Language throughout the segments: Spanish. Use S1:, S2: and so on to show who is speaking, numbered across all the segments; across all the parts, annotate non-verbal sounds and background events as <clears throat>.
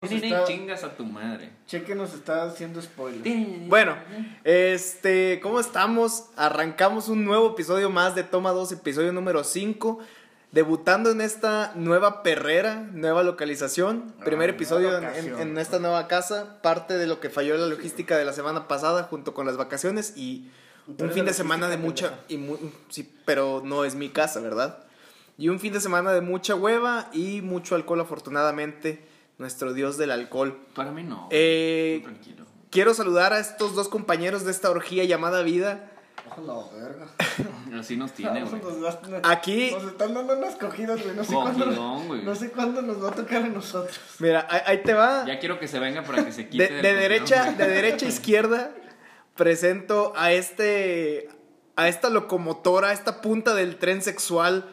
S1: Tienen ahí
S2: está-
S1: chingas a tu madre.
S2: Cheque nos está haciendo spoiler.
S3: Bueno, este, ¿cómo estamos? Arrancamos un nuevo episodio más de Toma 2, episodio número 5. Debutando en esta nueva perrera, nueva localización. Primer
S2: nueva
S3: episodio en- en,
S2: locación.
S3: en esta nueva casa. Parte de lo que falló la logística de la semana pasada junto con las vacaciones y un fin de semana de mucha. Y mu- sí, pero no es mi casa, ¿verdad? Y un fin de semana de mucha hueva y mucho alcohol, afortunadamente. Nuestro dios del alcohol.
S1: Para mí no.
S3: Eh,
S1: Tranquilo.
S3: Quiero saludar a estos dos compañeros de esta orgía llamada vida.
S2: A la verga.
S1: Así nos tiene, güey.
S2: Nos va-
S3: Aquí-
S2: Nos están dando unas cogidas, güey. No sé, cuándo,
S1: Cogidón, güey.
S2: no sé cuándo nos va a tocar a nosotros.
S3: Mira, ahí, ahí te va.
S1: Ya quiero que se venga para que se quite.
S3: De,
S1: del
S3: de
S1: cogidón,
S3: derecha,
S1: <laughs> güey.
S3: de derecha a izquierda, presento a este, a esta locomotora, a esta punta del tren sexual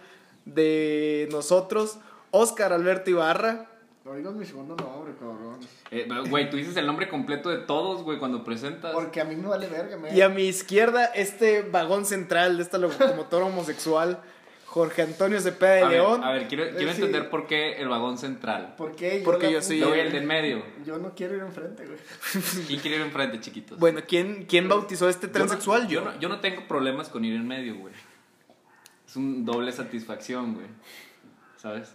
S3: de nosotros, Oscar Alberto Ibarra.
S2: No digas mi segundo nombre, cabrón.
S1: Eh, pero, Güey, tú dices el nombre completo de todos, güey, cuando presentas.
S2: Porque a mí me vale verga, me.
S3: Y a mi izquierda, este vagón central de
S1: <laughs>
S3: esta locomotora homosexual, Jorge Antonio Cepeda de
S1: a, ver,
S3: León.
S1: a ver, quiero, quiero
S2: eh, sí.
S1: entender por qué el vagón central.
S2: ¿Por qué?
S3: Porque
S2: la
S3: yo
S2: puta-
S3: soy- Sí,
S1: Yo voy
S3: eh.
S1: el de en medio.
S2: Yo no quiero ir enfrente, güey.
S1: ¿Quién quiere ir enfrente, chiquitos?
S3: Bueno, ¿quién, ¿quién bautizó este tren sexual?
S1: Yo no, yo no tengo problemas con ir en medio, güey. Es un doble satisfacción, güey. ¿Sabes?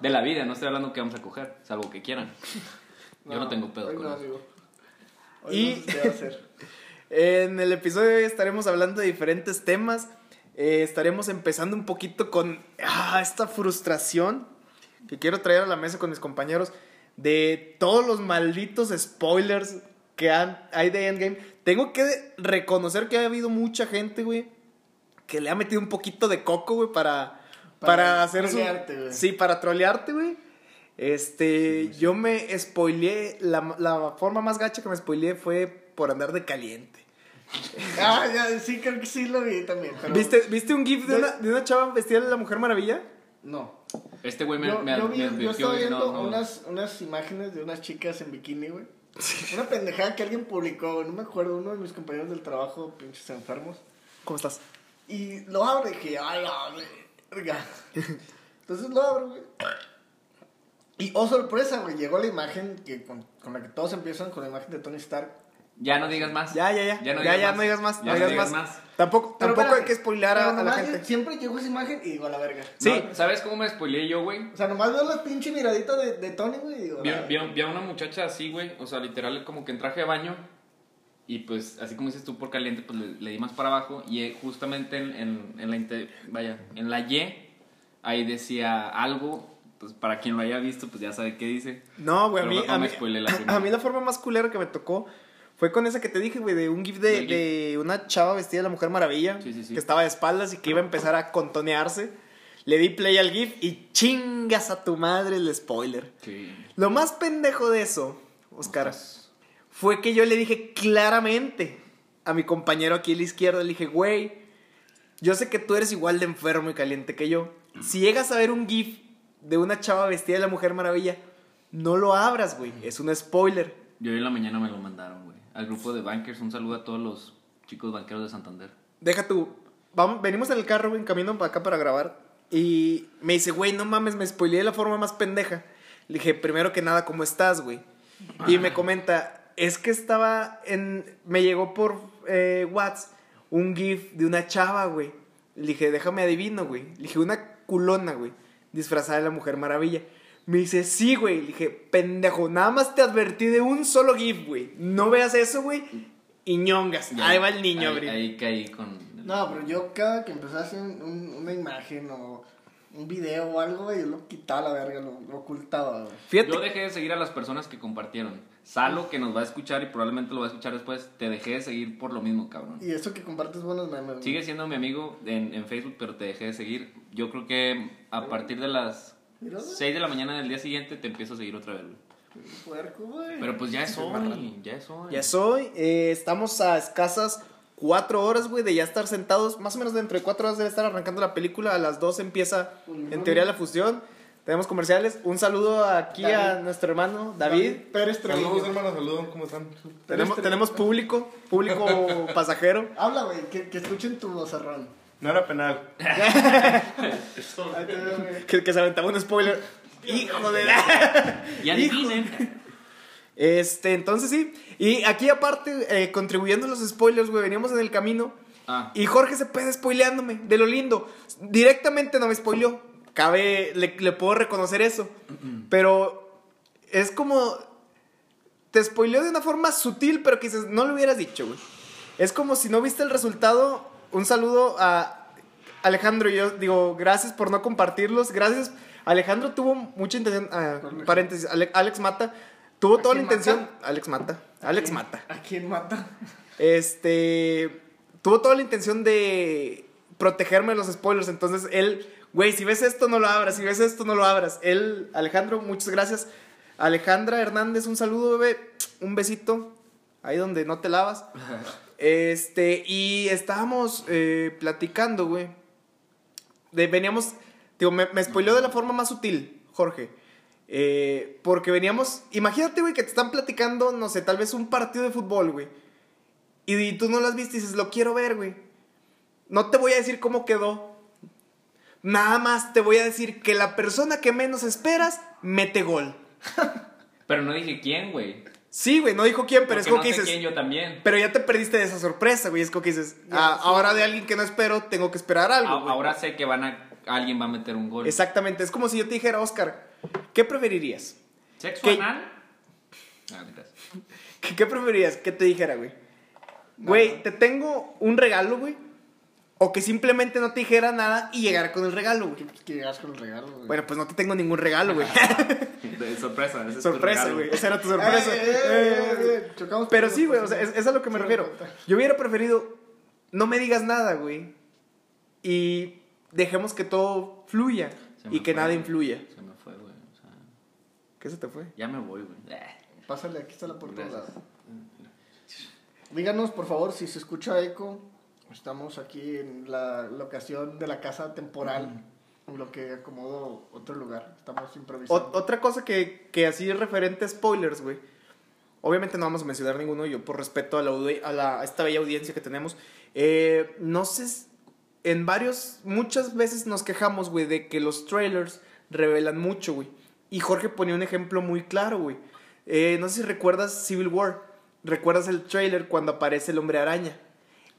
S1: De la vida, no estoy hablando que vamos a coger, salvo que quieran. Yo no tengo pedo
S2: hoy
S1: con
S2: no,
S1: eso.
S2: amigo. Hoy
S3: Y-
S2: no sé qué
S3: <laughs>
S2: hacer.
S3: En el episodio de hoy estaremos hablando de diferentes temas. Eh, estaremos empezando un poquito con ah, esta frustración que quiero traer a la mesa con mis compañeros de todos los malditos spoilers que han- hay de Endgame. Tengo que reconocer que ha habido mucha gente, güey, que le ha metido un poquito de coco, güey, para, para,
S2: Para
S3: hacer su...
S2: trolearte, güey.
S3: Sí, para trolearte, güey. Este, yo me spoileé, la, la forma más gacha que me spoileé fue por andar de caliente.
S2: Ah, ya, sí, creo que sí lo vi también. Pero...
S3: ¿Viste, ¿Viste un gif de una, de una chava vestida de la Mujer Maravilla?
S2: No.
S1: Este güey me,
S2: Yo,
S1: me-
S2: yo
S1: me
S2: vi- yo
S1: advirtió
S2: estaba
S1: y no,
S2: viendo
S1: no.
S2: Unas, unas imágenes de unas chicas en bikini, güey. Una pendejada que alguien publicó, güey, no me acuerdo, uno de mis compañeros del trabajo, pinches enfermos.
S3: ¿Cómo estás?
S2: Y lo abro y dije, ay, la verga. Entonces lo abro, güey. Y oh sorpresa, güey, llegó la imagen que con, con la que todos empiezan con la imagen de Tony Stark.
S1: Ya no digas más.
S3: Ya, ya, ya.
S1: Ah, Ya no
S3: ya,
S1: digas
S3: ya,
S1: más.
S3: no digas más.
S1: Ya
S3: no
S1: no
S3: digas
S1: digas
S3: más.
S1: más.
S3: Tampoiler
S2: Pero
S3: Tampoco hay
S2: espérate,
S3: que spoilear
S2: pero
S3: a, a la
S2: nomás
S3: gente.
S2: yo- siempre llegó esa imagen y digo, a la verga.
S3: Sí.
S1: No, ¿Sabes cómo me spoileé yo, güey?
S2: O sea, nomás veo la pinche miradita de, de Tony, güey, y digo,
S1: Vi,
S2: "A la
S1: vi-
S2: verga".
S1: vi a una muchacha así, güey. O sea, literal, como que en traje de baño. Y pues, así como dices tú, por caliente, pues le, le di más para abajo. Y eh, justamente en, en- en la, inte- vaya, en la Y, ahí decía algo. Pues para quien lo haya visto, pues ya sabe qué dice.
S3: No, güey, a
S1: Pero
S3: mí,
S1: mejor
S3: a,
S1: me
S3: mí,
S1: spoileé la
S3: a
S1: primera.
S3: mí la forma más culera que me tocó fue con esa que te dije, güey, de un gif de,
S1: Del gif.
S3: de una chava vestida de la Mujer Maravilla
S1: Sí, sí, sí.
S3: que estaba de espaldas y que iba a empezar a contonearse. Le di play al gif y chingas a tu madre el spoiler.
S1: Sí.
S3: Lo más pendejo de eso, Oscar, fue que yo le dije claramente a mi compañero aquí a la izquierda, le dije, güey, yo sé que tú eres igual de enfermo y caliente que yo. Si llegas a ver un GIF de una chava vestida de la Mujer Maravilla, no lo abras, güey, es un spoiler.
S1: Yo hoy en la mañana me lo mandaron, güey. Al grupo de bankers, un saludo a todos los chicos banqueros de Santander.
S3: Deja tu... Vamos, venimos en el carro, güey, en camino para acá para grabar. Y me dice, güey, no mames, me spoileé de la forma más pendeja. Le dije, primero que nada, ¿cómo estás, güey? Y
S1: Ah.
S3: me comenta, es que estaba en... Me llegó por eh, WhatsApp un GIF de una chava, güey. Le dije, déjame adivino, güey. Le dije, una culona, güey. Disfrazada de la Mujer Maravilla. Me dice, sí, güey. Le dije, pendejo, nada más te advertí de un solo GIF, güey. No veas eso, güey. Y ñongas.
S1: Ya,
S3: Ahí va el niño,
S1: ahí,
S3: güey.
S1: ahí caí con.
S2: No, pero yo cada que empezaba a hacer un- un- una imagen o un video o algo, güey, yo lo quitaba a la verga, lo, lo ocultaba, güey.
S3: Fíjate,
S1: Yo dejé de seguir a las personas que compartieron. Salo, que nos va a escuchar y probablemente lo va a escuchar después, te dejé de seguir por lo mismo, cabrón.
S2: Y eso que compartes buenos memes, güey.
S1: Sigue siendo mi amigo en, en Facebook, pero te dejé de seguir. Yo creo que a partir de las
S2: Mira, güey.
S1: 6 de la mañana del día siguiente te empiezo a seguir otra vez. güey.
S2: Puerco, güey.
S1: Pero pues ya es hoy, ya es hoy.
S3: ya soy. eh, estamos a escasas cuatro horas, güey, de ya estar sentados. Más o menos dentro de cuatro horas debe estar arrancando la película. A las dos empieza, en teoría, la fusión. Tenemos comerciales. Un saludo aquí a
S2: David.
S3: nuestro hermano David.
S2: Pérez
S4: Saludos,
S2: Treviño.
S4: hermanos, saludos, ¿cómo están?
S3: Tenemos, tenemos público, público pasajero.
S2: Habla, güey, que, que escuchen tu vozarrón.
S4: No era penal.
S2: Ahí te veo, güey.
S3: Que, que se aventaba un spoiler. Hijo de la...
S1: Y adivinen.
S3: Este, entonces sí. Y aquí aparte, eh, contribuyendo a los spoilers, güey, veníamos en el camino.
S1: Ah.
S3: Y Jorge se pega spoileándome, de lo lindo. Directamente no me spoileó. Cabe, le, le puedo reconocer eso. Pero es como. Te spoileó de una forma sutil, pero que dices, no lo hubieras dicho, güey. Es como si no viste el resultado. Un saludo a Alejandro. Yo digo, gracias por no compartirlos. Gracias. Alejandro tuvo mucha intención. ah,
S2: Alejandro.
S3: paréntesis, Ale- Alex Mata. Tuvo
S2: ¿A
S3: toda la
S2: quién mata?
S3: intención. Alex Mata. Alex Mata.
S2: ¿A quién mata?
S3: Este. Tuvo toda la intención de protegerme de los spoilers. Entonces él, güey, si ves esto, no lo abras. Si ves esto, no lo abras. Él, Alejandro, muchas gracias. Alejandra Hernández, un saludo, bebé. Un besito. Ahí donde no te lavas. Este, y estábamos eh, platicando, güey. De- veníamos, digo, me, me spoileó de la forma más sutil, Jorge. Eh, porque veníamos, imagínate, güey, que te están platicando, no sé, tal vez un partido de fútbol, güey. Y, y tú no las viste y dices, lo quiero ver, güey. No te voy a decir cómo quedó. Nada más te voy a decir que la persona que menos esperas mete gol.
S1: Pero no dije quién, güey.
S3: Sí, güey, no dijo quién, pero es
S1: Porque
S3: como
S1: no
S3: que
S1: sé
S3: dices.
S1: quién yo también.
S3: Pero ya te perdiste de esa sorpresa, güey. Es como que dices,
S2: Ya,
S3: "Ah,
S2: sí.
S3: ahora de alguien que no espero, tengo que esperar algo.
S1: A-
S3: güey".
S1: ahora sé que van a alguien va a meter un gol.
S3: Exactamente. Es como si yo te dijera, Oscar, ¿qué preferirías? <laughs>
S1: ¿Sexo
S3: ¿Qué?
S1: anal? Ah,
S3: <laughs>
S1: gracias.
S3: ¿Qué, qué preferirías que te dijera, güey? Güey, te tengo un regalo, güey. O que simplemente no te dijera nada y llegar con el regalo, güey.
S2: Que llegas con pues, el regalo, güey.
S3: Bueno, pues no te tengo ningún regalo, güey. <laughs>
S1: De- sorpresa, ese es tu
S3: sorpresa,
S1: regalo.
S3: güey. Esa era tu sorpresa.
S2: Eh, eh, eh, eh, eh, chocamos
S3: Pero
S2: con
S3: sí, güey, o
S2: los
S3: sea, es, es a lo que me
S2: Sí,
S3: refiero.
S2: güey.
S3: Yo hubiera preferido, no me digas nada, güey. Y dejemos que todo fluya
S1: Se me
S3: y que
S1: fue,
S3: nada
S1: güey.
S3: influya.
S1: Se me fue, güey. o sea,
S3: ¿Qué se te fue?
S1: ya me voy, güey. Eh,
S2: Pásale, aquí está la puerta.
S1: Gracias.
S2: Díganos, por favor, si se escucha eco. Estamos aquí en la locación de la casa temporal. Lo que acomodo otro lugar. Estamos
S3: O-
S2: improvisando.
S3: otra cosa que, que así referente a spoilers, güey. Obviamente no vamos a mencionar ninguno, yo por respeto a, la, audi- a, la- a esta bella audiencia que tenemos. Eh, no sé, s- en varios, muchas veces nos quejamos, güey, de que los trailers revelan mucho, güey. Y Jorge ponía un ejemplo muy claro, güey. Eh, no sé si recuerdas Civil War, recuerdas el trailer cuando aparece el hombre araña.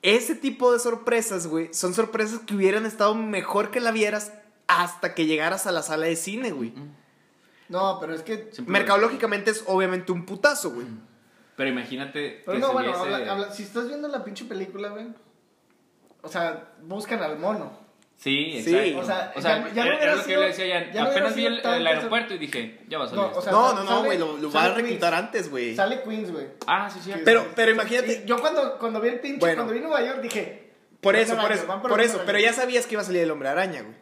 S3: Ese tipo de sorpresas, güey, son sorpresas que hubieran estado mejor que la vieras hasta que llegaras a la sala de cine, güey.
S2: no, pero es que.
S1: siempre-
S3: Mercadológicamente es obviamente un putazo, güey.
S2: Mm.
S1: Pero imagínate
S2: Pero
S1: que
S2: no,
S1: se
S2: bueno,
S1: hubiese-
S2: habla- habla- si estás viendo la pinche película, güey. O sea, buscan al mono.
S1: Sí,
S3: Sí.
S1: exacto.
S2: O sea,
S1: O sea,
S2: ya- ya no
S1: era,
S2: hubiera
S1: era lo que yo
S2: sido-
S1: le decía ya.
S2: ya no hubiera
S1: apenas vi
S2: sido
S1: el,
S2: tan
S1: el
S2: que-
S1: aeropuerto y dije, ya va a salir.
S2: No, o
S1: esto.
S2: sea,
S3: No,
S2: sale-
S3: no, no, güey, lo,
S2: sale
S3: lo va a
S2: Queens.
S3: reclutar antes, güey.
S2: Sale Queens, güey.
S1: ah, sí, sí.
S3: Pero- pero imagínate-
S2: Y Yo cuando, cuando vi el pinche,
S3: Bueno.
S2: cuando vi Nueva York dije.
S3: Por
S2: van
S3: eso,
S2: para
S3: por
S2: allá,
S3: eso,
S2: van
S3: por
S2: para
S3: eso.
S2: allá.
S3: Pero ya sabías que iba a salir el hombre araña, güey.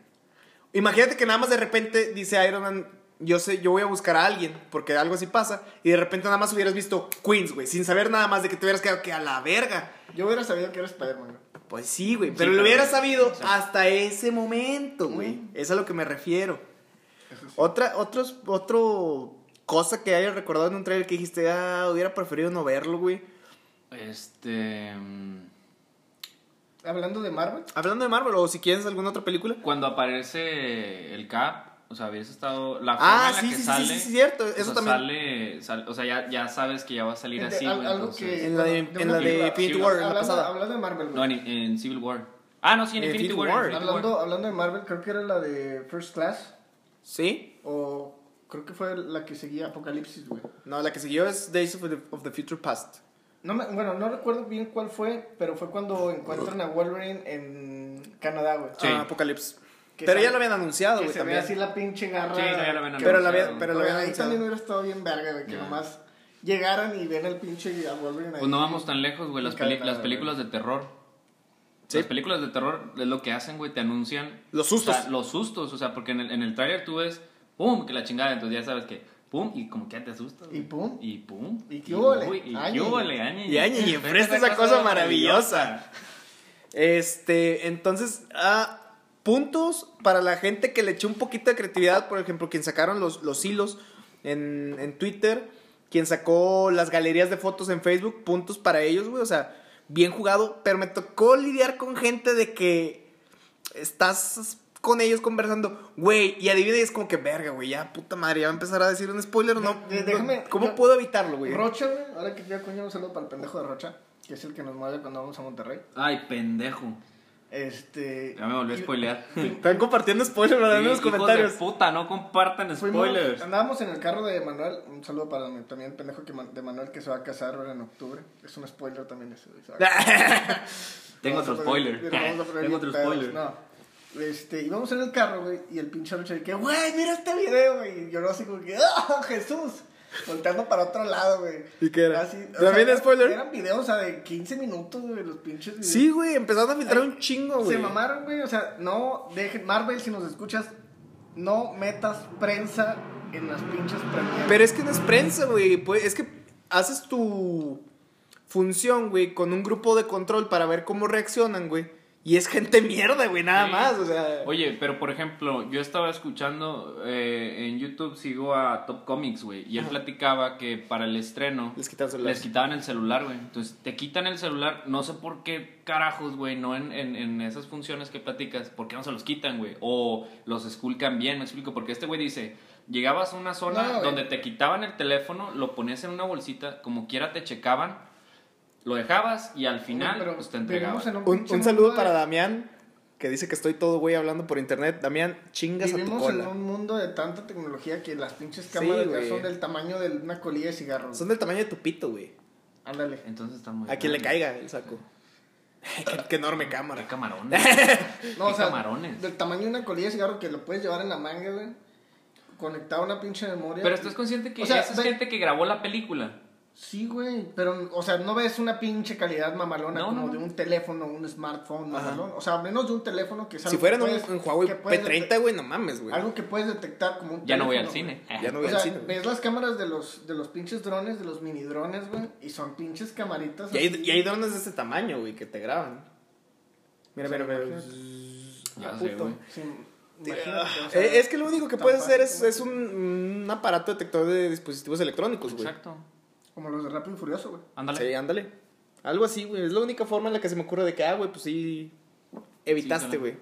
S3: Imagínate que nada más de repente dice Iron Man, yo sé, yo voy a buscar a alguien, porque algo así pasa, y de repente nada más hubieras visto Queens, güey, sin saber nada más de que te hubieras quedado que a la verga.
S2: Yo hubiera sabido que era Spider-Man, güey.
S3: Pues sí, güey,
S1: Sí,
S3: pero lo
S1: pero-
S3: hubieras sabido
S1: exacto.
S3: hasta ese momento, güey.
S2: Mm.
S3: Es a lo que me refiero. Otra, otros, otro cosa que hayas recordado en un trailer que dijiste, ah, hubiera preferido no verlo, güey.
S1: Este. mm,
S2: Hablando de Marvel.
S3: Hablando de Marvel, o si quieres alguna otra película.
S1: Cuando aparece el Cap, o sea, hubiese estado. La forma
S3: Ah,
S1: en la
S3: sí,
S1: que
S3: sí, sí,
S1: sale.
S3: sí, sí, cierto.
S1: o
S3: Eso
S1: sea,
S3: también.
S1: Sale, sale- o sea, ya, ya sabes que ya va a salir así,
S2: Este, Al-
S1: güey.
S2: algo
S1: entonces-
S2: que-
S3: En la de-
S2: bueno,
S3: en
S2: una
S3: la de
S2: película.
S3: Infinity
S1: Sí,
S3: War, en la
S2: hablando,
S3: pasada.
S2: hablando de Marvel, güey.
S1: No, en, en Civil War. Ah, no, sí, en
S3: En
S1: Infinity
S3: Infinity
S1: War.
S3: War.
S1: en Infinity War.
S2: hablando, hablando de Marvel, creo que era la de First Class.
S3: ¿Sí?
S2: O creo que fue la que seguía Apocalipsis, güey.
S3: No, la que siguió es Days of the, of the Future Past.
S2: No me- bueno, no recuerdo bien cuál fue, pero fue cuando encuentran a Wolverine en Canadá, güey.
S1: Sí.
S3: Ah, Apocalipsis.
S2: Que
S3: Pero
S2: sale-
S3: ya lo habían anunciado,
S2: que
S3: güey,
S2: se ve
S3: también.
S2: así la pinche garra.
S1: Sí, no, ya lo habían
S3: Pero la
S1: anunciado.
S3: habían- pero- lo
S2: Oye, Ahí
S3: anunciado.
S2: también hubiera estado bien verga, güey, que
S1: Ya.
S2: nomás llegaran y ven al pinche a Wolverine ahí.
S1: Pues no vamos tan lejos, güey. Las, peli-
S2: Encadenada,
S1: las películas de terror.
S3: Sí.
S1: Las películas de terror es lo que hacen, güey. Te anuncian.
S3: Los sustos.
S1: O sea, los sustos. O sea, porque en el, en el tráiler tú ves. ¡Pum! Que la chingada. Entonces ya sabes que. ¡Pum! Y como que ya te asustas.
S2: Y
S1: güey.
S2: pum.
S1: Y pum.
S2: Y qué huele,
S1: uy, Y
S2: añe.
S1: qué huele, añe.
S3: Y <laughs> añe, y enfrenta esa cosa maravillosa. Este, entonces, ah, puntos para la gente que le echó un poquito de creatividad, por ejemplo, quien sacaron los, los hilos en, en Twitter, quien sacó las galerías de fotos en Facebook, puntos para ellos, güey, o sea, bien jugado, pero me tocó lidiar con gente de que estás con ellos conversando, güey, y adivina y es como que verga, güey, ya puta madre, ya va a empezar a decir un spoiler, ¿no?
S2: De- de- déjame-
S3: ¿Cómo
S2: yo-
S3: puedo evitarlo, güey?
S2: Rocha, güey, ahora que ya coño un saludo para el pendejo de Rocha, que es el que nos mueve cuando vamos a Monterrey.
S1: Ay, pendejo.
S2: Este.
S1: Ya me volví a
S2: y- <laughs>
S1: spoilear.
S3: Están compartiendo spoilers, ¿verdad? en los
S1: Sí, hijos
S3: comentarios.
S1: de puta, no compartan
S2: fuimos-
S1: spoilers.
S2: Andábamos en el carro de Manuel. Un saludo para mi- también el pendejo que, man- de Manuel que se va a casar ahora en octubre. Es un spoiler también ese. güey, se va a casar.
S1: Tengo
S2: Vamos a
S1: otro
S2: poner-
S1: spoiler.
S2: vamos a poner
S1: <laughs> Tengo
S2: bien
S1: otro
S2: pedos,
S1: spoiler.
S2: No. Este, íbamos en el carro, güey, y el pinche Rocha de que, güey, mira este video, güey. Y yo así como que, ¡ah, Jesús! Volteando para otro lado, güey.
S3: ¿Y qué era?
S2: Así, o
S3: ¿También
S2: sea,
S3: spoiler?
S2: Eran videos, o sea, de 15 minutos, güey, los pinches videos.
S3: <laughs> Sí, güey, empezaron a filtrar un chingo, güey.
S2: Se mamaron, güey. O sea, no dejen. Marvel, si nos escuchas, no metas prensa en las pinches premieres.
S3: Pero es que no es prensa, güey. pues, Es que haces tu función, güey, con un grupo de control para ver cómo reaccionan, güey. Y es gente mierda, güey, nada
S1: Sí.
S3: más. O sea,
S1: Oye, pero por ejemplo, yo estaba escuchando eh, en YouTube, sigo a Top Comics, güey, y él platicaba que para el estreno
S3: les quitan
S1: les
S3: celular.
S1: quitaban el celular, güey. Entonces te quitan el celular, no sé por qué carajos, güey, no en, en, en esas funciones que platicas, ¿por qué no se los quitan, güey? O los esculcan bien, me explico, porque este güey dice, llegabas a una
S2: No, eh.
S1: zona
S2: güey.
S1: donde te quitaban el teléfono, lo ponías en una bolsita, como quiera te checaban, lo dejabas y al final
S2: Pero
S1: pues te
S2: vivimos en
S1: entregaban.
S3: Un,
S2: pinche
S3: un saludo
S2: mundo
S3: para
S2: de-
S3: Damián, que dice que estoy todo, güey, hablando por internet. Damián, chingas a tu
S2: Vivimos en
S3: cola.
S2: un mundo de tanta tecnología que las pinches
S3: Sí,
S2: cámaras ya
S3: güey.
S2: son del tamaño de una colilla de cigarros.
S3: Son del tamaño de tu pito, güey.
S2: Ándale.
S1: Entonces está muy
S3: A quien le
S1: grande.
S3: caiga el saco. <laughs> qué, qué enorme cámara.
S1: Qué camarones.
S3: <laughs> Eh,
S2: No, o
S1: Qué
S2: sea,
S1: camarones.
S2: del tamaño de una colilla de cigarro que lo puedes llevar en la manga, güey. Conectado a una pinche memoria.
S1: Pero estás consciente que
S2: O sea,
S1: esa es
S2: ve-
S1: gente que grabó la película.
S2: Sí, güey, pero, o sea, no ves una pinche calidad mamalona
S1: No,
S2: como
S1: no, no.
S2: de un teléfono, un smartphone mamalón. O sea, menos de un teléfono que es
S3: Si
S2: algo
S3: fueran
S2: que
S3: un,
S2: puedes-
S3: un Huawei
S2: que puedes
S3: P30, güey, no mames,
S2: detec-
S3: güey.
S2: Algo que puedes detectar como un
S1: Ya no voy al
S2: teléfono,
S1: cine. Eh,
S2: güey.
S3: Ya no voy
S2: o
S3: al
S2: sea,
S3: cine. güey.
S2: ves las cámaras de los, de los pinches drones, de los mini drones, güey, y son pinches camaritas.
S3: Y hay,
S2: así.
S3: y hay drones de ese tamaño, güey, que te graban. Mira,
S2: O sea,
S3: mira, mira.
S2: imagínate.
S1: Ya
S3: Ah,
S1: sé,
S3: puto.
S1: güey.
S2: Sí,
S3: Ah,
S2: imagínate, o sea,
S3: eh, es que lo único que
S2: tan
S3: puedes hacer es,
S2: fácil,
S3: es un, un aparato detector de dispositivos electrónicos, Pues, güey.
S1: Exacto.
S2: Como los de Rápido y Furioso, güey.
S1: Ándale.
S3: Sí, ándale. Algo así, güey. Es la única forma en la que se me ocurre de que, ah, güey, pues sí. Evitaste,
S1: Sí,
S3: güey.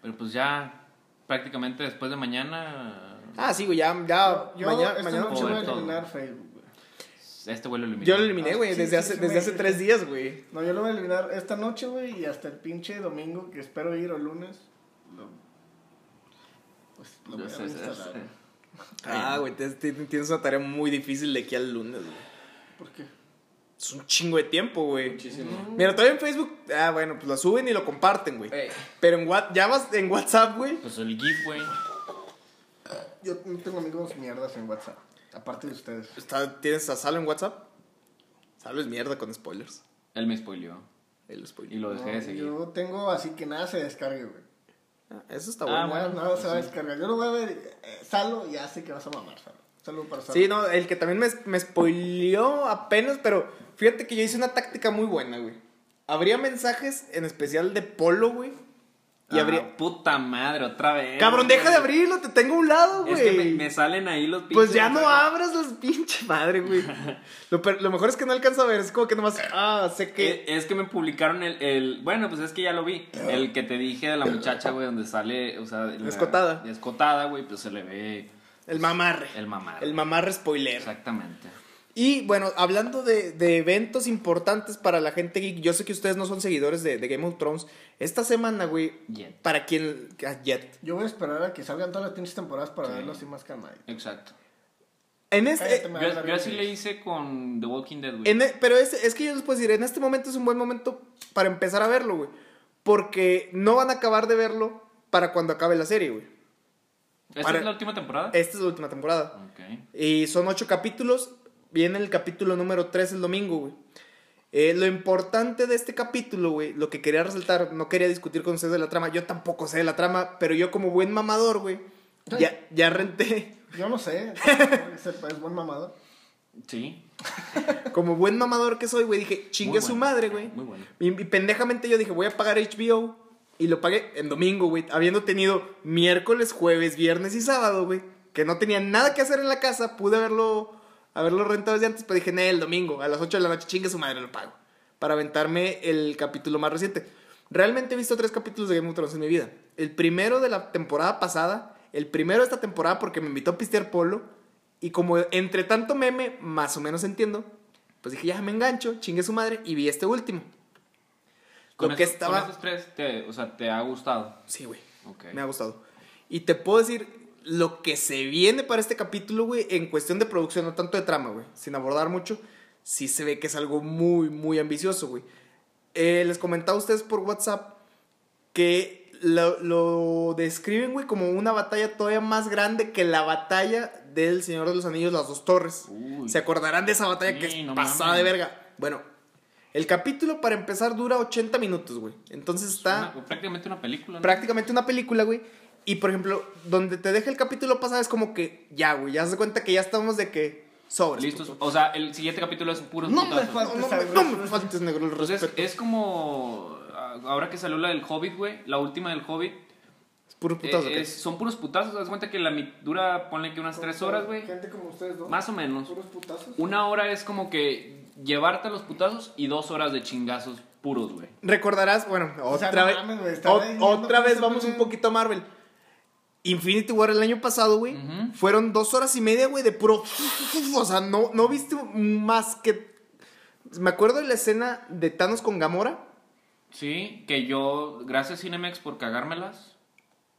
S1: Pero pues ya prácticamente después de mañana
S3: ah, sí, güey, ya, ya.
S2: yo
S3: mañana,
S2: esta
S3: mañana.
S2: noche
S1: Joder,
S2: voy a
S1: todo.
S2: eliminar Facebook, güey.
S1: este güey lo eliminó.
S3: Yo lo eliminé, güey,
S2: Ah, sí,
S3: desde,
S2: sí,
S3: hace,
S2: sí,
S3: desde
S2: me
S3: hace
S2: dijiste.
S3: tres días, güey.
S2: No, yo lo voy a eliminar esta noche, güey, y hasta el pinche domingo, que espero ir o lunes. Lo, pues lo voy
S1: Yo
S2: a
S1: sé, sé,
S2: reinstalar.
S1: sé.
S3: Ah, güey, te- te- tienes una tarea muy difícil de aquí al lunes, güey.
S2: ¿Por qué?
S3: Es un chingo de tiempo, güey.
S1: Muchísimo.
S3: Mira, todavía en Facebook, ah, bueno, pues lo suben y lo comparten, güey.
S1: Ey.
S3: Pero en, What- ya vas en WhatsApp, güey.
S1: Pues el GIF, güey.
S2: Yo tengo amigos mierdas en WhatsApp, aparte de ustedes.
S3: Está- ¿Tienes a Salo en WhatsApp? Salo es mierda con spoilers.
S1: Él me spoileó.
S3: Él lo spoilea.
S1: Y lo dejé de
S2: No,
S1: seguir.
S2: yo tengo así que nada se descargue, güey.
S3: Ah, eso está
S1: Ah,
S3: bueno.
S2: Nada,
S1: bueno,
S2: nada se va a
S1: pues sí.
S2: descargar. Yo lo voy a ver, eh, Salo, ya sé que vas a mamar, Salo. Saludo para Salo.
S3: Sí, no, el que también me, me spoileó apenas, pero fíjate que yo hice una táctica muy buena, güey. Habría mensajes en especial de Polo, güey. Y
S1: Ah,
S3: habría...
S1: puta madre, otra vez.
S3: Cabrón, deja
S1: güey.
S3: de abrirlo, te tengo a un lado, güey.
S1: Es que me, me salen ahí los
S3: Pues
S1: pinches-
S3: ya no abras las pinche madre, güey. <laughs> Lo, per- lo mejor es que no alcanza a ver, es como que nomás, ah, sé
S1: Eh,
S3: que...
S1: Es que me publicaron el, el- Bueno, pues es que ya lo vi. El que te dije de la muchacha, güey, donde sale. O sea, la-
S3: Escotada.
S1: Escotada, güey, pues se le ve
S3: El mamarre.
S1: el mamá.
S3: El mamarre spoiler.
S1: Exactamente.
S3: Y bueno, hablando de, de eventos importantes para la gente geek, yo sé que ustedes no son seguidores de, de Game of Thrones. Esta semana, güey,
S1: Jet.
S3: para quien. ah, Jet.
S2: Yo voy a esperar a que salgan todas las pinches temporadas para
S1: Sí.
S2: verlo así más calmado.
S1: Exacto.
S3: En este.
S2: Cállate, me va a
S1: Yo,
S2: dar
S1: yo así
S2: bien.
S1: le hice con The Walking Dead, güey.
S3: en e- pero es, es que yo les puedo decir, en este momento es un buen momento para empezar a verlo, güey. Porque no van a acabar de verlo para cuando acabe la serie, güey.
S1: ¿Esta
S3: para-
S1: es la última temporada?
S3: Esta es la última temporada.
S1: Ok.
S3: Y son ocho capítulos. Viene el capítulo número tres el domingo, güey. Eh, lo importante de este capítulo, güey, lo que quería resaltar, no quería discutir con ustedes de la trama. Yo tampoco sé de la trama, pero yo como buen mamador, güey, ya, ya renté.
S2: Yo no sé,
S1: <laughs>
S2: es, es buen mamador.
S1: Sí.
S3: Como buen mamador que soy, güey, dije,
S1: Muy
S3: chingue a su
S1: bueno,
S3: madre, güey.
S1: Muy bueno.
S3: Y, y pendejamente yo dije, voy a pagar HBO. Y lo pagué en domingo, güey. Habiendo tenido miércoles, jueves, viernes y sábado, güey. Que no tenía nada que hacer en la casa. Pude haberlo, haberlo rentado desde antes. Pero dije, nee, el domingo, a las 8 de la noche, chingue su madre, lo pago. Para aventarme el capítulo más reciente. Realmente he visto tres capítulos de Game of Thrones en mi vida. El primero de la temporada pasada, el primero de esta temporada porque me invitó a pistear polo. Y como entre tanto meme, más o menos entiendo, pues dije, ya me engancho, chingue su madre, y vi este último.
S1: Con,
S3: Lo que
S1: esos-
S3: estaba-
S1: con esos tres, te, o sea, te ha gustado.
S3: Sí, güey.
S1: Ok.
S3: Me ha gustado. Y te puedo decir lo que se viene para este capítulo, güey, en cuestión de producción, no tanto de trama, güey, sin abordar mucho, sí se ve que es algo muy, muy ambicioso, güey. Eh, les comentaba a ustedes por WhatsApp que lo, lo describen, güey, como una batalla todavía más grande que la batalla del Señor de los Anillos, las dos torres.
S1: Uy.
S3: ¿Se acordarán de esa batalla que
S1: Sí,
S3: es
S1: no
S3: pasada
S1: mames.
S3: de verga? Bueno, el capítulo para empezar dura 80 minutos, güey. Entonces está...
S1: Una- prácticamente una película. ¿no?
S3: prácticamente una película, güey. Y por ejemplo, donde te deja el capítulo pasado es como que ya, güey, ya se cuenta que ya estamos de que sobres.
S1: Listos.
S3: puto.
S1: O sea, el siguiente capítulo es puros
S2: No me
S1: putazos.
S2: falta-
S3: No, no, me- no me faltes, negro, el
S1: Entonces,
S3: respeto.
S1: es como. ah, Ahora que salió la del Hobbit, güey. La última del Hobbit.
S3: Es puro putazo,
S1: eh,
S3: ¿qué?
S1: es- son puros putazos. Te das cuenta que la mi- dura, ponle que unas tres horas, güey.
S2: Gente como ustedes dos.
S1: Más o menos.
S2: Puros putazos.
S1: Una hora es como que llevarte a los putazos y dos horas de chingazos puros, güey.
S3: Recordarás, bueno,
S2: O sea,
S3: otra
S2: no
S3: vez.
S2: mames, güey, estaba
S3: ot-
S2: diciendo
S3: Otra
S2: cómo
S3: vez
S2: se
S3: vamos
S2: pone-
S3: un poquito a Marvel. Infinity War el año pasado, güey.
S1: Ujú.
S3: Fueron dos horas y media, güey, de puro. O sea, no, no viste más que. Me acuerdo de la escena de Thanos con Gamora.
S1: Sí, que yo. Gracias, Cinemex, por cagármelas.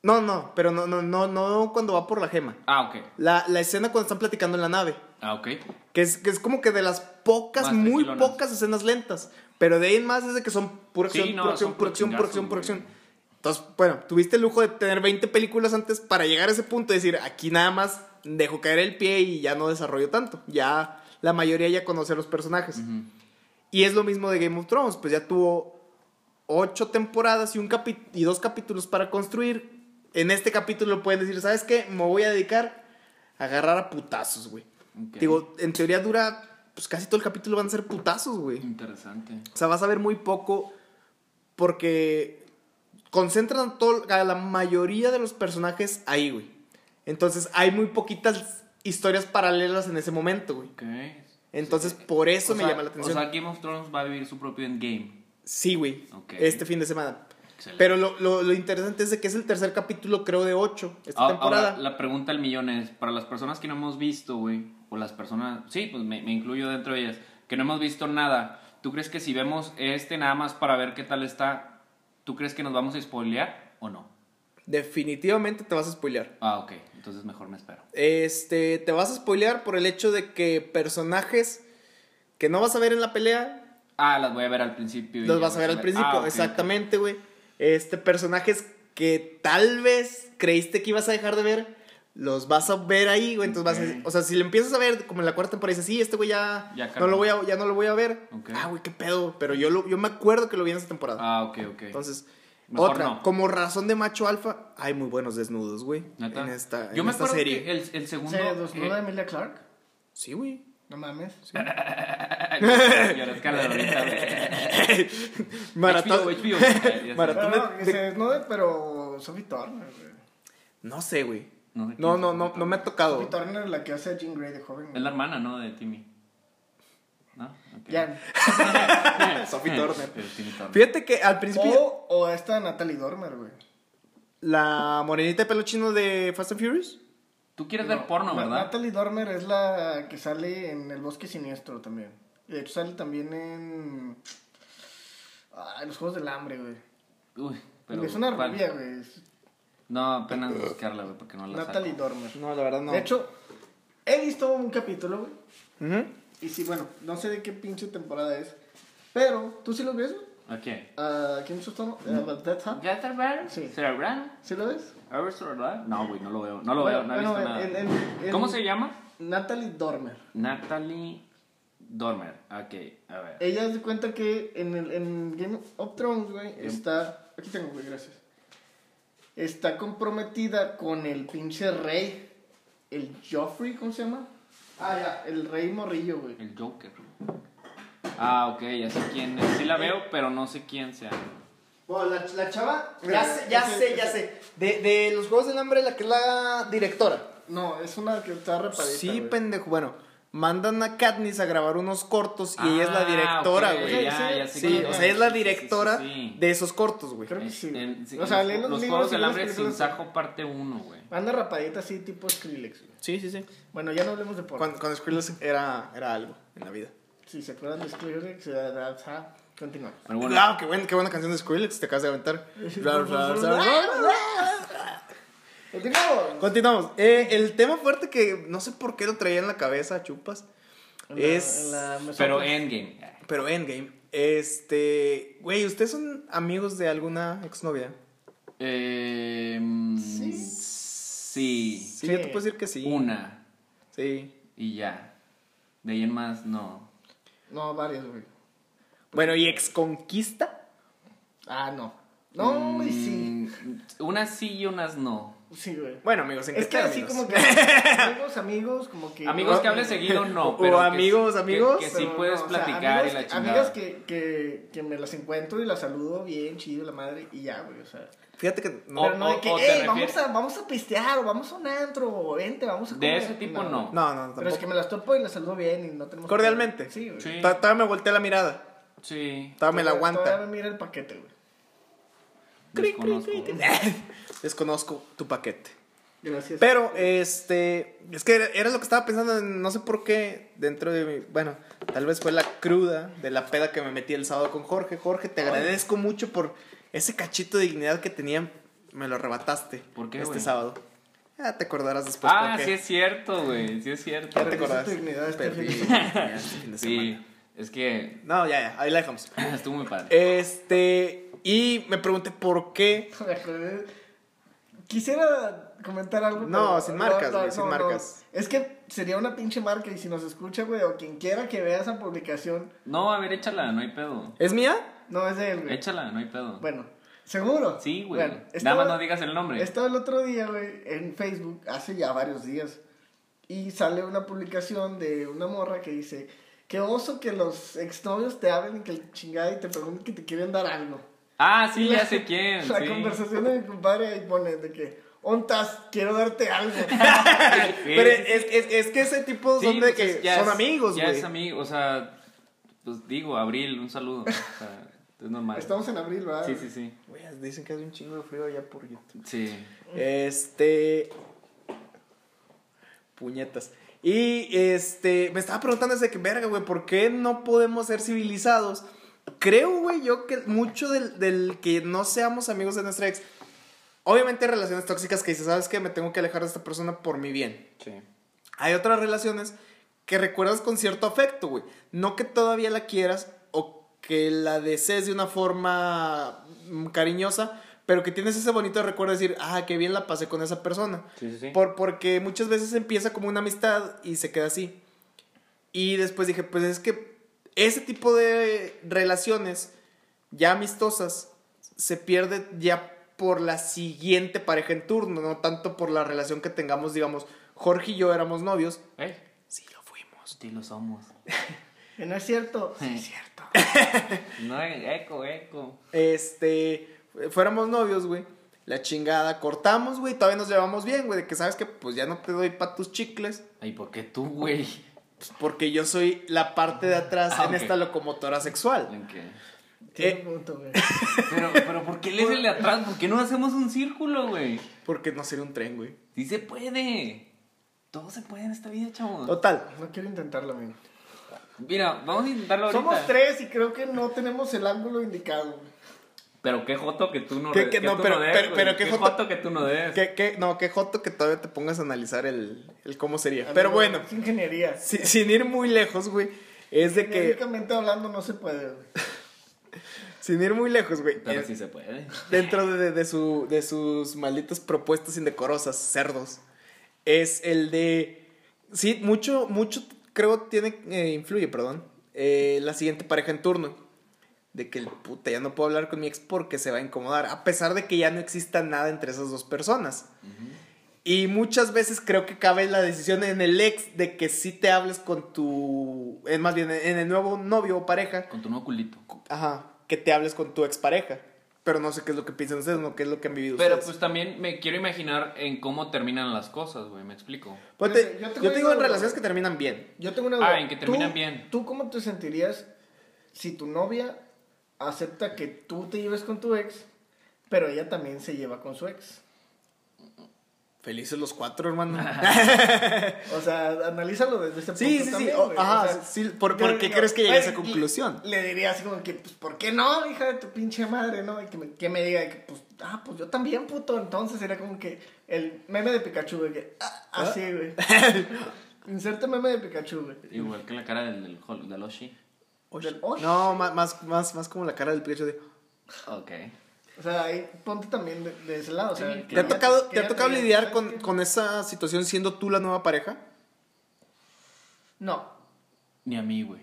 S3: No, no, pero no, no, no, no cuando va por la gema.
S1: Ah, ok.
S3: La, la escena cuando están platicando en la nave.
S1: Ah, ok.
S3: Que es, que es como que de las pocas,
S1: Más
S3: muy
S1: tranquilonas.
S3: pocas escenas lentas. Pero de ahí en más es de que son pura
S1: Sí,
S3: acción,
S1: no,
S3: pura acción,
S1: son
S3: pura acción, pura acción, pura
S1: chingazos,
S3: acción. Entonces, bueno, tuviste el lujo de tener 20 películas antes para llegar a ese punto y decir, aquí nada más dejo caer el pie y ya no desarrollo tanto. Ya la mayoría ya conoce a los personajes. Y es lo mismo de Game of Thrones, pues ya tuvo ocho temporadas y, un capi- y dos capítulos para construir. En este capítulo pueden decir, ¿sabes qué? Me voy a dedicar a agarrar a putazos, güey.
S1: Ok.
S3: Digo, en teoría dura, pues casi todo el capítulo van a ser putazos, güey.
S1: Interesante.
S3: O sea, vas a ver muy poco porque concentran todo, a la mayoría de los personajes ahí, güey. Entonces hay muy poquitas historias paralelas en ese momento, güey.
S1: Ok.
S3: Entonces por eso
S1: O
S3: me
S1: sea-
S3: llama la atención.
S1: O sea, Game of Thrones va a vivir su propio endgame.
S3: sí, güey.
S1: Ok.
S3: Este fin de semana.
S1: Excelente.
S3: Pero lo, lo- lo interesante es de que es el tercer capítulo, creo, de ocho, esta
S1: Ah,
S3: temporada.
S1: ahora, la pregunta del millón es, para las personas que no hemos visto, güey, o las personas, sí, pues me, me incluyo dentro de ellas, que no hemos visto nada, ¿tú crees que si vemos este nada más para ver qué tal está, ¿tú crees que nos vamos a spoilear o no?
S3: Definitivamente te vas a spoilear.
S1: Ah, ok, entonces mejor me espero.
S3: Este, te vas a spoilear por el hecho de que personajes que no vas a ver en la pelea,
S1: Ah, las voy a ver al principio. y
S3: los
S1: ya
S3: vas a
S1: voy
S3: ver al principio,
S1: Ah, ok,
S3: exactamente, güey. Este, personajes que tal vez creíste que ibas a dejar de ver, los vas a ver ahí, güey. Entonces vas a
S1: Ok.
S3: decir- o sea, si lo empiezas a ver como en la cuarta temporada, dices, sí, este güey ya,
S1: Ya
S3: no lo
S1: acabó.
S3: voy a, ya no lo voy a ver.
S1: Ok.
S3: Ah, güey, qué pedo. Pero yo, lo, yo me acuerdo que lo vi en esa temporada.
S1: Ah, ok, ok.
S3: Entonces,
S1: Mejor
S3: otra,
S1: no.
S3: como razón de macho alfa, hay muy buenos desnudos, güey.
S1: ¿Neta?
S3: En esta,
S1: Yo
S3: en
S1: me
S3: esta
S1: acuerdo
S3: serie.
S1: que el, el segundo...
S2: ¿Se desnudó
S1: eh,
S2: Emilia Clark?
S3: Sí, güey.
S2: No mames.
S1: Lloré, Carla, ahorita,
S3: <laughs>
S1: güey.
S3: Maratón.
S1: HBO,
S3: <laughs>
S1: HBO. Ya, ya sé.
S3: Maratón.
S2: Pero no,
S3: de-
S2: que
S3: de-
S2: se desnude, pero Sophie Turner, güey.
S3: No sé, güey.
S1: No sé quién
S3: No,
S1: es
S3: no,
S1: el
S3: no,
S1: actor.
S3: no me ha
S2: Sophie
S3: tocado.
S2: Turner es la que hace a Jean Grey de joven.
S1: Oh. Es
S2: güey.
S1: la hermana, ¿no? De Timmy. ¿No? Ok.
S2: Ya.
S3: <laughs>
S1: <laughs>
S3: Sophie Turner.
S1: Eh, Timmy Turner.
S3: Fíjate que al principio
S2: O, o esta Natalie Dormer, güey.
S3: la morenita de pelo chino de Fast and Furious.
S1: Tú quieres
S2: No,
S1: ver porno,
S2: Na-
S1: ¿verdad?
S2: Natalie Dormer es la que sale en El Bosque Siniestro también. Y de hecho sale también en. Ah, en los Juegos del Hambre, güey.
S1: Uy, pero.
S2: es una
S1: ¿cuál?
S2: rubia, güey. es
S1: No, apenas buscarla, güey, porque no la
S2: Natalie
S1: saco.
S2: Dormer.
S3: No, la verdad no.
S2: De hecho, he visto un capítulo, güey.
S3: Ujú.
S2: Y sí, bueno, no sé de qué pinche temporada es. Pero, ¿tú sí lo ves, güey?
S1: ¿A qué?
S2: ¿A quién sustó? ¿A Death Hub?
S1: ¿Gator Bear?
S2: Sí.
S1: ¿Cerebral?
S2: ¿Sí lo ves?
S1: ¿Eversorbal? No, güey, no lo veo. No lo
S2: Bueno,
S1: veo, no he visto
S2: bueno,
S1: nada.
S2: en- en- en-
S1: ¿Cómo se llama?
S2: Natalie Dormer.
S1: Natalie Dormer. Ok, a ver.
S2: Ella se cuenta que en, el, en Game of Thrones, güey, está. Aquí tengo, güey, gracias. Está comprometida con el pinche rey. El Joffrey, ¿cómo se llama? Ah, ya, el rey morrillo, güey.
S1: El Joker. Ah, ok, ya sé quién es. Sí
S2: Eh,
S1: la veo, pero no sé quién sea.
S2: Bueno, la, la chava.
S3: Ya sé, ya
S2: ese-
S3: sé, ya
S2: ese-
S3: sé. De, de los Juegos del Hambre, la que es la directora.
S2: No, es una que está repadita.
S3: Sí,
S2: güey.
S3: pendejo. Bueno, mandan a Katniss a grabar unos cortos y ella es la
S1: Ah,
S3: directora,
S1: ok,
S3: güey.
S2: Sí,
S1: ya, ya sé
S3: Sí,
S1: cuál
S3: o
S1: es.
S3: sea, ella es la
S1: Sí, sí, sí,
S3: directora
S1: sí.
S3: de esos cortos, güey.
S2: Creo que sí.
S1: En- en-
S2: o sea,
S1: los-
S2: leen los,
S1: los
S2: libros
S1: Juegos
S2: y
S1: del
S2: las
S1: Hambre sin
S2: películas.
S1: Sajo parte 1, güey.
S2: Anda rapadita así, tipo Skrillex. güey.
S3: Sí, sí, sí.
S2: Bueno, ya no hablemos de porno.
S3: Cuando, cuando Skrillex era, era algo en la vida.
S2: Si se acuerdan de Skrillex, ah, ah, ah, continuamos.
S1: Pero bueno,
S3: Wow, Ah, qué, buena, qué buena canción de Skrillex, te acabas de
S2: <laughs>
S3: aventar. Bla, bla, bla, bla.
S2: Continuamos.
S3: Continuamos. Eh, el tema fuerte que no sé por qué lo traía en la cabeza, chupas. Es-
S1: pero Endgame.
S3: Pero Endgame. Este. Güey, ¿ustedes son amigos de alguna exnovia?
S1: Eh,
S2: Sí.
S1: sí.
S3: Sí,
S2: Sí.
S3: yo te puedo decir que sí.
S1: Una.
S3: Sí.
S1: Y ya. De ahí en más, no.
S2: No, varias, güey.
S3: Bueno, ¿y exconquista?
S2: Ah, no. No, y sí.
S1: Mm, Unas sí y unas no.
S3: Mm.
S2: Sí, güey.
S3: Bueno, amigos, ¿en qué
S2: Es que así
S3: términos?
S2: como que
S1: <laughs>
S2: amigos, amigos, como que...
S1: Amigos que hables
S2: hables
S1: seguido,
S2: <laughs>
S3: O
S1: no. Pero que-
S3: amigos,
S1: que-
S3: amigos,
S1: Que,
S2: Pero
S1: sí
S2: no,
S1: puedes
S2: o sea,
S1: platicar
S2: amigos
S1: y la
S2: que-
S1: chingada.
S2: Amigas que, que, que me las encuentro y las saludo bien, chido, la madre, y ya, güey, o sea.
S3: Fíjate que. No,
S2: pero no
S1: o-
S2: de que,
S1: o te
S2: "Ey,
S1: refieres-
S2: vamos a, vamos a pistear, o vamos a un antro, o vente, vamos a
S1: De
S2: comer.
S1: ese tipo, no.
S3: no, no,
S2: Pero es que
S3: tampoco.
S2: me las topo y las saludo bien y no tenemos...
S3: Cordialmente.
S2: Sí, güey.
S1: Sí.
S3: Ta- Todavía me volteé la mirada.
S1: Sí.
S3: Todavía me la
S2: Todavía
S3: aguanta.
S2: me mira el paquete, güey.
S1: desconozco.
S3: Desconozco tu paquete.
S2: Gracias.
S3: Pero, este, es que era, era lo que estaba pensando, en- no sé por qué, dentro de mi, bueno, tal vez fue la cruda de la peda que me metí el sábado con Jorge. Jorge, te agradezco mucho por ese cachito de dignidad que tenía, me lo arrebataste.
S1: ¿Por qué,
S3: Este
S1: güey?
S3: sábado. Ya te acordarás después.
S1: Ah,
S3: por qué.
S1: sí es cierto, güey. Sí es cierto.
S3: Ya te
S2: Perdiste
S3: acordarás.
S2: tu dignidad este fin
S3: Perdí
S2: de
S3: mi dignidad este fin de
S1: Sí.
S3: semana.
S1: Es que <clears throat>
S3: No, ya, ya, ahí la dejamos.
S1: estuvo muy
S2: Eh.
S1: padre.
S3: Este, y me pregunté por qué.
S2: <laughs> Me acordé. Quisiera comentar algo.
S3: No,
S2: pero-
S3: sin marcas, güey, sin marcas.
S2: Es que sería una pinche marca y si nos escucha, güey, o quien quiera que vea esa publicación,
S1: No, a ver, échala, no hay pedo.
S3: ¿Es mía?
S2: no es de él, güey.
S1: Échala, no hay pedo.
S2: Bueno, seguro.
S1: Sí, güey.
S2: Bueno,
S1: Nada
S2: estaba-
S1: más no digas el nombre.
S2: Estaba el otro día, güey, en Facebook, hace ya varios días. Y sale una publicación de una morra que dice: Qué oso que los exnovios te hablen y que chingada y te pregunten que te quieren dar algo.
S1: Ah, sí,
S2: La-
S1: ya sé quién.
S2: La
S1: sí.
S2: conversación de mi compadre ahí pone de que, ontas, quiero darte algo.
S1: <laughs> <laughs> Sí,
S3: Pero
S1: sí,
S3: es, es- es que ese tipo
S1: sí,
S3: son de
S1: pues
S3: que
S1: es- ya
S3: son
S1: es-
S3: amigos,
S1: Ya
S3: güey.
S1: es amigo, o sea, pues digo, Abril, un saludo. O sea, es normal.
S2: Estamos en abril, ¿verdad?
S1: Sí, sí, sí.
S3: Güey, dicen que hace un chingo de frío allá por YouTube.
S1: Sí.
S3: Este. Puñetas. Y este. Me estaba preguntando desde que, verga, güey, ¿por qué no podemos ser civilizados? Creo, güey, yo que mucho del, del que no seamos amigos de nuestra ex. Obviamente hay relaciones tóxicas que dices, ¿sabes qué? Me tengo que alejar de esta persona por mi bien.
S1: Sí.
S3: Hay otras relaciones que recuerdas con cierto afecto, güey. No que todavía la quieras o que la desees de una forma mm, cariñosa, pero que tienes ese bonito recuerdo de decir, ah, qué bien la pasé con esa persona.
S1: Sí, sí, sí.
S3: Por, porque muchas veces empieza como una amistad y se queda así. Y después dije, pues es que ese tipo de relaciones ya amistosas se pierde ya por la siguiente pareja en turno, no tanto por la relación que tengamos, digamos, Jorge y yo éramos novios.
S1: Ey, pues,
S3: Sí, lo fuimos.
S1: sí lo somos.
S2: Que no es cierto.
S1: Sí.
S2: es cierto.
S1: No, e-, eco, eco.
S3: Este, fuéramos novios, güey. La chingada, cortamos, güey, todavía nos llevamos bien, güey, de que sabes que pues ya no te doy pa' tus chicles,
S1: Ay, ¿por qué tú, güey?
S3: pues, porque yo soy la parte de atrás
S1: Ah,
S3: en
S1: ok.
S3: esta locomotora sexual.
S1: ¿En qué? Eh.
S2: Tiene un punto, güey.
S1: Pero, pero ¿por qué lees el de atrás? ¿Por qué no hacemos un círculo, güey?
S3: Porque no sería un tren, güey.
S1: Sí se puede. Todo se puede en esta vida, chavos.
S3: Total.
S2: No quiero intentarlo, amigo.
S1: Mira, vamos a intentarlo ahorita.
S2: Somos tres y creo que no tenemos el ángulo indicado. güey.
S1: Pero qué joto que tú no,
S3: ¿Qué-
S1: re-
S3: qué-
S1: que
S3: no,
S1: tú
S3: pero-
S1: no des,
S3: pero-
S1: güey.
S3: pero qué
S1: qué
S3: joto-
S1: joto, que tú no des.
S3: Que, que, no, que joto que todavía te pongas a analizar el, el cómo
S1: Eh,
S3: sería.
S2: Amigo,
S3: Pero bueno,
S2: Es ingeniería.
S3: si- sin ir muy lejos, güey, es de que...
S2: Técnicamente hablando no se puede, güey.
S3: Sin ir muy lejos, güey.
S1: Pero
S3: es-
S1: sí se puede.
S3: Dentro de, de su, de sus malditas propuestas indecorosas, cerdos, es el de... Sí, mucho, mucho, creo, tiene, eh, influye, perdón, eh, la siguiente pareja en turno. De que el puta ya no puedo hablar con mi ex porque se va a incomodar, a pesar de que ya no exista nada entre esas dos personas. Y muchas veces creo que cabe la decisión en el ex de que si te hables con tu. eh, más bien, en el nuevo novio o pareja.
S1: Con tu nuevo culito.
S3: Ajá. Que te hables con tu expareja. Pero no sé qué es lo que piensan ustedes, no qué es lo que han vivido
S1: Pero
S3: ustedes.
S1: pues también me quiero imaginar en cómo terminan las cosas, güey, me explico.
S3: Ponte-
S2: Yo
S3: yo,
S2: te-
S3: Pues, te,
S2: yo te
S3: digo en
S2: digo-
S3: relaciones que terminan bien.
S2: Yo tengo una duda.
S1: Ah, en que terminan
S2: ¿Tú-
S1: bien.
S2: ¿Tú cómo te sentirías si tu novia acepta que tú te lleves con tu ex, pero ella también se lleva con su ex?
S3: Felices los cuatro, hermano. <laughs>
S2: O sea, analízalo desde ese
S3: sí,
S2: punto
S3: sí, sí.
S2: también,
S3: o-
S2: güey. O
S3: ajá,
S2: sea,
S3: sí. ¿Por,
S2: yo
S3: por
S2: le
S3: qué
S2: digo,
S3: crees que llegué a
S2: "Güey",
S3: esa conclusión?
S2: y Le diría así como que, pues, ¿por qué no, hija de tu pinche madre, no? Y que me, que me diga de que, pues, ah, pues yo también, puto. Entonces sería como que el meme de Pikachu, güey, que, ah, así,
S3: <laughs>
S2: güey. Inserta meme de Pikachu, güey.
S1: Igual que la cara del, del, Hol- del Oshi.
S2: Del Osh.
S3: No, ma- más, más, más como la cara del Pikachu de...
S1: Ok.
S2: O sea, ahí ponte también de, de ese lado. O sea, que
S3: ¿Te ha
S2: ella-
S3: tocado,
S2: que
S3: ¿te ha
S2: ella
S3: tocado
S2: diga,
S3: lidiar
S2: "¿Sabes
S3: con,
S2: qué?
S3: con esa situación siendo tú la nueva pareja?
S2: No.
S1: Ni a mí, güey.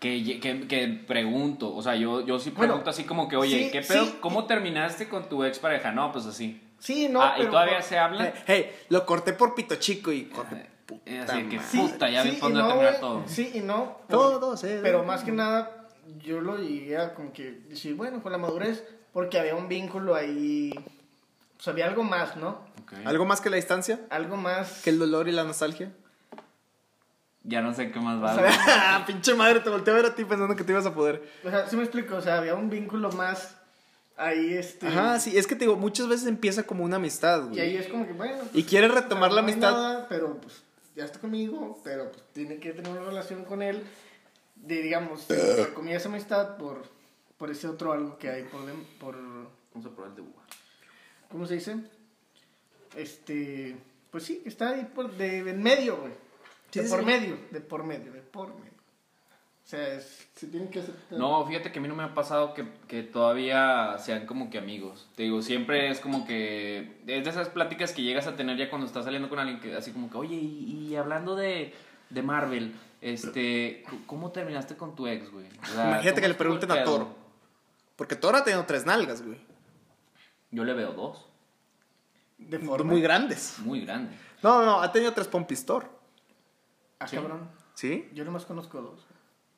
S1: Que, ye- que, que pregunto, o sea, yo, yo sí
S2: Bueno,
S1: pregunto así como que, oye,
S2: sí,
S1: ¿qué pedo?
S2: sí.
S1: ¿Cómo terminaste con tu ex pareja? No, pues así.
S2: Sí, no. Eh,
S1: ah, ¿y
S2: pero-
S1: todavía se hablan?
S3: Hey, Eh, hey, lo corté por pito chico y corté
S1: Eh,
S3: puta
S1: así que
S3: madre.
S2: Sí,
S1: Puta, ya
S2: sí
S1: ves
S2: y
S1: por dónde
S2: no,
S1: terminar
S2: güey.
S1: todo.
S2: Sí y no.
S3: Todo se-
S2: Pero más que nada, yo lo llegué a como que decir, bueno, con la madurez, porque había un vínculo ahí. O sea, había algo más, ¿no?
S1: Ok.
S3: ¿Algo más que la distancia?
S2: Algo más.
S3: ¿Que el dolor y la nostalgia?
S1: Ya no sé qué más
S2: o,
S1: va. güey.
S2: sea,
S3: Ah, <laughs> Pinche madre, te volteé a ver a ti pensando que te ibas a poder.
S2: o sea, sí me explico, o sea, había un vínculo más ahí, este.
S3: Ajá, sí, es que te digo, muchas veces empieza como una amistad,
S2: Y ahí
S3: güey.
S2: es como que, bueno. pues,
S3: Y quieres retomar la
S2: no hay
S3: amistad.
S2: nada, pero pues ya está conmigo, pero pues tiene que tener una relación con él. De, digamos, entre comillas amistad por, por ese otro algo que hay por, dem- por.
S1: Vamos a probar el de uva.
S2: ¿Cómo se dice? Este. Pues sí, que está ahí por, de, en medio, güey.
S3: Sí,
S2: de
S3: sí,
S2: por
S3: sí.
S2: medio, de por medio, de por medio. O sea, es- se tienen que aceptar.
S1: No, fíjate que a mí no me ha pasado que, que todavía sean como que amigos. Te digo, siempre es como que. Es de esas pláticas que llegas a tener ya cuando estás saliendo con alguien que así como que, oye, y, y hablando de, de Marvel, este. c- ¿Cómo terminaste con tu ex, güey? O sea,
S3: Imagínate
S1: ¿cómo
S3: que
S1: estuvo
S3: le
S1: el
S3: pregunten a
S1: pedo?
S3: Thor. Porque Thor ha tenido tres nalgas, güey.
S1: Yo le veo dos,
S2: De forma.
S3: Muy grandes.
S1: muy grandes.
S3: No, no, ha tenido tres pompis Thor.
S2: Ah,
S1: Sí.
S2: cabrón.
S3: ¿Sí?
S2: Yo nomás conozco dos.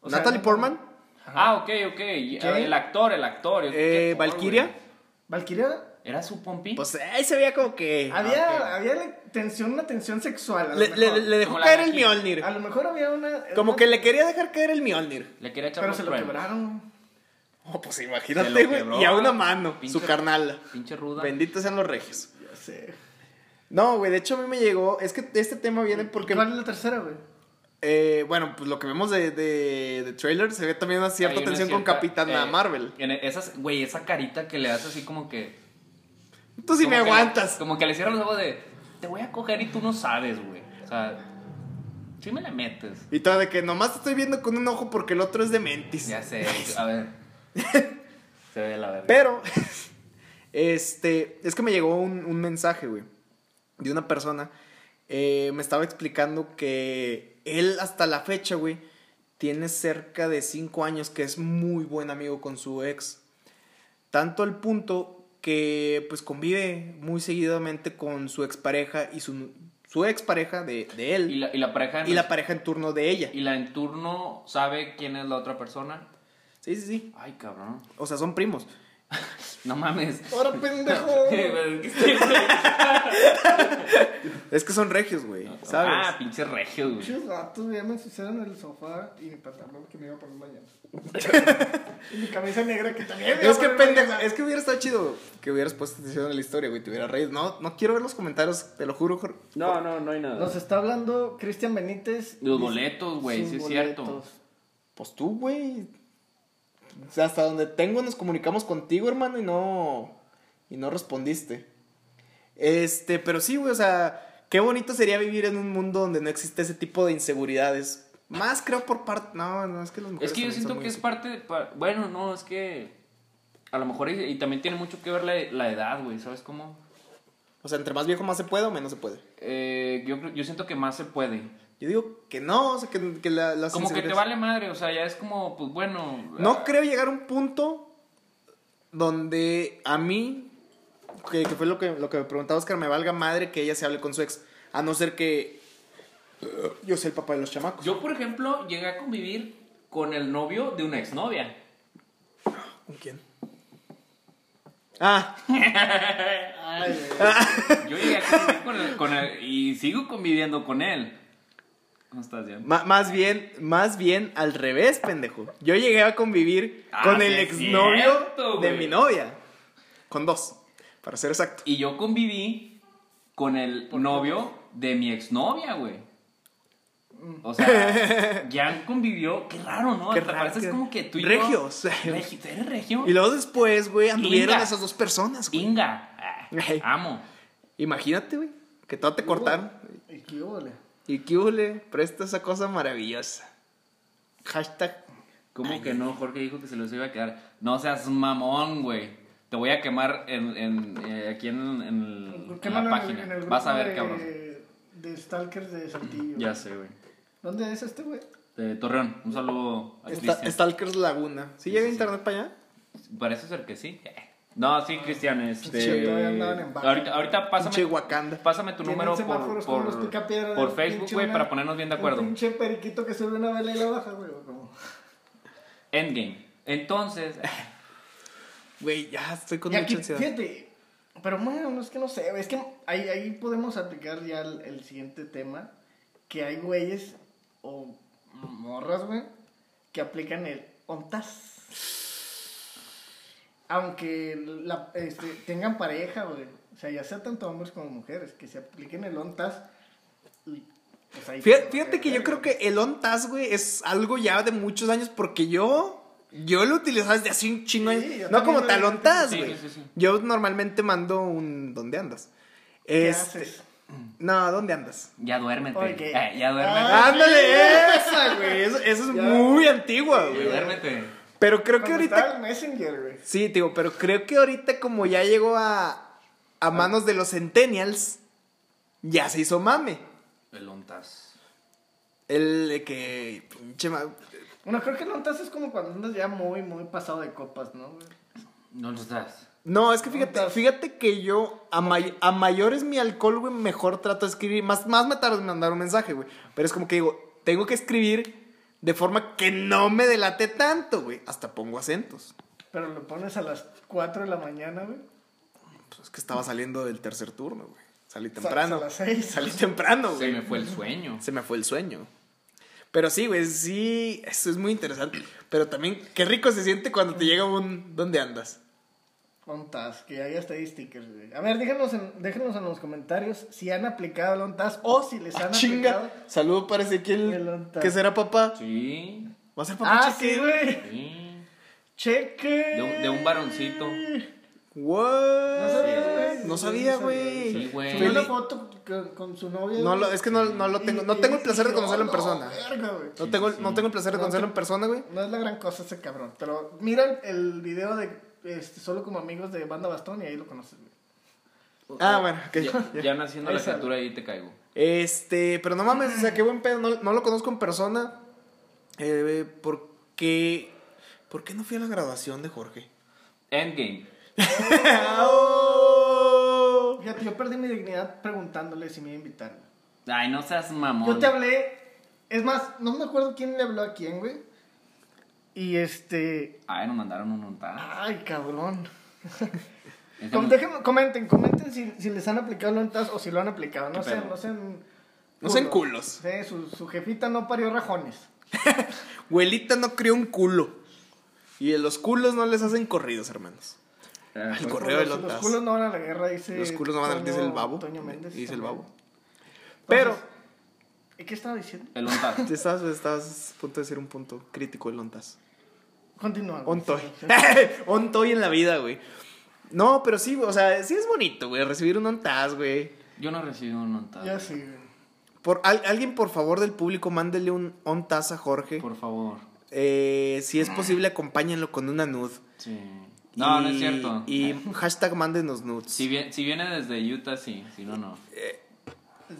S2: O sea,
S3: Natalie
S2: no-
S3: Portman.
S1: Ah, ok, ok. y-
S2: ¿Qué?
S1: El actor, el actor. yo-
S3: Eh,
S1: ¿qué Thor,
S3: Valkyria.
S1: güey?
S2: ¿Valkyria?
S1: ¿Era su pompi?
S3: Pues ahí se veía como que.
S2: Había,
S1: ok.
S2: había la tensión, una tensión sexual. A lo,
S3: ah, Le, le-
S2: mejor.
S3: le dejó
S1: Como la
S3: caer el
S1: Valkyria.
S3: Mjolnir.
S2: A lo mejor había una.
S3: Como
S2: una-
S3: que le quería dejar caer el Mjolnir.
S1: le quería echar
S2: Pero
S1: los
S2: se lo
S1: truenos.
S2: quebraron.
S3: Oh, pues
S1: Se
S3: imagínate,
S1: lo
S3: güey.
S1: quebró.
S3: Y a una mano,
S1: Pinche-
S3: su carnal.
S1: Pinche ruda.
S3: Benditos sean los regios.
S2: Ya sé.
S3: No, güey, de hecho a mí me llegó. Es que este tema viene porque.
S2: ¿Cuál es la tercera, güey?
S3: Eh, bueno, pues lo que vemos de, de, de trailer se ve también una cierta
S1: Hay una
S3: tensión con
S1: cierta,
S3: Capitana
S1: eh,
S3: Marvel.
S1: en esas, güey, esa carita que le hace así como que.
S3: Tú sí
S1: como
S3: me
S1: que le-
S3: aguantas.
S1: como que le cierran los ojos de. Te voy a coger y tú no sabes, güey. O sea, sí me la metes.
S3: Y todo de que nomás te estoy viendo con un ojo porque el otro es de mentis.
S1: Ya
S3: <laughs>
S1: sé, a ver. Se ve la verga.
S3: Pero, <laughs> este, es que me llegó un, un mensaje, güey, de una persona. eh, me estaba explicando que él hasta la fecha, güey, tiene cerca de 5 años que es muy buen amigo con su ex. Tanto al punto que, pues, convive muy seguidamente con su expareja y su, su expareja de, de él.
S1: y, la, y la pareja.
S3: y la pareja en turno de ella.
S1: y la en turno sabe quién es la otra persona.
S3: Sí, sí, sí.
S1: Ay, cabrón.
S3: O sea, son primos.
S1: No
S3: <laughs>
S1: mames. <laughs>
S2: ¡Ahora, pendejo!
S3: Es que son regios, güey. ¿Sabes?
S1: Ah, pinche regio, güey.
S2: Muchos gatos ya me ensuciaron el sofá y mi pantalón que me iba a poner mañana. y mi camisa negra que también me iba
S3: Es
S2: a
S3: que
S2: poner
S3: pendejo,
S2: mañana.
S3: es que hubiera estado chido que hubieras puesto atención a la historia, güey, te hubiera reído. No, no quiero ver los comentarios, te lo juro, Jorge.
S1: No, no, no hay nada.
S2: Nos está hablando Cristian Benítez.
S1: Los boletos, güey,
S2: Sin
S1: sí es cierto.
S2: boletos.
S3: Pues tú, güey. O sea, hasta donde tengo nos comunicamos contigo, hermano, y no y no respondiste. Este, pero sí, güey, o sea, qué bonito sería vivir en un mundo donde no existe ese tipo de inseguridades. Más creo por parte, no, no, es que las mujeres
S1: Es que yo
S3: también son
S1: siento
S3: muy
S1: que es parte. de- pa- bueno, no, es que. A lo mejor. Y, y también tiene mucho que ver la, la edad, güey, ¿sabes cómo?
S3: O sea, entre más viejo más se puede o menos se puede.
S1: Eh, yo, creo- yo siento que más se puede.
S3: Yo digo que no, o sea, que, que la, las
S1: Como que te
S3: inseguridades-
S1: vale madre, o sea, ya es como, pues bueno.
S3: No creo llegar a un punto donde a mí, que, que fue lo que, lo que me preguntaba Oscar, me valga madre que ella se hable con su ex. A no ser que yo sea el papá de los chamacos.
S1: Yo, por ejemplo, llegué a convivir con el novio de una exnovia.
S3: ¿Con quién? Ah,
S2: Ay, güey.
S1: Yo llegué a convivir con él, con él y sigo conviviendo con él. ¿Cómo estás, ya?
S3: ma- más bien, más bien al revés, pendejo. Yo llegué a convivir
S1: Ah,
S3: con
S1: sí
S3: el
S1: es
S3: exnovio
S1: cierto,
S3: de
S1: güey.
S3: mi novia. Con dos, para ser exacto.
S1: Y yo conviví con el novio de mi exnovia, güey. O sea, Jan convivió. Qué raro, ¿no?
S3: Qué
S1: Te
S3: raro,
S1: pareces
S3: qué-
S1: como que tú y yo-
S3: Regios.
S1: Regi- ¿tú eres regio?
S3: Y luego después, güey, anduvieron
S1: Inga.
S3: esas dos personas, güey.
S1: Inga. Ah,
S3: Ey.
S1: Amo.
S3: Imagínate, güey, que todo te cortaron.
S2: Ay, qué ole.
S3: Y qué hule, presta esa cosa maravillosa. Hashtag.
S1: ¿Cómo que no? Jorge dijo que se los iba a quedar. No seas mamón, güey. Te voy a quemar en, en, eh, aquí en, en el- en
S2: Quémalo
S1: la
S2: en el-
S1: página.
S2: en el
S1: Vas a
S2: grupo
S1: ver, cabrón.
S2: de- De Stalkers de Saltillo.
S1: Ya sé, güey.
S2: ¿Dónde es este, güey?
S1: De Torreón, un saludo a
S3: Sta-
S1: Cristian.
S3: Stalkers Laguna. ¿Sí,
S1: Sí,
S3: llega
S1: sí, sí.
S3: internet para allá?
S1: Parece ser que sí. No, sí, Cristian, este...
S2: Sí, todavía andaban en barco.
S1: ahorita, ahorita
S3: Pinche
S1: pásame,
S3: Wakanda.
S1: pásame tu
S2: Tienen
S1: número por,
S2: semáforos con los
S1: por,
S2: picapiedra,
S1: por
S2: un
S1: Facebook,
S2: pinche
S1: güey,
S2: una-
S1: para ponernos bien de acuerdo.
S2: Un pinche periquito que sube una vela y la baja, güey. o como-
S1: Endgame. Entonces, <laughs>
S3: Güey, ya estoy con
S2: Y
S3: mucha
S2: aquí,
S3: ansiedad.
S2: fíjate, pero bueno, no es que no sé, es que ahí, ahí podemos aplicar ya el, el siguiente tema, que hay güeyes o morras, güey, que aplican el ontas. Aunque la- este, tengan pareja, güey, o sea, ya sea tanto hombres como mujeres, que se apliquen el ontas. y, pues, ahí-
S3: Fíjate, fíjate que yo creo que el on task, güey, es algo ya de muchos años porque yo. Yo lo utilizaba desde hace un chingo
S2: Sí,
S3: años.
S2: yo
S3: No
S2: también
S3: como
S2: lo-
S3: tal on task,
S1: Sí,
S3: güey.
S1: sí, sí.
S3: Yo normalmente mando un. ¿Dónde andas?
S2: ¿Qué
S3: Este,
S2: haces?
S3: No, ¿dónde andas?
S1: ya duérmete.
S2: Ok.
S1: Eh, ya duérmete.
S2: Ah,
S3: ¡Ándale!
S2: sí.
S3: Esa, güey. Eso, eso es
S2: Ya.
S3: muy antigua,
S1: ya
S3: güey.
S1: duérmete.
S3: Pero creo que
S2: Cuando
S3: ahorita.
S2: estaba el Messenger, güey.
S3: Sí, digo, pero creo que ahorita como ya llegó a, a manos de los centennials, ya se hizo mame.
S1: Pelontas.
S3: El de que... pinche ma-
S2: Bueno, creo que el ontas es como cuando andas ya muy, muy pasado de copas, ¿no, güey?
S1: No nos das.
S3: No, es que fíjate, fíjate que yo a, may- a mayor es mi alcohol, güey, mejor trato de escribir. Más, más me tardo en mandar un mensaje, güey. Pero es como que digo, tengo que escribir de forma que no me delate tanto, güey. Hasta pongo acentos.
S2: Pero lo pones a las 4 de la mañana, güey.
S3: Pues es que estaba saliendo del tercer turno, güey. Salí
S2: Sales
S3: temprano.
S2: a las seis.
S3: Salí temprano,
S1: Se
S3: güey.
S1: me fue el sueño.
S3: Se me fue el sueño. Pero sí, güey, sí, eso es muy interesante. Pero también, qué rico se siente cuando te llega un... ¿Dónde andas?
S2: Ontas, que hay hasta ahí stickers, güey. A ver, déjenos en, déjenos en los comentarios si han aplicado el ONTAS o si les han
S3: Ah,
S2: aplicado.
S3: chinga. Saludo para
S2: El
S3: Ezequiel.
S2: ontas.
S3: ¿Qué será papá?
S1: Sí.
S3: ¿Va a ser papá
S2: Ah, sí,
S3: Ezequiel?
S2: güey.
S1: sí.
S2: Cheque.
S1: De un- de un varoncito.
S3: What?
S2: No sabía, güey.
S3: No sabía,
S2: Sí,
S3: güey.
S1: sí, güey.
S2: Subió una
S3: Feli-
S2: foto con, con su novia.
S3: No,
S2: güey.
S3: lo- es que no, no lo
S2: Y-
S3: tengo, no
S2: y-
S3: tengo el placer de
S2: y-
S3: conocerlo en
S2: oh,
S3: persona.
S2: verga, güey.
S3: No tengo, no tengo el placer de
S2: No,
S3: conocerlo
S2: te-
S3: en persona, güey.
S2: No es la gran cosa ese cabrón. Pero mira el video de este, solo como amigos de Banda Bastón y ahí lo conoces, güey.
S3: Ah, bueno, ok. <laughs>
S1: Ya, ya naciendo
S2: Ahí
S1: la
S2: sale.
S1: criatura ahí te caigo.
S3: Este, pero no mames, o sea, qué buen pedo, no, no lo conozco en persona. Eh, ¿Por qué? ¿Por qué no fui a la graduación de Jorge?
S1: Endgame.
S2: Fíjate, yo perdí mi dignidad preguntándole si me iba a invitar. güey.
S1: Ay, no seas mamón.
S2: Yo te hablé, es más, no me acuerdo quién le habló a quién, güey. Y este.
S1: Ay, nos mandaron un untar.
S2: Ay, cabrón.
S1: Es de
S2: Com-
S1: mu-
S2: déjenme- comenten, comenten si, si les han aplicado el ONTAS o si lo han aplicado. No
S1: ¿Qué
S2: sean,
S1: pedo?
S2: no sean.
S3: No sean culos.
S2: Sí, su, su jefita no parió rajones.
S3: Güelita no crió un culo. Y de los culos no les hacen corridos, hermanos.
S1: Ah,
S3: Al
S1: pues,
S3: correo
S2: los,
S3: del
S2: los
S3: ONTAS.
S2: culos no van a la guerra, dice.
S3: Los culos no van a
S2: Toño-
S3: dice el babo.
S2: Toño Méndez.
S3: Dice el
S2: también.
S3: babo. Pero
S2: Entonces, ¿Qué estaba diciendo?
S1: El untar.
S3: estás, estás a punto de decir un punto crítico del ontas.
S2: Continúa. güey.
S3: <laughs> Ontoy. Ontoy en la vida, güey. No, pero sí, güey, o sea, sí es bonito, güey, recibir un ontas, güey.
S1: Yo no recibí un untar.
S2: Ya sí, güey.
S3: Por, al- alguien, por favor, del público, mándele un ontas a Jorge.
S1: Por favor.
S3: Eh, si es posible, acompáñenlo con una nud.
S1: Sí. No, no
S3: Y-
S1: es cierto.
S3: Y
S1: <laughs>
S3: hashtag mándenos nudes.
S1: Si, vie- si viene desde Utah, sí. Si no, no.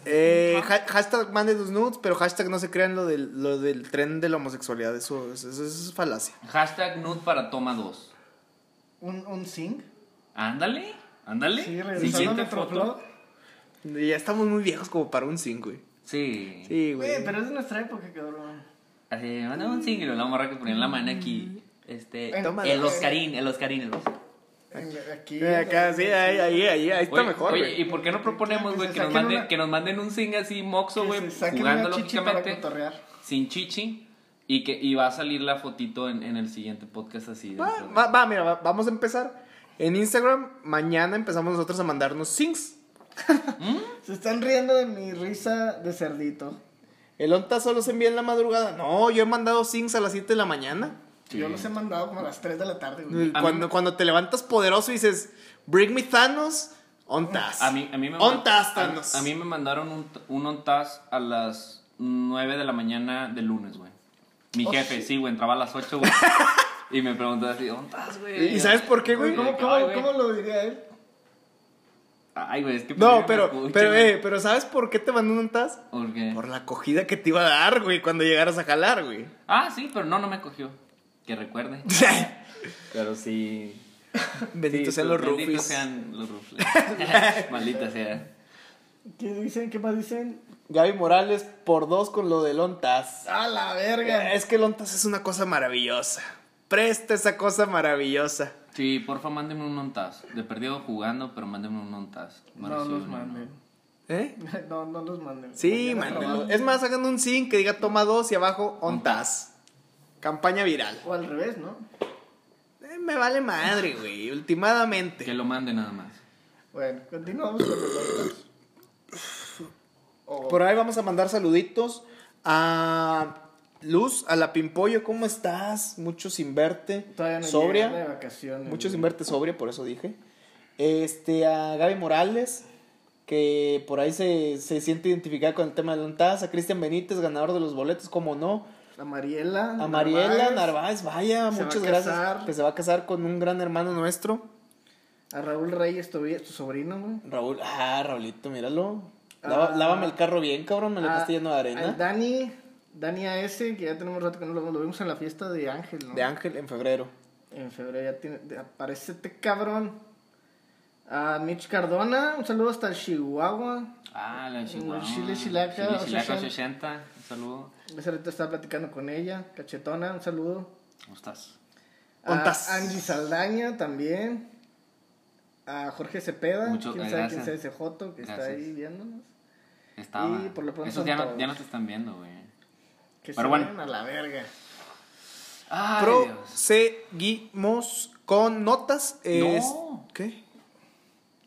S3: Eh, ha- hashtag mande tus nudes, pero hashtag no se crean lo del, lo del tren de la homosexualidad. Eso, eso- eso es falacia.
S1: Hashtag nude para toma 2.
S2: ¿Un, un zinc?
S1: Ándale. Ándale.
S2: Sí, regresando a
S1: Siguiente
S2: nuestro
S1: foto.
S2: blog.
S3: Ya estamos muy viejos como para un 5, güey.
S1: Sí.
S3: Sí, güey.
S2: Güey, pero es de nuestra época, cabrón.
S1: Así, manda un single. La morra que ponía la mano aquí. Este.
S2: Tómalo.
S1: el Oscarín, el Oscarín, el Oscarín.
S2: En- Aquí.
S3: Eh, Acá, sí,
S2: ah,
S3: ahí, ahí, ahí, ahí está
S1: Oye,
S3: mejor,
S1: oye,
S3: güey.
S1: ¿y por qué no proponemos,
S2: Que
S1: güey,
S2: se
S1: que, nos
S2: saquen
S1: manden-
S2: una-
S1: que nos manden un sing así moxo, güey,
S2: Que se saquen una
S1: jugando
S2: chichi para
S1: lógicamente,
S2: cotorrear.
S1: sin chichi, y que y va a salir la fotito en, en el siguiente podcast así. de-
S3: Va, va, va, mira, va- vamos a empezar. En Instagram, mañana empezamos nosotros a mandarnos sings.
S2: Se están riendo de mi risa de cerdito.
S3: El ONTA solo se envía en la madrugada. No, yo he mandado sings a las 7 de la mañana.
S1: Sí.
S2: Yo los he mandado como a las 3 de la tarde, güey.
S3: Cuando, cuando te levantas poderoso y dices, Bring me Thanos, ONTAS.
S1: A mí, a mí me
S3: ONTAS,
S1: a-
S3: Thanos.
S1: A, mí me mandaron un, un ONTAS a las 9 de la mañana del lunes, güey. Mi
S2: Oh,
S1: jefe,
S2: shit.
S1: sí, güey, entraba a las 8,
S3: <laughs>
S1: güey. y me preguntaba así, ¿ONTAS, güey?
S3: ¿Y sabes por qué, güey?
S2: ¿Cómo,
S1: Ay,
S2: cómo,
S1: güey.
S2: cómo lo diría él?
S1: Ay, güey, es que...
S3: No,
S1: me
S3: pero,
S1: escucha,
S3: pero,
S1: güey.
S3: eh, pero ¿sabes por qué te mandó un ONTAS?
S1: ¿Por qué?
S3: Por la acogida que te iba a dar, güey, cuando llegaras a jalar, güey.
S1: Ah, sí, pero no, no me cogió. Que
S3: <laughs>
S1: recuerde. Pero sí.
S3: Benditos sean los
S1: Benditos
S3: rufis.
S1: pues, sean los
S3: <laughs>
S1: rufles. Maldita sea.
S2: ¿Qué dicen? ¿Qué más dicen?
S3: Gaby Morales por dos con lo de Lontas.
S2: ¡A la verga!
S3: Ah, Es que Lontas es una cosa maravillosa. Presta esa cosa maravillosa.
S1: Sí, porfa, mándenme un ontas. De perdido jugando, pero mándenme un ontas.
S2: No nos manden.
S3: ¿Eh?
S2: <laughs> No, no nos manden.
S3: Sí,
S2: Mañana
S3: mándenlo.
S2: trabajo.
S3: Es más, hagan un zinc que diga toma dos y abajo ontas. Campaña viral.
S2: O al revés, ¿no?
S3: Eh, me vale madre, güey.
S1: Que
S3: Ultimadamente.
S1: lo mande nada más.
S2: Bueno, continuamos con los <laughs> otros. O-
S3: Por ahí vamos a mandar saluditos a Luz, a la Pimpollo. ¿Cómo estás? Mucho sin verte.
S2: Todavía no
S3: Sobria.
S2: llega de vacaciones.
S3: Mucho
S2: güey.
S3: sin verte sobria, por eso dije. Este, a Gaby Morales, que por ahí se, se siente identificada con el tema de Lontas. A Cristian Benítez, ganador de los boletos, como no.
S2: A Mariela.
S3: A Mariela
S2: Narváez,
S3: Narváez, vaya,
S2: Se va
S3: muchas
S2: a
S3: gracias.
S2: casar.
S3: Que se va a casar con un gran hermano nuestro.
S2: A Raúl Reyes, tu, vie- tu sobrino, güey.
S3: Raúl, ah, Raulito, míralo. Lava-
S2: Ah.
S3: lávame el carro bien, cabrón, me lo está lleno de
S2: al
S3: arena.
S2: Dani, Dani AS, que ya tenemos rato que no lo vemos, lo vimos en la fiesta de Ángel, ¿no?
S3: De Ángel en febrero.
S2: En febrero ya tiene, de- aparécete cabrón. A Mitch Cardona, un saludo hasta Chihuahua.
S1: Ah, la chihuahua.
S2: Chile, chilaca,
S1: Chile, chilaca
S2: 80.
S1: 80. Un saludo.
S2: Ese ahorita estaba platicando con ella, cachetona, un saludo.
S1: ¿Cómo estás?
S3: Ontas.
S2: A Angie Saldaña también. A Jorge Cepeda,
S1: Mucho-
S2: quién sabe quién
S1: gracias.
S2: sabe ese Joto que está
S1: Gracias.
S2: ahí viéndonos.
S1: Estaba.
S2: Y por lo pronto
S1: Esos
S2: son
S1: ya no,
S2: todos.
S1: ya no te están viendo, güey.
S2: Que
S1: Pero
S2: se
S1: bueno.
S2: vayan a la verga.
S1: Ay, Dios.
S3: Proseguimos con notas. Es...
S1: No.
S3: ¿Qué?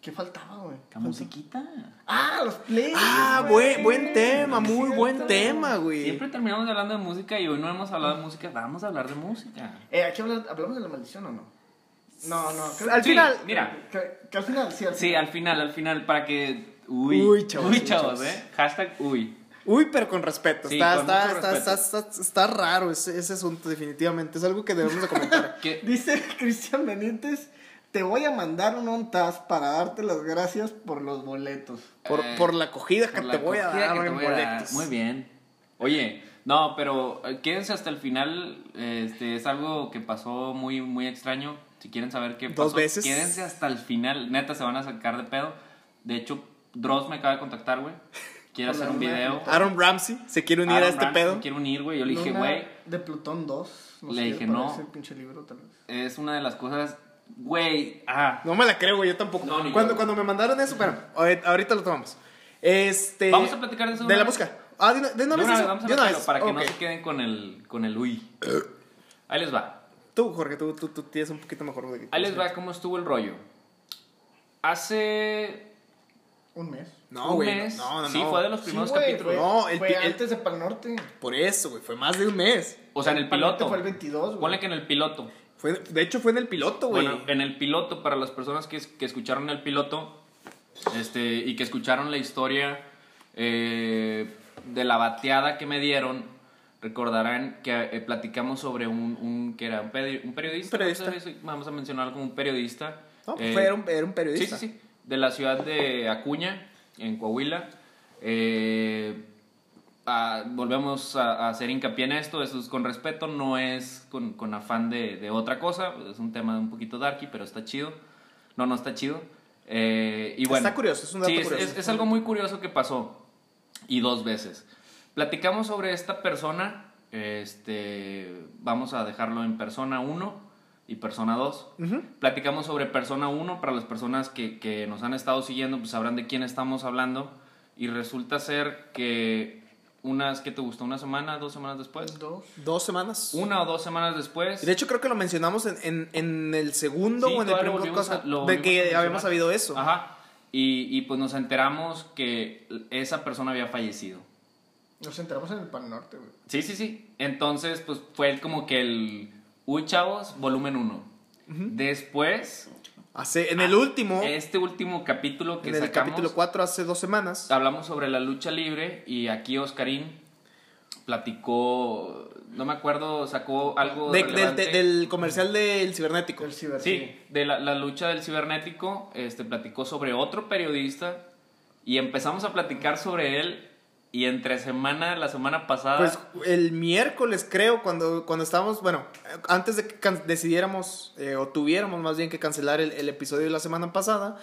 S2: ¿Qué faltaba, güey?
S1: La musiquita.
S2: Ah, los playlists.
S3: Ah,
S2: güey.
S3: buen, buen tema, muy
S2: Cierto.
S3: buen tema, güey.
S1: Siempre terminamos hablando de música y hoy no hemos hablado de música. Vamos a hablar de música.
S2: Eh, aquí habla- hablamos de la maldición o no? No, no. creo-
S3: Al
S1: Sí,
S3: final-
S1: Mira,
S2: Que, que al final, sí, al
S1: Sí,
S2: final.
S1: al final, al final, para que. Uy,
S3: Uy, chavos,
S1: Uy,
S3: uy,
S1: chavos,
S3: chavos.
S1: ¿eh? Hashtag uy.
S3: Uy, pero con respeto.
S1: Sí,
S3: está,
S1: con
S3: está,
S1: mucho
S3: está,
S1: respeto.
S3: Está, está- está raro ese, ese asunto, definitivamente. Es algo que debemos
S1: <laughs>
S3: de comentar.
S1: Que-
S2: Dice <laughs> Cristian Benítez, te voy a mandar un ONTAS para darte las gracias por los boletos.
S3: Por,
S1: Eh,
S3: por la acogida que
S1: por la
S3: te voy a
S1: acogida
S3: dar
S1: que te
S3: en
S1: voy a dar.
S3: boletos.
S1: Muy bien. Oye, no, pero eh, quédense hasta el final. Este es algo que pasó muy, muy extraño. Si quieren saber qué pasó,
S3: Dos veces.
S1: quédense hasta el final. Neta, se van a sacar de pedo. De hecho, Dross me acaba de contactar, güey. Quiere
S2: Hola,
S1: hacer un
S2: hola.
S1: video.
S3: Aaron Ramsey Ah, se quiere unir a
S1: Aaron
S3: este
S1: Ramsey
S3: pedo.
S1: me Quiere unir, güey. Yo le dije,
S2: Luna
S1: güey,
S2: De Plutón 2.
S1: Le
S2: si
S1: dije,
S2: para
S1: no.
S2: Ese pinche libro, tal vez.
S1: es una de las cosas, güey. Ah,
S3: No me la creo, güey, yo tampoco.
S1: No, ni
S3: cuando,
S1: yo.
S3: cuando me mandaron eso, pero ahorita ahorita lo tomamos. Este,
S1: Vamos a platicar de eso
S3: De
S1: una
S3: la
S1: vez.
S3: música. Ah, de una, de una
S1: De una
S3: vez. eso,
S1: vez, vamos a
S3: de una
S1: meterlo
S3: vez.
S1: para que
S3: Ok.
S1: no se queden con el, con el uy. Ahí les va.
S3: Tú, Jorge, tú, tú, tú tienes un poquito mejor de que
S1: Ahí les va cómo estuvo el rollo. Hace
S2: Un mes.
S3: No,
S1: un
S3: güey.
S1: mes.
S3: No, no,
S1: sí,
S3: no.
S1: fue de los primeros
S2: güey,
S1: capítulos.
S2: fue-
S3: No, el
S2: fue
S3: pi- el-
S2: antes de Pal Norte.
S3: Por eso, güey. Fue más de un mes.
S1: O sea, en el
S2: Pal Norte
S1: piloto.
S2: fue el 22,
S1: Ponle
S2: güey.
S1: que en el piloto.
S3: Fue, de hecho, fue en el piloto, güey.
S1: Bueno, en el piloto, para las personas que, es- que escucharon el piloto este, y que escucharon la historia eh, de la bateada que me dieron, recordarán que eh, platicamos sobre un, un- que era un, pedi- un periodista.
S3: Un periodista.
S1: vamos a- Vamos a mencionar como un periodista.
S3: No,
S1: eh,
S3: pues, fue- era, un, era un periodista.
S1: Sí, sí, sí. De la ciudad de Acuña, en Coahuila. Eh, ah, volvemos a, a hacer hincapié en esto. Eso es con respeto, no es con, con afán de, de otra cosa. Es un tema un poquito darky, pero está chido. No, no está chido. Eh, y bueno,
S3: Está curioso, es un dato
S1: sí, es-
S3: curioso.
S1: es- es algo muy curioso que pasó y dos veces. Platicamos sobre esta persona, este, vamos a dejarlo en persona 1, y Persona 2.
S3: Ujú.
S1: Platicamos sobre Persona 1 para las personas que, que nos han estado siguiendo, pues sabrán de quién estamos hablando. Y resulta ser que unas que te gustó una semana, dos semanas después,
S2: Dos.
S3: Dos semanas.
S1: una o dos semanas después,
S3: Y De hecho, creo que lo mencionamos en, en- en el segundo
S1: Sí,
S3: o en el
S1: todavía
S3: primer
S1: volvimos
S3: podcast
S1: a- lo
S3: de
S1: volvimos a
S3: que
S1: mencionar.
S3: habíamos sabido eso.
S1: ajá, y, y pues nos enteramos que esa persona había fallecido.
S2: Nos enteramos en el Pan Norte, güey.
S1: Sí, sí, sí. Entonces, pues fue el- como que el Uy Chavos, volumen 1. Después,
S3: Hace, en el último,
S1: este último capítulo que
S3: en el
S1: sacamos,
S3: capítulo 4, hace dos semanas.
S1: hablamos sobre la lucha libre y aquí Oscarín platicó, no me acuerdo, sacó algo
S3: de- del,
S1: relevante.
S3: de- del comercial del cibernético.
S2: El ciber.
S1: Sí, de la, la lucha del cibernético, este, platicó sobre otro periodista y empezamos a platicar sobre él y entre semana, la semana pasada,
S3: Pues el miércoles, creo, cuando, cuando estábamos, bueno, eh, antes de que can- decidiéramos eh, o tuviéramos más bien que cancelar el, el episodio de la semana pasada,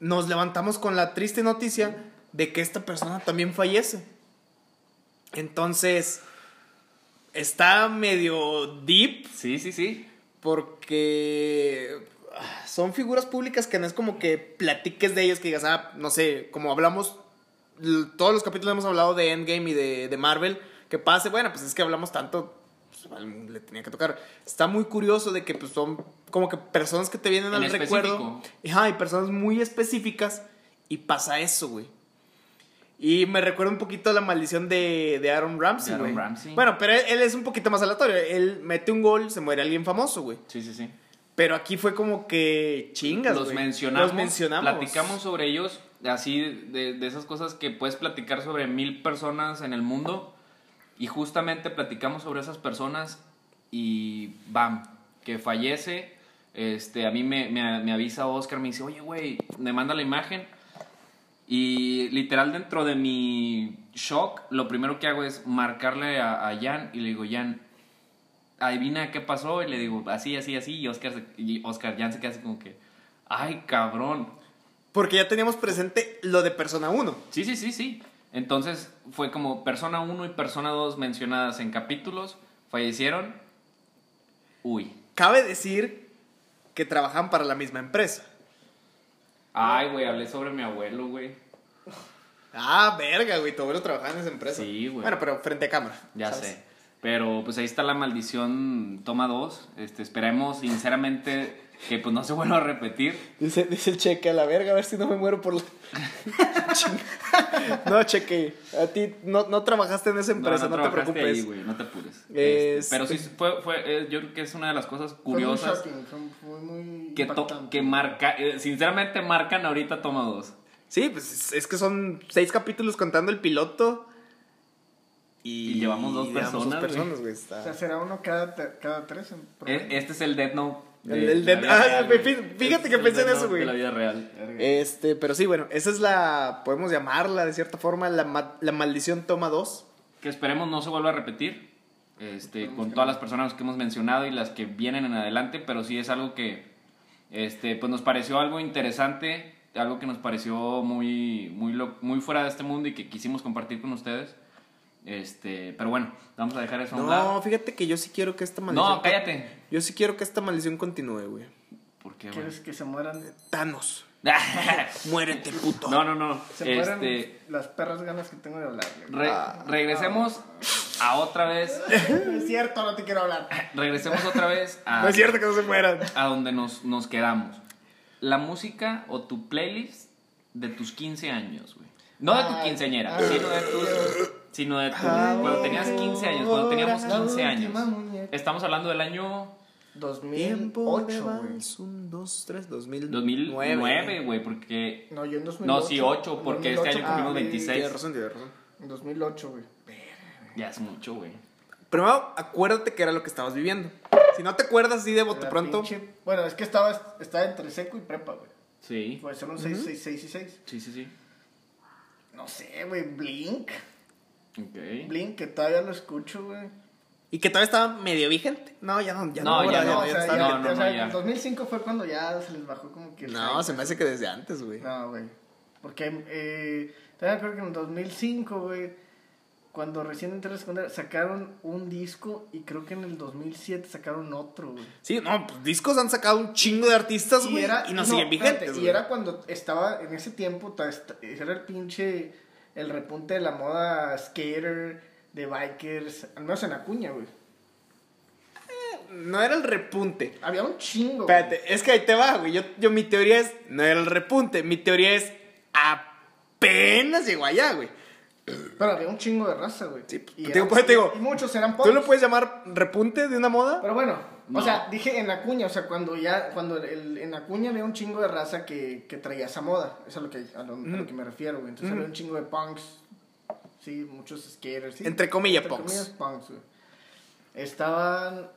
S3: nos levantamos con la triste noticia de que esta persona también fallece. Entonces, está medio deep
S1: sí, sí, sí,
S3: porque ah, son figuras públicas que no es como que platiques de ellas, que digas, ah, no sé, como hablamos, l- todos los capítulos hemos hablado de Endgame y de, de Marvel, que pase, bueno, pues es que hablamos tanto, pues, al- le tenía que tocar. Está muy curioso de que pues, son como que personas que te vienen
S1: En
S3: al
S1: específico.
S3: recuerdo. Ajá, y personas muy específicas, y pasa eso, güey. Y me recuerda un poquito a la maldición de, de Aaron Ramsey,
S1: De Aaron
S3: güey.
S1: Ramsey.
S3: Bueno, pero él, él es un poquito más aleatorio. Él mete un gol, se muere alguien famoso, güey.
S1: sí, sí, sí.
S3: Pero aquí fue como que chingas,
S1: los
S3: güey.
S1: mencionamos,
S3: Los mencionamos.
S1: platicamos sobre ellos, así de, de esas cosas que puedes platicar sobre mil personas en el mundo y justamente platicamos sobre esas personas y bam, que fallece, este, a mí me, me- me avisa Oscar, me dice, oye, güey, me manda la imagen y literal dentro de mi shock, lo primero que hago es marcarle a, a Jan y le digo, Jan, adivina qué pasó y le digo, así, así, así, y Oscar, se- y Oscar Jan se queda así como que, ay, cabrón.
S3: Porque ya teníamos presente lo de Persona 1.
S1: Sí, sí, sí, sí. Entonces fue como persona 1 y persona 2 mencionadas en capítulos, fallecieron. Uy.
S3: Cabe decir que trabajan para la misma empresa.
S1: Ay, güey, hablé sobre mi abuelo, güey.
S3: Ah, verga, güey. Tu abuelo trabajaba en esa empresa.
S1: Sí, güey.
S3: Bueno, pero frente a cámara.
S1: Ya
S3: ¿sabes?
S1: sé. Pero pues ahí está la maldición toma 2. Este, esperemos sinceramente que pues no se vuelva a repetir.
S3: Dice, dice el cheque a la verga, a ver si no me muero por la. <laughs> Chinga. no, cheque. A ti no, no trabajaste en esa empresa, no, te
S1: trabajaste
S3: preocupes.
S1: ahí, güey, no te apures.
S3: Este-
S1: Este, pero sí fue, fue eh, yo creo que es una de las cosas
S2: Fue muy
S1: curiosas
S2: shocking, Fue fue muy.
S1: que, to-
S2: impactante.
S1: que marca, eh, sinceramente marcan ahorita toma 2.
S3: Sí, pues es- es que son seis capítulos contando el piloto.
S1: Y
S3: Y,
S1: llevamos dos personas, güey.
S3: güey.
S2: O
S3: está-
S2: sea, será uno cada, te- cada tres. en promedio.
S1: E- Este es el Death Note.
S3: El- el
S1: la
S3: Death-
S1: vida
S3: ah,
S1: güey.
S3: fí-
S1: Este
S3: fíjate
S1: es
S3: que
S1: el
S3: pensé en
S1: Death
S3: eso,
S1: Note
S3: güey.
S1: De la vida real.
S2: Verga.
S3: Este, pero sí, bueno, esa es la, podemos llamarla de cierta forma, la, ma- la maldición toma dos.
S1: Que esperemos no se vuelva a repetir. Este, con todas las personas que hemos mencionado y las que vienen en adelante, pero sí es algo que este, pues nos pareció algo interesante, algo que nos pareció muy, muy, lo- muy fuera de este mundo y que quisimos compartir con ustedes. Este, pero bueno, vamos a dejar eso a un
S3: No,
S1: lado.
S3: fíjate que yo sí quiero que esta maldición...
S1: No, cállate.
S3: Yo sí quiero que esta maldición continúe, güey.
S1: Porque,
S2: ¿Quieres que se mueran?
S3: Thanos, muérete, puto.
S1: <laughs> no, no, no.
S2: Se mueran
S1: Este,
S2: las perras ganas que tengo de hablar. güey.
S1: re-
S3: Ah.
S1: regresemos a otra vez
S2: No <laughs> es cierto, no te quiero hablar.
S1: Regresemos otra vez a,
S3: No es cierto que no se mueran.
S1: a donde nos, nos quedamos. La música o tu playlist de tus 15 años, güey. No de tu
S2: Ay, Ah.
S1: quinceañera,
S2: ay.
S1: sino de tus... Sino de tu... Cuando tenías 15 años, cuando teníamos
S2: Ahora la
S1: 15 años.
S2: última muñeca.
S1: Estamos hablando del año
S3: Tiempo de
S2: 2008, güey.
S3: avance, un, dos, tres, 2009.
S1: 2009, güey, porque...
S2: No, yo en 2008.
S1: No, sí, ocho, porque este año cumplimos
S2: güey.
S1: 26.
S3: Tienes razón, tienes razón.
S2: En 2008, güey.
S1: Ya es mucho, güey.
S3: Primero, acuérdate que era lo que estabas viviendo. Si no te acuerdas, sí de bote
S2: Era
S3: pronto.
S2: pinche- Bueno, es que estaba, estaba entre seco y prepa, güey.
S1: Sí.
S2: Pues son 6, 6, 6 y 6.
S1: Sí, sí, sí.
S2: No sé, güey. Blink.
S1: Ok.
S2: Blink, que todavía lo escucho, güey.
S3: Y que todavía estaba medio vigente. No, ya no, ya
S1: No, ya
S3: ¿verdad?
S1: no,
S2: o sea,
S1: está
S2: ya-
S1: bien. No, no,
S2: o sea,
S1: no, ya.
S2: en 2005 fue cuando ya se les bajó como que. el
S3: No,
S2: hype,
S3: se me hace que desde antes, güey.
S2: No, güey. Porque eh, todavía creo que en 2005, güey, cuando recién entré a la secundaria, sacaron un disco y creo que en el 2007 sacaron otro, güey.
S3: Sí, no, pues discos han sacado un chingo de artistas, güey. Y, no, siguen
S2: espérate,
S3: vigentes,
S2: Y
S3: güey.
S2: era cuando estaba en ese tiempo, ta- esta- era el pinche, el repunte de la moda skater, de bikers, al menos en Acuña, güey.
S3: No era el repunte.
S2: Había un chingo. güey.
S3: Espérate, es que ahí te va, güey. Yo, yo, mi teoría es, no era el repunte, mi teoría es apenas llegó allá, güey.
S2: Pero había un chingo de raza, güey.
S3: Sí,
S2: Y
S3: te
S2: eran-
S3: digo, pues, te digo,
S2: y muchos eran
S3: ¿Tú
S2: pobres.
S3: lo puedes llamar repunte de una moda?
S2: Pero bueno,
S1: No.
S2: o sea, dije en Acuña, o sea, cuando ya, cuando el- el- en Acuña había un chingo de raza que, que traía esa moda. Eso es lo que, a lo, a lo que me refiero, güey. Entonces había un chingo de punks, sí, muchos skaters. sí.
S3: Entre comillas,
S2: Entre
S3: punks.
S2: comillas, punks, güey. Estaban,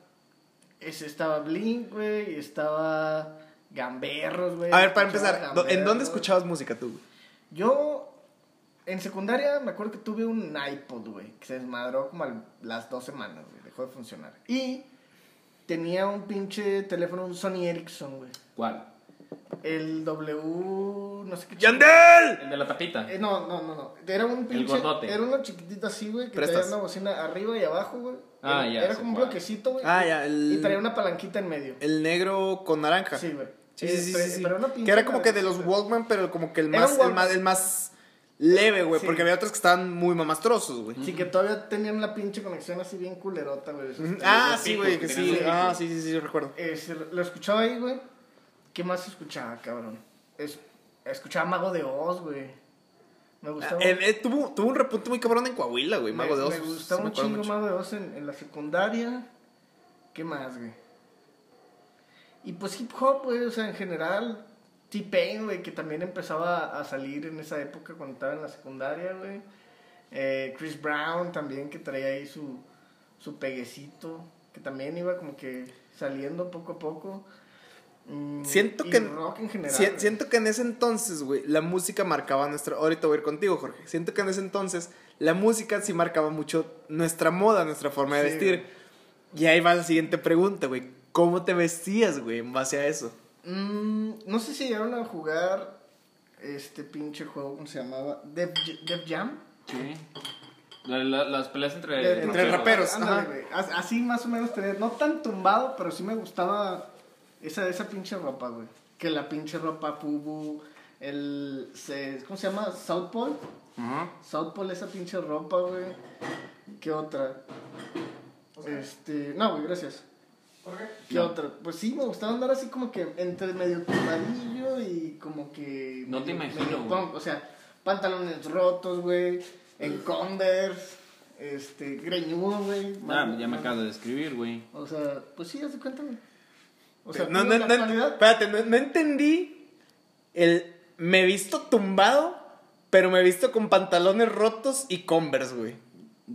S2: es- estaba Blink, güey, y estaba Gamberros, güey.
S3: A ver, para
S2: Escuchaba
S3: empezar, ¿dó- ¿en dónde
S2: Gamberros.
S3: escuchabas música tú, güey?
S2: Yo, en secundaria, me acuerdo que tuve un iPod, güey, que se desmadró como a las dos semanas, güey, dejó de funcionar. Y tenía un pinche teléfono, un Sony Ericsson, güey.
S1: ¿Cuál?
S2: El W, no sé qué.
S3: ¡Yandel!
S1: El de la tapita.
S2: Eh, no, no, no, no. Era un pinche.
S1: gordote.
S2: Era uno chiquitito así, güey, que
S3: Prestas.
S2: traía una bocina arriba y abajo, güey.
S1: Ah,
S2: era,
S1: ya,
S2: Era
S1: sé
S2: como un
S1: cuál.
S2: bloquecito, güey.
S3: Ah, ya, el-
S2: Y traía una palanquita en medio.
S3: El negro con naranja.
S2: Sí, güey.
S3: Sí,
S2: Eh,
S3: sí, sí,
S2: pero-
S3: sí, sí.
S2: pero una
S3: Que era
S2: pinche
S3: como que de los
S2: madrecita.
S3: Walkman, pero como que el
S2: Era
S3: más,
S2: un
S3: el
S2: Walkman.
S3: más, el más leve, güey.
S2: Sí.
S3: Porque había otros que estaban muy mamastrosos, güey.
S2: Sí, que todavía tenían la pinche conexión así bien culerota, güey.
S3: Ujú. Ah,
S1: los
S3: sí,
S1: picos
S3: güey,
S1: que
S3: que sí.
S1: tenían los
S3: Ah,
S1: picos.
S3: sí, sí, sí, recuerdo.
S2: Eh, se- lo escuchaba ahí, güey. ¿Qué más escuchaba, cabrón? Es- escuchaba Mago de Oz, güey. Me gustaba.
S3: Eh, eh, tuvo, tuvo un repunte muy cabrón en Coahuila, güey. Mago
S2: me-
S3: de Oz.
S2: Me gustaba
S3: sí me
S2: un
S3: acuerdo
S2: chingo
S3: mucho.
S2: Mago de Oz en, en la secundaria. ¿Qué más, güey? Y pues hip hop, güey, o sea, en general. T-Pain, güey, que también empezaba a salir en esa época cuando estaba en la secundaria, güey. Eh, Chris Brown también, que traía ahí su, su peguecito, que también iba como que saliendo poco a poco. Mm,
S3: Siento
S2: y
S3: que-
S2: rock en general.
S3: Sie-
S2: güey.
S3: siento que en ese entonces, güey, la música marcaba nuestra. Ahorita voy a ir contigo, Jorge. Siento que en ese entonces la música sí marcaba mucho nuestra moda, nuestra forma de
S2: Sí,
S3: vestir. Y ahí va la siguiente pregunta, güey. ¿Cómo te vestías, güey, en base a eso?
S2: Mm, no sé si llegaron a jugar este pinche juego, ¿cómo se llamaba? Def, J- Def Jam.
S1: Sí. La- la- las peleas entre,
S2: Def-
S3: entre raperos.
S2: Ándale,
S3: ajá.
S2: güey. As- Así más o menos tenía, no tan tumbado, pero sí me gustaba esa, esa pinche ropa, güey. Que la pinche ropa Fubu, el, se- ¿cómo se llama? South Pole.
S1: Ajá.
S2: South Pole, esa pinche ropa, güey. ¿Qué otra? Este, no, güey, gracias. ¿Qué
S1: No.
S2: otra? Pues sí, me gustaba andar así como que entre medio tumbadillo y como que.
S1: No te
S2: medio-
S1: imagino,
S2: medio
S1: güey.
S2: punk, O sea, pantalones rotos, güey. En Converse. Este, greñudo, güey.
S1: Ah,
S2: más-
S1: ya me
S2: más-
S1: acabo de describir, güey.
S2: O sea, pues sí, haz de cuenta, güey. O sea,
S3: no,
S2: tú
S3: no,
S2: en la
S3: no,
S2: actualidad,
S3: espérate, no, no entendí el me visto tumbado, pero me visto con pantalones rotos y converse, güey.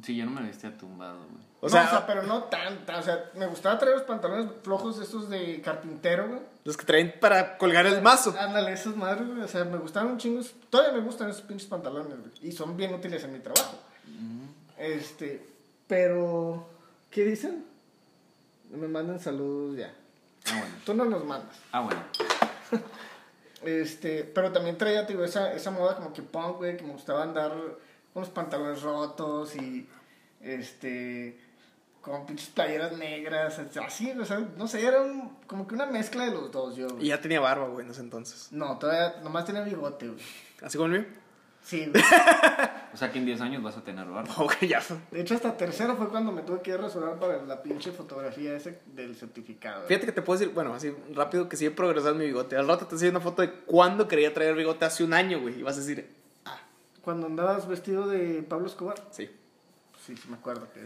S1: Sí, yo no me vestía tumbado, güey.
S3: O sea,
S2: no, o sea, pero no tanta. O sea, me gustaba traer los pantalones flojos estos de carpintero, güey.
S3: los que traen para colgar el mazo.
S2: Ándale, esas madres, güey. O sea, me gustaron un chingo. Todavía me gustan esos pinches pantalones, güey. Y son bien útiles en mi trabajo.
S3: Mm.
S2: Este, pero. ¿Qué dicen? Me mandan saludos ya.
S1: Ah, bueno.
S2: Tú no nos mandas.
S1: Ah, bueno.
S2: Este, pero también traía, te digo, esa, esa moda como que punk, güey, que me gustaba andar con los pantalones rotos y. Este. Con pinches playeras negras, este, así, o sea, no sé, era un- como que una mezcla de los dos, yo. güey.
S3: Y ya tenía barba, güey, en ese entonces.
S2: No, todavía, nomás tenía bigote, güey.
S3: ¿Así como el mío? <laughs>
S2: Sí, güey.
S1: O sea que en 10 años vas a tener barba.
S3: Ok, ya.
S2: De hecho, hasta tercero fue cuando me tuve que rasurar para la pinche fotografía ese del certificado.
S3: Fíjate que te puedo decir, bueno, así rápido que sigue progresando mi bigote. Al rato te enseño una foto de cuándo quería traer bigote hace un año, güey. Y vas a decir,
S2: Cuando andabas vestido de Pablo Escobar.
S3: sí.
S2: Sí, sí, me acuerdo que.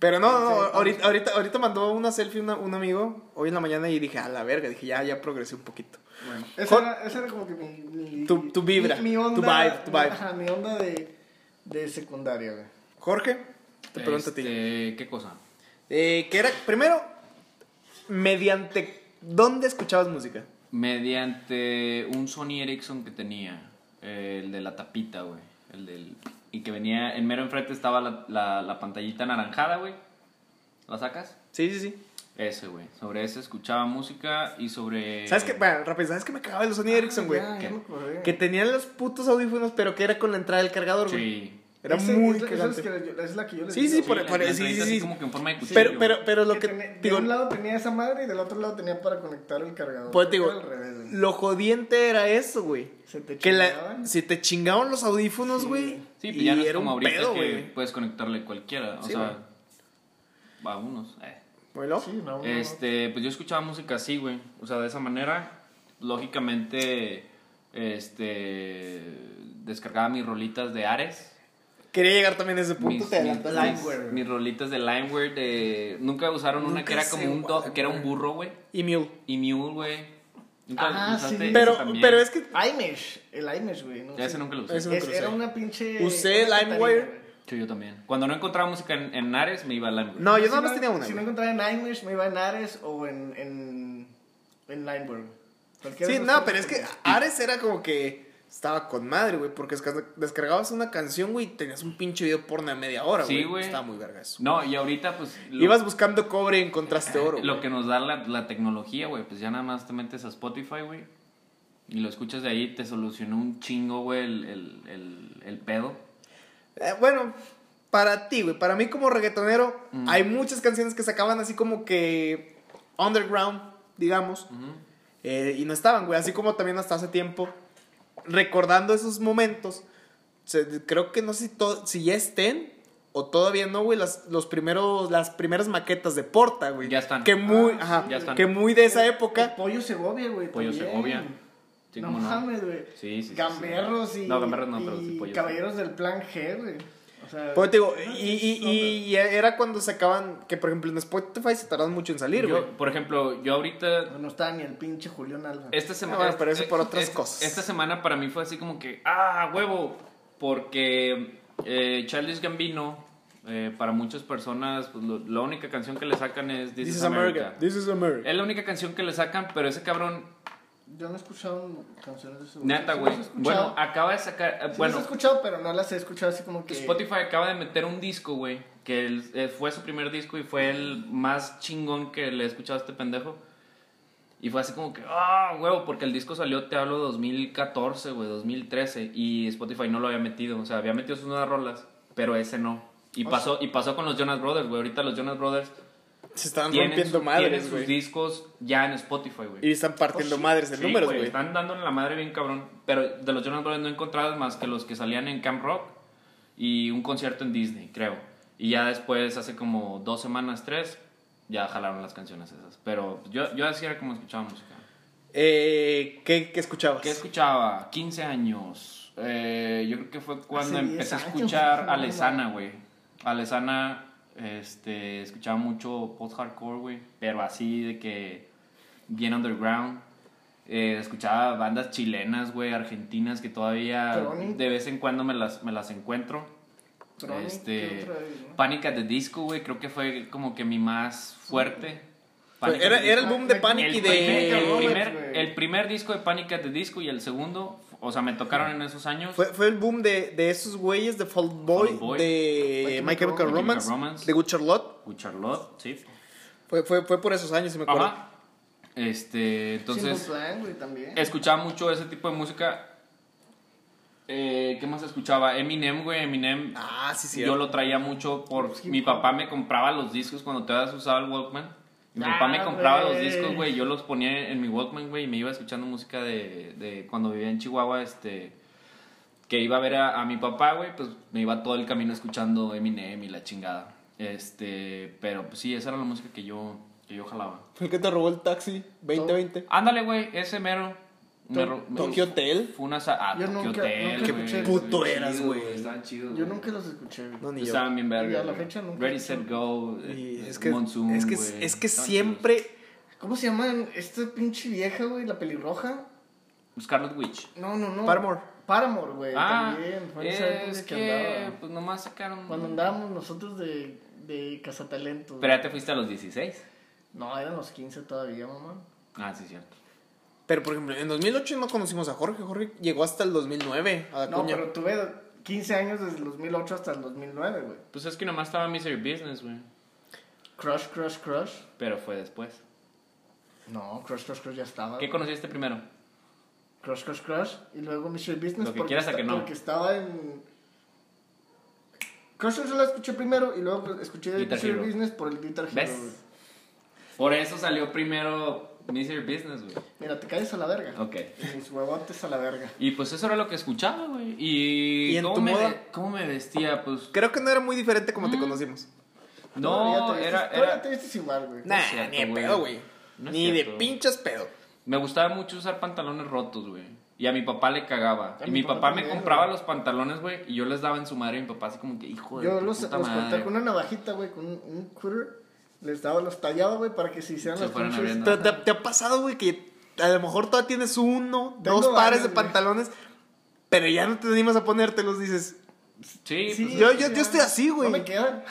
S3: Pero no, no,
S2: Sí,
S3: ahorita, ahorita, ahorita mandó una selfie una- un amigo hoy en la mañana y dije, a la verga, dije, ya, ya progresé un poquito.
S2: Bueno, esa
S3: Con-
S2: era, esa era como que mi. mi-
S3: Tu- tu vibra,
S2: Mi, mi onda.
S3: tu vibe, tu vibe.
S2: Ajá, mi onda de, de secundaria, güey.
S3: Jorge, te pregunto a ti.
S1: Este, ¿Qué cosa?
S3: Eh, que era, primero, mediante dónde escuchabas música.
S1: Mediante un Sony Ericsson que tenía, eh, el de la tapita, güey. El del. Y que venía, en mero enfrente estaba la, la, la pantallita anaranjada, güey. ¿La sacas?
S3: Sí, sí, sí.
S1: Ese, güey. Sobre ese escuchaba música y sobre.
S3: ¿Sabes qué? Bueno, rápido, ¿sabes qué me cagaba de los Sony Ericsson, güey?
S2: Ah, ya, ya
S1: ¿Qué?
S2: me acordé.
S3: Que tenían los putos audífonos, pero que era con la entrada del cargador, güey.
S1: Sí.
S3: Era
S2: Ese-
S3: muy
S2: es, la- esa es,
S3: cagante.
S2: que la- es la que yo les
S3: Sí,
S2: digo,
S3: sí,
S2: güey.
S3: por-
S1: la-
S3: por-
S1: la
S3: sí,
S1: entradita
S3: sí,
S1: así
S3: sí.
S1: como que en forma de cuchillo.
S3: Pero, pero, pero lo que.
S2: tenía- de
S3: digo,
S2: un lado tenía esa madre y del otro lado tenía para conectar el cargador.
S3: pues, digo,
S2: Era al revés, güey.
S3: lo jodiente era eso, güey.
S2: Se te
S3: Que la,
S2: chingaban.
S3: se te chingaban los audífonos,
S2: Sí.
S3: güey.
S1: Sí, pues ya no es
S3: era
S1: como
S3: un
S1: ahorita
S3: pedo,
S1: que
S3: güey.
S1: puedes conectarle cualquiera. O
S3: Sí,
S1: sea, va a unos. eh.
S3: Bueno,
S2: Sí, no, no, no.
S1: Este, pues yo escuchaba música así, güey. O sea, de esa manera, lógicamente, este, descargaba mis rolitas de Ares.
S3: quería llegar también a ese punto.
S1: Mis,
S3: te adelantaste.
S1: mis-
S2: Limeware,
S1: mis-
S2: güey.
S1: mis rolitas de Limeware de... Nunca usaron una
S3: Nunca
S1: que era
S3: sé
S1: como un
S3: cuál,
S1: dog, que era un
S3: güey.
S1: burro, güey.
S3: Y Mule.
S1: Y Mule, güey. Nunca
S2: Ah,
S1: usaste
S2: sí.
S1: ese
S3: Pero,
S1: también.
S3: pero es que.
S2: Ah, iMesh, el iMesh, güey. No
S1: Ya
S2: sé.
S1: ese nunca lo usé.
S3: Ese-
S2: Es-
S3: nunca lo
S2: era
S3: usé.
S2: una pinche.
S3: Usé
S2: una
S3: LimeWire.
S2: catarina, güey.
S1: Sí, yo también. Cuando no encontraba música en, en Ares, me iba a Limeware.
S3: No, yo
S2: Si
S3: nada más tenía una.
S2: Si no
S3: güey.
S2: encontraba en iMesh, me iba en Ares o en. en, en Limeware. Cualquiera
S3: Sí,
S2: de esas
S3: no,
S2: cosas,
S3: pero es que
S2: güey.
S3: Ares era como que estaba con madre, güey, porque desca- descargabas una canción, güey, y tenías un pinche video porno de media hora,
S1: Sí,
S3: güey.
S1: güey.
S3: Estaba muy verga eso.
S1: No, y ahorita, pues... lo-
S3: Ibas buscando cobre y encontraste oro.
S1: <laughs> Lo
S3: güey.
S1: que nos da la, la tecnología, güey. Pues ya nada más te metes a Spotify, güey. Y lo escuchas de ahí, te solucionó un chingo, güey, el, el, el, el pedo.
S3: Eh, bueno, para ti, güey, para mí como reggaetonero,
S1: Mm.
S3: hay muchas canciones que sacaban así como que underground, digamos, eh, y no estaban, güey, así como también hasta hace tiempo, recordando esos momentos, se- creo que no sé si, to- si ya estén o todavía no, güey, las, los primeros, las primeras maquetas de Porta, güey.
S1: Ya están.
S3: Que muy,
S2: Ah,
S3: ajá,
S1: ya están.
S3: que muy de esa
S2: El
S3: época.
S2: Pollo Segovia, güey.
S1: Pollo
S2: también.
S1: Segovia. Sí,
S2: no
S1: cómo no.
S2: mames, güey.
S1: Sí, sí, sí, sí.
S2: Gamberros y.
S1: No, gamberros no, pero
S2: y
S1: sí, pollo.
S2: Caballeros del Plan G, güey. O sea.
S3: Pues te digo,
S2: no,
S3: y,
S2: sí,
S3: y- y- y era cuando sacaban, que por ejemplo en Spotify se tardaron mucho en salir, güey.
S1: Yo, por ejemplo, yo
S2: no,
S1: ahorita.
S2: No, no estaba ni el pinche Julián Alba.
S1: Esta semana.
S3: Ah, bueno, pero eso
S1: eh,
S3: por otras
S1: esta-
S3: cosas.
S1: Esta semana para mí fue así como que. ¡Ah, huevo! Porque eh, Charles Gambino, eh, para muchas personas, pues, lo- la única canción que le sacan es This, is America. Eh,
S3: This is America.
S1: Es la única canción que le sacan, pero ese cabrón,
S2: Yo no he escuchado canciones de Segovia.
S1: neta,
S2: Sí
S1: güey.
S2: las he escuchado.
S1: Bueno, acaba de sacar. eh,
S2: Sí
S1: bueno,
S2: las he escuchado, pero no las he escuchado así como que.
S1: Spotify acaba de meter un disco, güey. Que el- eh, fue su primer disco y fue el más chingón que le he escuchado a este pendejo. Y fue así como que, ah, huevo, porque el disco salió, te hablo, 2014, güey, 2013. Y Spotify no lo había metido. O sea, había metido sus nuevas rolas, pero ese no. Y,
S2: O
S1: pasó, y pasó con los Jonas Brothers, güey. Ahorita los Jonas Brothers
S3: Se están
S1: tienen,
S3: rompiendo
S1: sus- tienen
S3: madres,
S1: sus
S3: güey.
S1: discos ya en Spotify, güey.
S3: Y están partiendo
S2: Oh, sí.
S3: madres de
S1: Sí,
S3: números,
S1: güey,
S3: güey.
S1: Están dándole la madre bien cabrón. Pero de los Jonas Brothers no he encontrado más que los que salían en Camp Rock y un concierto en Disney, creo. Y ya después, hace como dos semanas, tres, ya jalaron las canciones esas. Pero yo, yo así era como escuchaba música.
S3: Eh, ¿qué, qué escuchabas?
S1: ¿Qué escuchaba? 15 años. Eh, yo creo que fue cuando
S2: Hace
S1: empecé a
S2: 10
S1: escuchar
S2: años,
S1: a
S2: no,
S1: Lesana, güey. A Lesana, este, escuchaba mucho post-hardcore, güey. Pero así de que bien underground. Eh, escuchaba bandas chilenas, güey, argentinas que todavía
S2: Tronic.
S1: de vez en cuando me las, me las encuentro.
S2: Tronic, ¿qué
S1: este,
S2: otra vez, no?
S1: Pánica de Disco, güey, creo que fue como que mi más fuerte.
S3: Fue-
S1: Panic! at
S3: era,
S1: the
S3: era el boom de
S2: El
S3: Panic y
S1: el,
S3: de...
S1: primer,
S2: Panic!
S1: el,
S2: Roberts,
S1: primer,
S2: Ah, güey.
S1: el primer disco de Panic! at the Disco y el segundo, o sea, me tocaron en esos años.
S3: Fue, fue el boom de, de esos güeyes, de Fall Boy,
S1: Fall Boy.
S3: de
S2: My
S3: My Chemical
S2: Chemical
S3: Romance,
S1: Romance.
S3: de Good Charlotte.
S1: With Charlotte, sí.
S3: Fue, fue, fue por esos años, si me acuerdo.
S1: Ajá. Este, entonces,
S2: Simple Plan, güey, también.
S1: escuchaba mucho ese tipo de música. Eh, ¿Qué más escuchaba? Eminem, güey, Eminem.
S3: Ah, sí, sí.
S1: yo
S3: <laughs>
S1: lo traía mucho por...
S2: Sí,
S1: Mi
S2: por-
S1: papá me compraba los discos cuando te habías usado el Walkman. Mi
S2: Ah,
S1: papá me compraba los
S2: güey.
S1: discos, güey. Yo los ponía en mi Walkman, güey, y me iba escuchando música de, de cuando vivía en Chihuahua, este... Que iba a ver a, a mi papá, güey, pues me iba todo el camino escuchando Eminem y la chingada. Este, pero pues sí, esa era la música que yo, que yo jalaba.
S3: Fue el que te robó el taxi 2020.
S1: Ándale, güey, ese mero. Me
S2: To-
S1: ro- me-
S3: Tokyo Hotel.
S1: Fue una... sa- Ah,
S2: Yo
S1: Tokyo
S2: nunca-
S1: Hotel,
S2: nunca
S1: güey.
S2: escuché.
S1: Estaban
S3: Puto
S1: chidos,
S3: eras, güey.
S1: Estaban chidos,
S2: Yo
S1: güey.
S2: nunca los escuché, güey.
S3: No, ni yo.
S1: Estaban bien verga.
S2: Y a la
S1: güey.
S2: fecha nunca
S1: Ready,
S2: he
S1: set,
S2: escuchado.
S1: go.
S3: Y
S1: eh,
S3: es que,
S1: Monsoon,
S3: es que,
S1: güey.
S3: es que
S1: Estaban
S3: siempre...
S2: ¿Cómo se llaman? Esta pinche vieja, güey, la pelirroja.
S1: chidos. Pues Scarlet Witch.
S2: No, no, no.
S3: Paramore.
S2: Paramore, güey.
S1: Ah,
S2: Eh, también. Fue en esa época
S1: es que,
S2: andaba.
S1: pues nomás sacaron...
S2: Cuando andábamos nosotros de, de Cazatalentos.
S1: Pero ya te fuiste a los 16.
S2: No, eran los 15 todavía, mamá.
S1: Ah, sí, cierto.
S3: Pero, por ejemplo, en 2008 no conocimos a Jorge. Jorge llegó hasta el 2009 a
S2: No,
S3: Acuña.
S2: pero tuve 15 años desde el 2008 hasta el 2009, güey.
S1: Pues es que nomás estaba Misery Business, güey.
S2: Crush, Crush, Crush.
S1: Pero fue después.
S2: No, Crush, Crush, Crush ya estaba.
S1: ¿Qué conociste primero?
S2: Crush, Crush, Crush. Y luego Mystery Business.
S1: Lo que
S2: porque
S1: quieras a
S2: esta-
S1: que no.
S2: Porque estaba en. Crush la escuché primero y luego pues, escuché
S1: Guitar
S2: Misery
S1: Hero.
S2: Business por el Guitar Hero.
S1: ¿Ves?
S2: güey.
S1: Por eso salió primero Misery Business, güey.
S2: Mira, te caes a la verga.
S1: Ok.
S2: Y Mis huevotes a la verga.
S1: Y pues eso era lo que escuchaba, güey. ¿Y,
S3: ¿Y en
S1: cómo,
S3: tu
S1: me,
S3: moda?
S1: ve- cómo me vestía? Pues
S3: Creo que no era muy diferente como
S1: Mm.
S3: te conocimos.
S2: Todavía
S1: no,
S2: te
S1: era,
S2: vistes- todavía
S1: era-
S2: te vistes igual, güey.
S3: Nah,
S1: cierto,
S3: ni de
S1: güey.
S3: pedo, güey.
S1: No es
S3: ni de
S1: cierto.
S3: pinches pedo.
S1: Me gustaba mucho usar pantalones rotos, güey. Y a mi papá le cagaba.
S2: A
S1: y
S2: mi
S1: mi
S2: papá
S1: papá, me
S2: también,
S1: compraba
S2: güey.
S1: los pantalones, güey. Y yo les daba en su madre. Y mi papá así como que, hijo de
S2: Yo
S1: tu
S2: los, los
S1: puta
S2: cortaba
S1: madre.
S2: con una navajita, güey, con un, un cutter. Les daba, los tallaba, güey, para que se hicieran
S1: Se
S2: las
S1: fueran
S2: pinches-
S1: abriendo.
S3: ¿Te, te- te ha pasado, güey, que a lo mejor todavía tienes uno,
S2: Tengo
S3: dos pares
S2: varios,
S3: de
S2: güey.
S3: pantalones, pero ya no te animas a ponértelos? Dices,
S1: Sí,
S2: Sí,
S1: pues,
S3: Yo- yo-
S2: sí,
S3: yo estoy así, güey.
S2: No me quedan.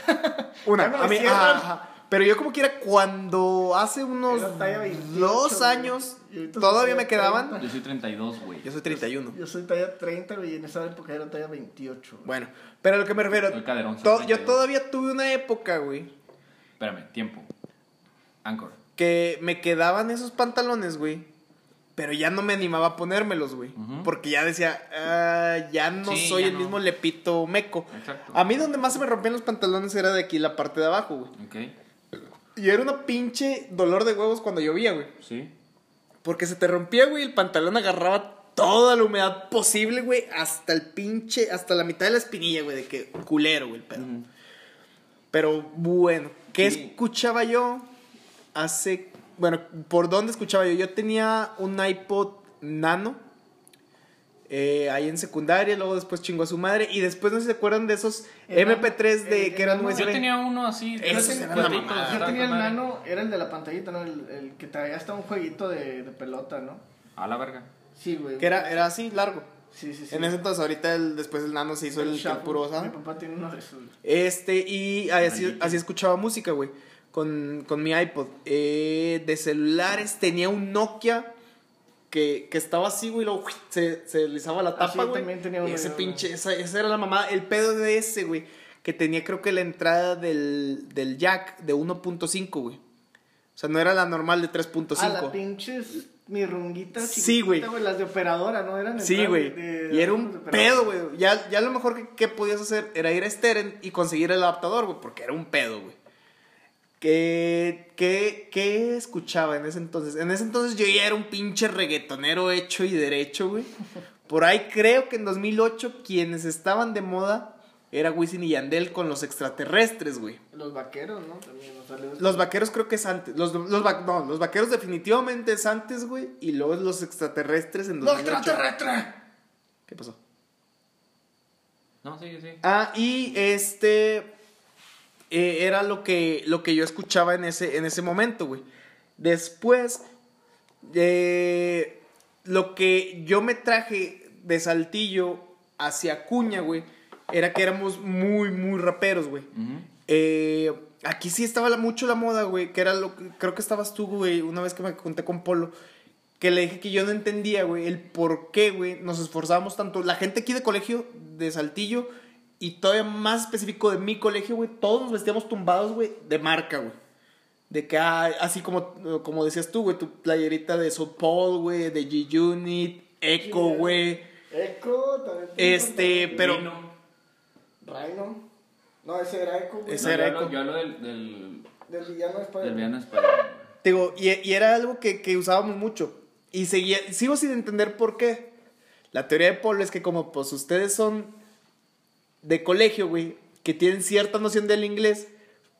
S3: una,
S2: Ya no
S3: a
S2: me
S3: mí,
S2: cierran.
S3: ajá, ajá. Pero yo como quiera, cuando hace unos
S2: Era talla 28,
S3: dos
S2: güey.
S3: años
S2: Y ahorita
S3: todavía
S2: soy
S3: me quedaban.
S2: 30.
S1: yo soy 32, güey.
S3: Yo soy 31.
S2: Yo soy talla 30, güey, y en esa época era talla 28. güey.
S3: Bueno, pero a lo que me refiero,
S1: Soy caderón, soy
S3: to- yo
S1: 32.
S3: todavía tuve una época, güey,
S1: Espérame, tiempo. Anchor.
S3: que me quedaban esos pantalones, güey. Pero ya no me animaba a ponérmelos, güey.
S1: Ujú.
S3: Porque ya decía, "Ah, ya no
S1: Sí,
S3: soy
S1: ya
S3: el
S1: no".
S3: mismo lepito meco.
S1: Exacto.
S3: A mí donde más se me rompían los pantalones era de aquí, la parte de abajo, güey.
S1: Ok,
S3: Y era una pinche dolor de huevos cuando llovía, güey.
S1: sí.
S3: Porque se te rompía, güey, el pantalón agarraba toda la humedad posible, güey, hasta el pinche, hasta la mitad de la espinilla, güey, de que culero, güey, el pedo. Pero bueno, ¿qué
S1: Sí.
S3: escuchaba yo hace... Bueno, ¿por dónde escuchaba yo? Yo tenía un iPod nano eh, ahí en secundaria, luego después chingó a su madre y después no sé si se acuerdan de esos
S2: El
S3: MP3 de
S2: el-
S3: que eran
S2: el-
S3: USB.
S1: Yo tenía uno así. de
S3: Esos
S1: esos
S3: eran la
S1: cuadritos,
S3: mamada.
S2: Yo
S1: estaba
S2: tenía el
S1: con madre.
S2: nano, era el de la pantallita, ¿no? El, el que traía hasta un jueguito de, de pelota, ¿no?
S1: A la verga.
S2: Sí, güey.
S3: Que era, era así, largo.
S2: Sí, sí, sí.
S3: En ese entonces, ahorita el, después el nano se hizo el, que
S2: shuffle.
S3: puro, ¿sabes?
S2: Mi papá tiene uno de esos.
S3: Este, y así,
S1: Maldito.
S3: así escuchaba música, güey. Con, con mi iPod. Eh, de celulares tenía un Nokia que, que estaba así, güey. y Luego ¡uy! se, se deslizaba la
S2: Ah, sí,
S3: tapa, güey.
S2: también tenía uno
S3: Ese
S2: yo,
S3: pinche, esa, esa era la mamá. El pedo de ese, güey. Que tenía, creo que la entrada del, del jack de 1.5, güey. O sea, no era la normal de
S2: Ah, la
S3: 3.5.
S2: pinches mirrunguita
S3: Sí,
S2: chiquitita,
S3: güey.
S2: Las de operadora, ¿no? Eran
S3: Sí,
S2: entradas
S3: güey.
S2: de- de-
S3: Y era un
S2: de
S3: pedo,
S2: operadora.
S3: güey. Ya, ya lo mejor que, que podías hacer era ir a Steren y conseguir el adaptador, güey, porque era un pedo, güey. ¿Qué, qué, qué escuchaba en ese entonces? En ese entonces yo ya era un pinche reggaetonero hecho y derecho, güey. Por ahí creo que en 2008 quienes estaban de moda era Wisin y Yandel con los extraterrestres, güey.
S2: Los vaqueros, ¿no? También, o sea, les-
S3: Los vaqueros creo que es antes. Los, los va- no, los vaqueros definitivamente es antes, güey. Y luego los extraterrestres en 2008. ¿Qué pasó?
S1: No, sí, sí.
S3: Ah, y este eh, era lo que, lo que yo escuchaba en ese, en ese momento, güey. Después, eh, lo que yo me traje de Saltillo hacia Cuña, güey, era que éramos muy, muy raperos, güey.
S1: Ujú.
S3: Eh, aquí sí estaba la- mucho la moda, güey, que era lo que, creo que estabas tú, güey, una vez que me junté con Polo, que le dije que yo no entendía, güey, el por qué, güey, nos esforzábamos tanto. La gente aquí de colegio, de Saltillo, y todavía más específico de mi colegio, güey, todos nos vestíamos tumbados, güey, de marca, güey. De que, ah, así como, como decías tú, güey, tu playerita de South Paul, güey, de G-Unit, Echo,
S2: Yeah.
S3: güey.
S2: Eco, también.
S3: Este, pero...
S1: Vino.
S2: Rhino. No, ese era Eco, güey.
S3: Ese
S1: No, yo
S3: era
S1: hablo-
S3: eco.
S1: Yo hablo del, del,
S2: Del villano de
S1: del
S2: Spider-Man.
S1: villano español.
S3: Te Digo, y, y era algo que, que usábamos mucho. Y seguía, sigo sin entender por qué. La teoría de Polo es que como pues ustedes son de colegio, güey, que tienen cierta noción del inglés,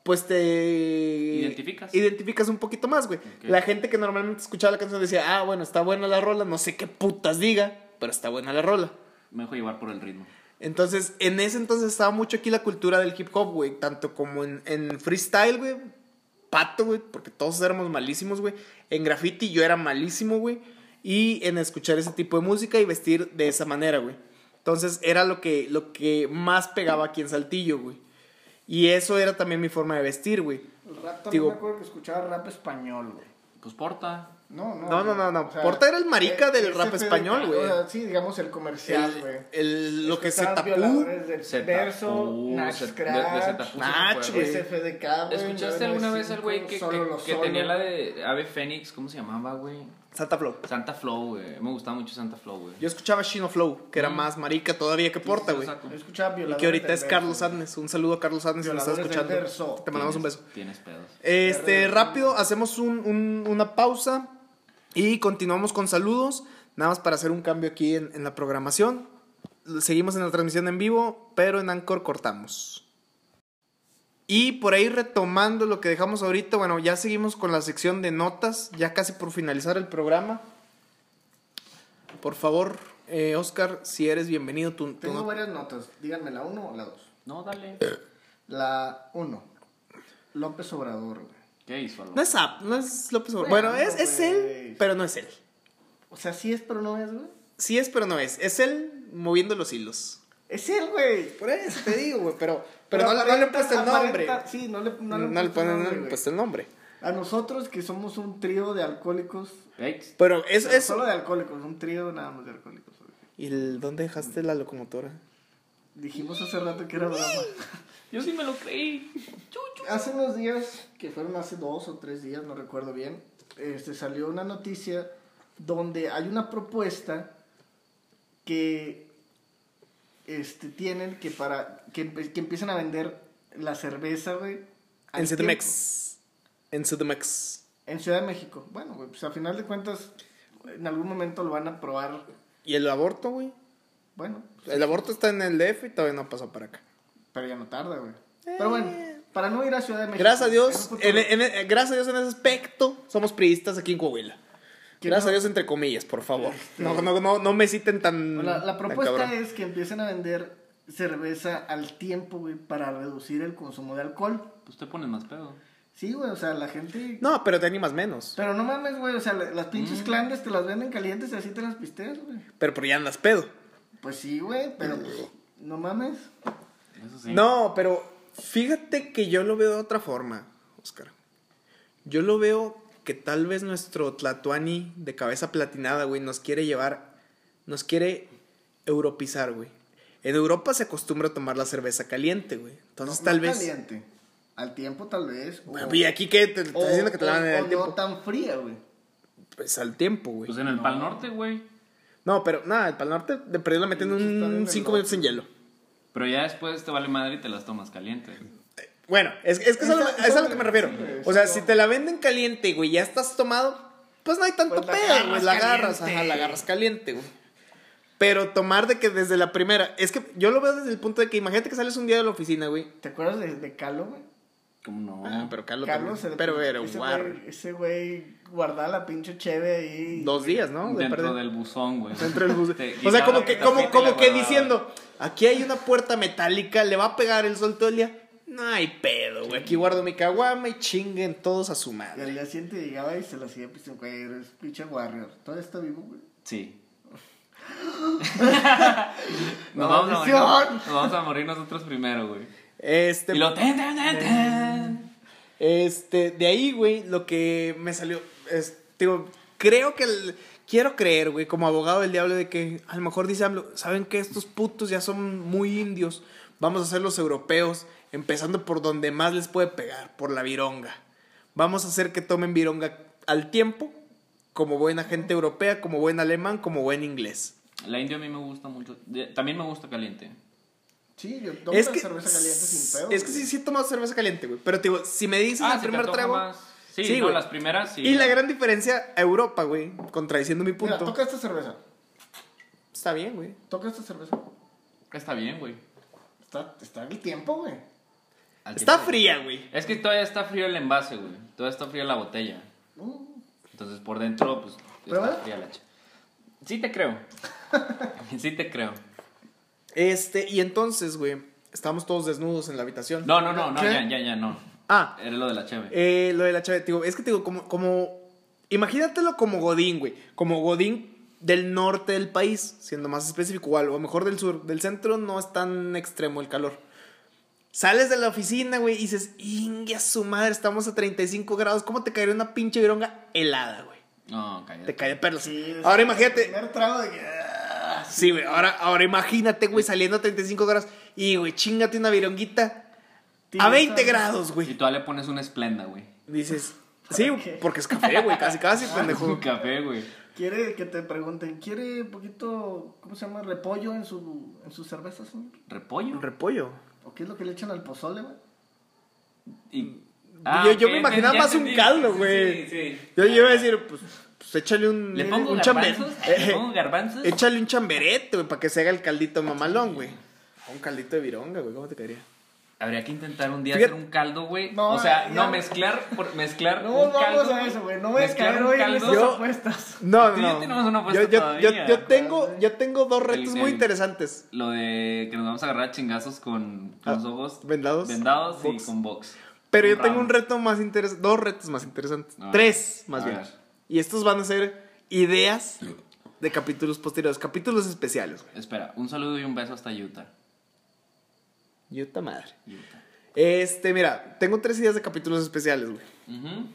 S3: pues te...
S1: Identificas.
S3: Identificas un poquito más, güey.
S1: Ok.
S3: La gente que normalmente escuchaba la canción decía, ah, bueno, está buena la rola, no sé qué putas diga, pero está buena la rola.
S1: Me dejo llevar por el ritmo.
S3: Entonces, en ese entonces estaba mucho aquí la cultura del hip hop, güey. Tanto como en, en freestyle, güey. Pato, güey. Porque todos éramos malísimos, güey. En graffiti yo era malísimo, güey. Y en escuchar ese tipo de música y vestir de esa manera, güey. Entonces, era lo que, lo que más pegaba aquí en Saltillo, güey. Y eso era también mi forma de vestir, güey.
S2: El rap también
S3: Digo-
S2: me acuerdo que escuchaba rap español, güey.
S1: Pues porta.
S2: No, no.
S3: No, no,
S2: güey. eh,
S3: no, no. Porta era el marica del
S2: ese
S3: rap
S2: fue de-
S3: español, güey.
S2: o sea, sí, digamos el comercial,
S3: El-
S2: güey.
S3: el- lo que se
S2: Escuchaban
S3: tapó.
S2: violadores del
S1: Se
S2: Verso,
S1: tapó,
S2: Nash
S1: se- de- de se
S2: Scratch,
S1: tapó,
S3: Nach,
S1: se fue,
S3: güey.
S2: SFDK, güey.
S1: ¿Escuchaste alguna vez al güey que, que-
S2: 995, Solo lo
S1: que
S2: solo.
S1: tenía la de Ave Fénix? ¿Cómo se llamaba, güey?
S3: Santa Flow.
S1: Santa Flow, güey. Me gustaba mucho Santa Flow, güey.
S3: Yo escuchaba Shino Flow, que era
S1: Mm.
S3: más marica todavía que Porta,
S1: Sí,
S3: güey.
S1: saco.
S2: Yo escuchaba
S3: Y
S2: violadores
S3: que ahorita
S2: del
S3: es
S2: verso,
S3: Carlos
S2: güey.
S3: Adnes. Un saludo a Carlos Adnes si nos
S2: Violadores
S3: estás
S2: del
S3: escuchando.
S2: verso.
S3: Te mandamos un
S1: Tienes-
S3: beso.
S1: Tienes pedos.
S3: Este, rápido, hacemos un- un- una pausa y continuamos con saludos, nada más para hacer un cambio aquí en, en la programación. Seguimos en la transmisión en vivo, pero en Anchor cortamos. Y por ahí retomando lo que dejamos ahorita, bueno, ya seguimos con la sección de notas, ya casi por finalizar el programa. Por favor, eh, Oscar, si eres bienvenido, tú, tú
S2: Tengo
S3: no-
S2: varias notas. Díganme la 1 o la 2.
S1: No,
S3: <coughs>
S1: dale.
S2: La 1. López Obrador, güey.
S1: ¿Qué hizo, Alonso?
S3: No es Zap, no es López Obrador.
S2: Bueno,
S3: Bueno, es, es él,
S2: pues.
S3: pero no es él.
S2: O sea, sí es, pero no es, güey.
S3: Sí es, pero no es. Es él moviendo los hilos.
S2: Es él, güey.
S3: Por eso te digo, güey, <laughs> pero,
S2: Pero
S3: pero no, le- no le han
S2: aparenta-
S3: puesto el nombre.
S2: aparenta- Sí, no le, no
S3: No,
S2: le han
S3: le
S2: puesto el
S3: ponen- no
S2: nombre,
S3: le han
S2: güey.
S3: puesto el nombre.
S2: A nosotros que somos un trío de alcohólicos.
S1: Ey,
S3: Pero es
S2: pero
S3: eso.
S2: Solo de alcohólicos, un trío nada más de alcohólicos. güey.
S3: ¿Y el- dónde dejaste la locomotora?
S2: Dijimos hace rato que era broma.
S1: Yo sí me lo creí.
S2: Hace unos días, que fueron hace dos o tres días, no recuerdo bien, este, salió una noticia donde hay una propuesta que este, tienen que para que, empe- que empiecen a vender la cerveza, güey. al
S3: En
S2: tiempo.
S3: Sudamex. En Sudamex.
S2: En Ciudad de México. Bueno, güey, pues a final de cuentas, en algún momento lo van a probar.
S3: ¿Y el aborto, güey?
S2: Bueno,
S3: El aborto está en el DF y todavía no pasó para acá.
S2: pero ya no tarda, güey. Pero bueno, para no ir a Ciudad de México.
S3: Eh. Gracias a
S2: en un
S3: Dios,
S2: futuro,
S3: en, en- en- gracias a Dios en ese aspecto, somos priistas aquí en Coahuila.
S2: que
S3: Gracias
S2: no-
S3: a Dios, entre comillas, por favor. <laughs> No, no, no, no me citen tan.
S2: La, la
S3: tan
S2: propuesta
S3: cabrón.
S2: es que empiecen a vender cerveza al tiempo, güey, para reducir el consumo de alcohol.
S1: Pues te pones más pedo.
S2: Sí, güey, o sea, la gente...
S3: No, pero te animas menos.
S2: Pero no mames, güey, o sea, la- las pinches clandes te las venden calientes y así te las pisteas, güey.
S3: Pero, pero ya andas pedo.
S2: Pues sí, güey,
S3: Mm.
S2: pero pues, no mames.
S3: Pues
S1: Eso sí.
S3: No, pero fíjate que yo lo veo de otra forma, Oscar. Yo lo veo que tal vez nuestro Tlatuani de cabeza platinada, güey, nos quiere llevar, nos quiere europizar, güey. En Europa se acostumbra a tomar la cerveza caliente, güey. Entonces
S2: No-
S3: tal
S2: no
S3: vez...
S2: caliente. Al tiempo, tal vez. o-
S3: Bueno, ¿Y aquí qué? ¿Te, te estás
S2: o-
S3: diciendo que te la van a
S2: o-
S3: dar
S2: o
S3: al tiempo?
S2: no tan fría, güey.
S3: Pues al tiempo, güey.
S1: Pues en el Pal Norte, güey.
S3: No, pero nada, el Pal Norte de perdido la meten
S2: Sí, está bien
S3: un 5
S2: veloz.
S3: minutos en hielo.
S1: Pero ya después te vale madre y te las tomas caliente.
S3: Bueno, es, es que es, a lo,
S2: Esa-
S3: es a lo
S2: esa-
S3: que me refiero.
S2: sí, güey,
S3: O sea,
S2: sí,
S3: si
S2: no.
S3: te la venden caliente, güey, ya estás tomado, pues no hay tanto
S2: Pues la
S3: pedo,
S2: agarras
S3: güey. La agarras,
S2: caliente.
S3: ajá, la agarras caliente, güey. Pero tomar de que desde la primera. Es que yo lo veo desde el punto de que imagínate que sales un día de la oficina, güey.
S2: ¿Te acuerdas de, de Calo, güey?
S1: ¿Cómo no?
S3: Ah, pero Carlos.
S2: Carlos,
S3: también.
S2: el-
S3: pero, pero,
S2: ese
S3: guar-
S2: güey- Ese güey guardaba la pinche cheve ahí.
S3: Dos días, ¿no? De
S1: Dentro
S3: perder.
S1: del buzón, güey.
S3: Dentro del bus.
S1: <laughs> Te
S3: pues, O sea,
S1: quitaba
S3: como
S1: la
S3: que,
S1: tapita y
S3: como,
S1: la
S3: como que
S1: guardaba.
S3: diciendo, aquí hay una puerta metálica, le va a pegar el sol todo el día. No hay pedo, güey. Aquí guardo mi caguama y chinguen todos a su
S2: Y al
S3: madre.
S2: día siguiente llegaba y se la hacía pues, güey, eres pinche warrior. Todavía está vivo, güey.
S3: <laughs>
S1: Sí.
S2: No,
S1: nos, vamos a morir,
S2: maldición.
S1: nos vamos a morir nosotros primero, güey.
S3: Este.
S1: Y lo ten, ten, ten, ten.
S3: Este, de ahí, güey, lo que me salió es, digo, creo que el- quiero creer, güey, como abogado del diablo de que a lo mejor dice AMLO, saben que estos putos ya son muy indios, vamos a ser los europeos, empezando por donde más les puede pegar, por la vironga. Vamos a hacer que tomen vironga al tiempo, como buena gente europea, como buen alemán, como buen inglés.
S1: La india a mí me gusta mucho. De- También me gusta caliente.
S2: Sí, yo tomo
S3: Es
S2: la
S3: que,
S2: cerveza caliente sin pedo.
S3: es que sí, sí he tomado cerveza caliente, güey, pero te digo, si me dices
S1: Ah,
S3: el
S1: si te
S3: primer
S1: antoja
S3: trago...
S1: más. Sí,
S3: Sí,
S1: no,
S3: güey.
S1: las primeras sí.
S3: Y la gran diferencia a Europa, güey, contradiciendo mi
S2: Mira,
S3: punto.
S2: toca esta cerveza.
S3: Está bien, güey.
S2: Toca esta cerveza.
S1: Está bien, güey.
S2: Está, está el tiempo, güey.
S1: Al
S3: Está
S1: tiempo.
S3: fría, güey.
S1: Es que todavía está frío el envase, güey. Todavía está fría la botella.
S2: Mm.
S1: Entonces por dentro, pues,
S2: ¿Pruébala?
S1: está fría la ch- Sí te
S3: <laughs>
S1: creo. sí te creo.
S3: Este, y entonces, güey, estábamos todos desnudos en la habitación.
S1: No, no, no, no,
S3: ¿Qué?
S1: ya, ya, ya, no.
S3: Ah,
S1: Era lo de la cheve.
S3: eh, lo de la chave, digo, es que te digo, como, como, imagínatelo como Godín, güey. Como Godín del norte del país, siendo más específico, o algo mejor del sur. Del centro no es tan extremo el calor. Sales de la oficina, güey, y dices, ingue a su madre, estamos a 35 grados. ¿Cómo te caería una pinche vironga helada, güey?
S1: No,
S3: Te
S1: cállate.
S3: cae de perlas.
S2: Sí, es
S3: ahora
S2: el
S3: imagínate.
S2: Primer trago de que. ah,
S3: Sí, güey. Ahora, ahora imagínate, güey, saliendo a 35 grados. Y, güey, chingate una vironguita
S2: tienes
S3: a 20
S2: algo.
S3: grados,
S1: Y
S3: güey. <laughs>
S1: todavía le pones una esplenda, güey.
S3: Dices, Sí,
S2: qué?
S3: porque es café, güey,
S1: <laughs>
S3: casi,
S1: Ah,
S3: casi, pendejo.
S1: Un café, güey.
S2: ¿Quiere que te pregunten? ¿Quiere un poquito, ¿cómo se llama? ¿Repollo en su, en su cerveza, señor?
S1: ¿Repollo?
S3: Repollo.
S2: ¿O qué es lo que le echan al pozole, güey?
S1: Y-
S3: Yo- yo me
S1: Ah, ok,
S3: imaginaba
S1: ya
S3: más un
S1: entendí.
S3: caldo,
S1: Sí, sí, sí,
S3: güey.
S1: sí.
S3: Yo, yo iba a decir, pues, pues échale un.
S1: Le pongo
S3: un chambe-
S1: garbanzos.
S3: <laughs> eh,
S1: Le pongo garbanzos.
S3: Échale un chamberete, güey, para que se haga el caldito mamalón, güey. Un caldito de vironga, güey, ¿cómo te caería?
S1: Habría que intentar un día
S3: Fíjate-
S1: hacer un caldo, güey.
S2: No,
S1: o sea,
S2: ya.
S1: no, mezclar, por, mezclar
S2: No
S1: un
S2: vamos
S1: caldo.
S2: a eso, güey. No voy a
S1: mezclar
S2: caer
S1: un
S2: hoy en
S1: caldo.
S2: esas
S3: Yo-
S2: apuestas.
S3: No,
S1: Tú y
S3: no.
S1: yo tenemos una apuesta
S3: yo, yo-
S1: todavía.
S3: yo- yo tengo, yo tengo dos retos
S1: El-
S3: muy
S1: el-
S3: interesantes.
S1: Lo de que nos vamos a agarrar a chingazos con con los
S3: Ah,
S1: ojos
S3: vendados,
S1: vendados
S3: box.
S1: y con box.
S3: Pero yo
S1: Con
S3: tengo un
S1: round.
S3: reto más interesante. Dos retos más interesantes.
S1: A ver,
S3: Tres, más
S1: a
S3: bien.
S1: ver.
S3: Y estos van a ser ideas de capítulos posteriores, capítulos especiales, güey.
S1: Espera, un saludo y un beso hasta Utah.
S3: Yuta madre.
S1: Utah.
S3: Este, mira, tengo tres ideas de capítulos especiales, güey.
S1: Ujú.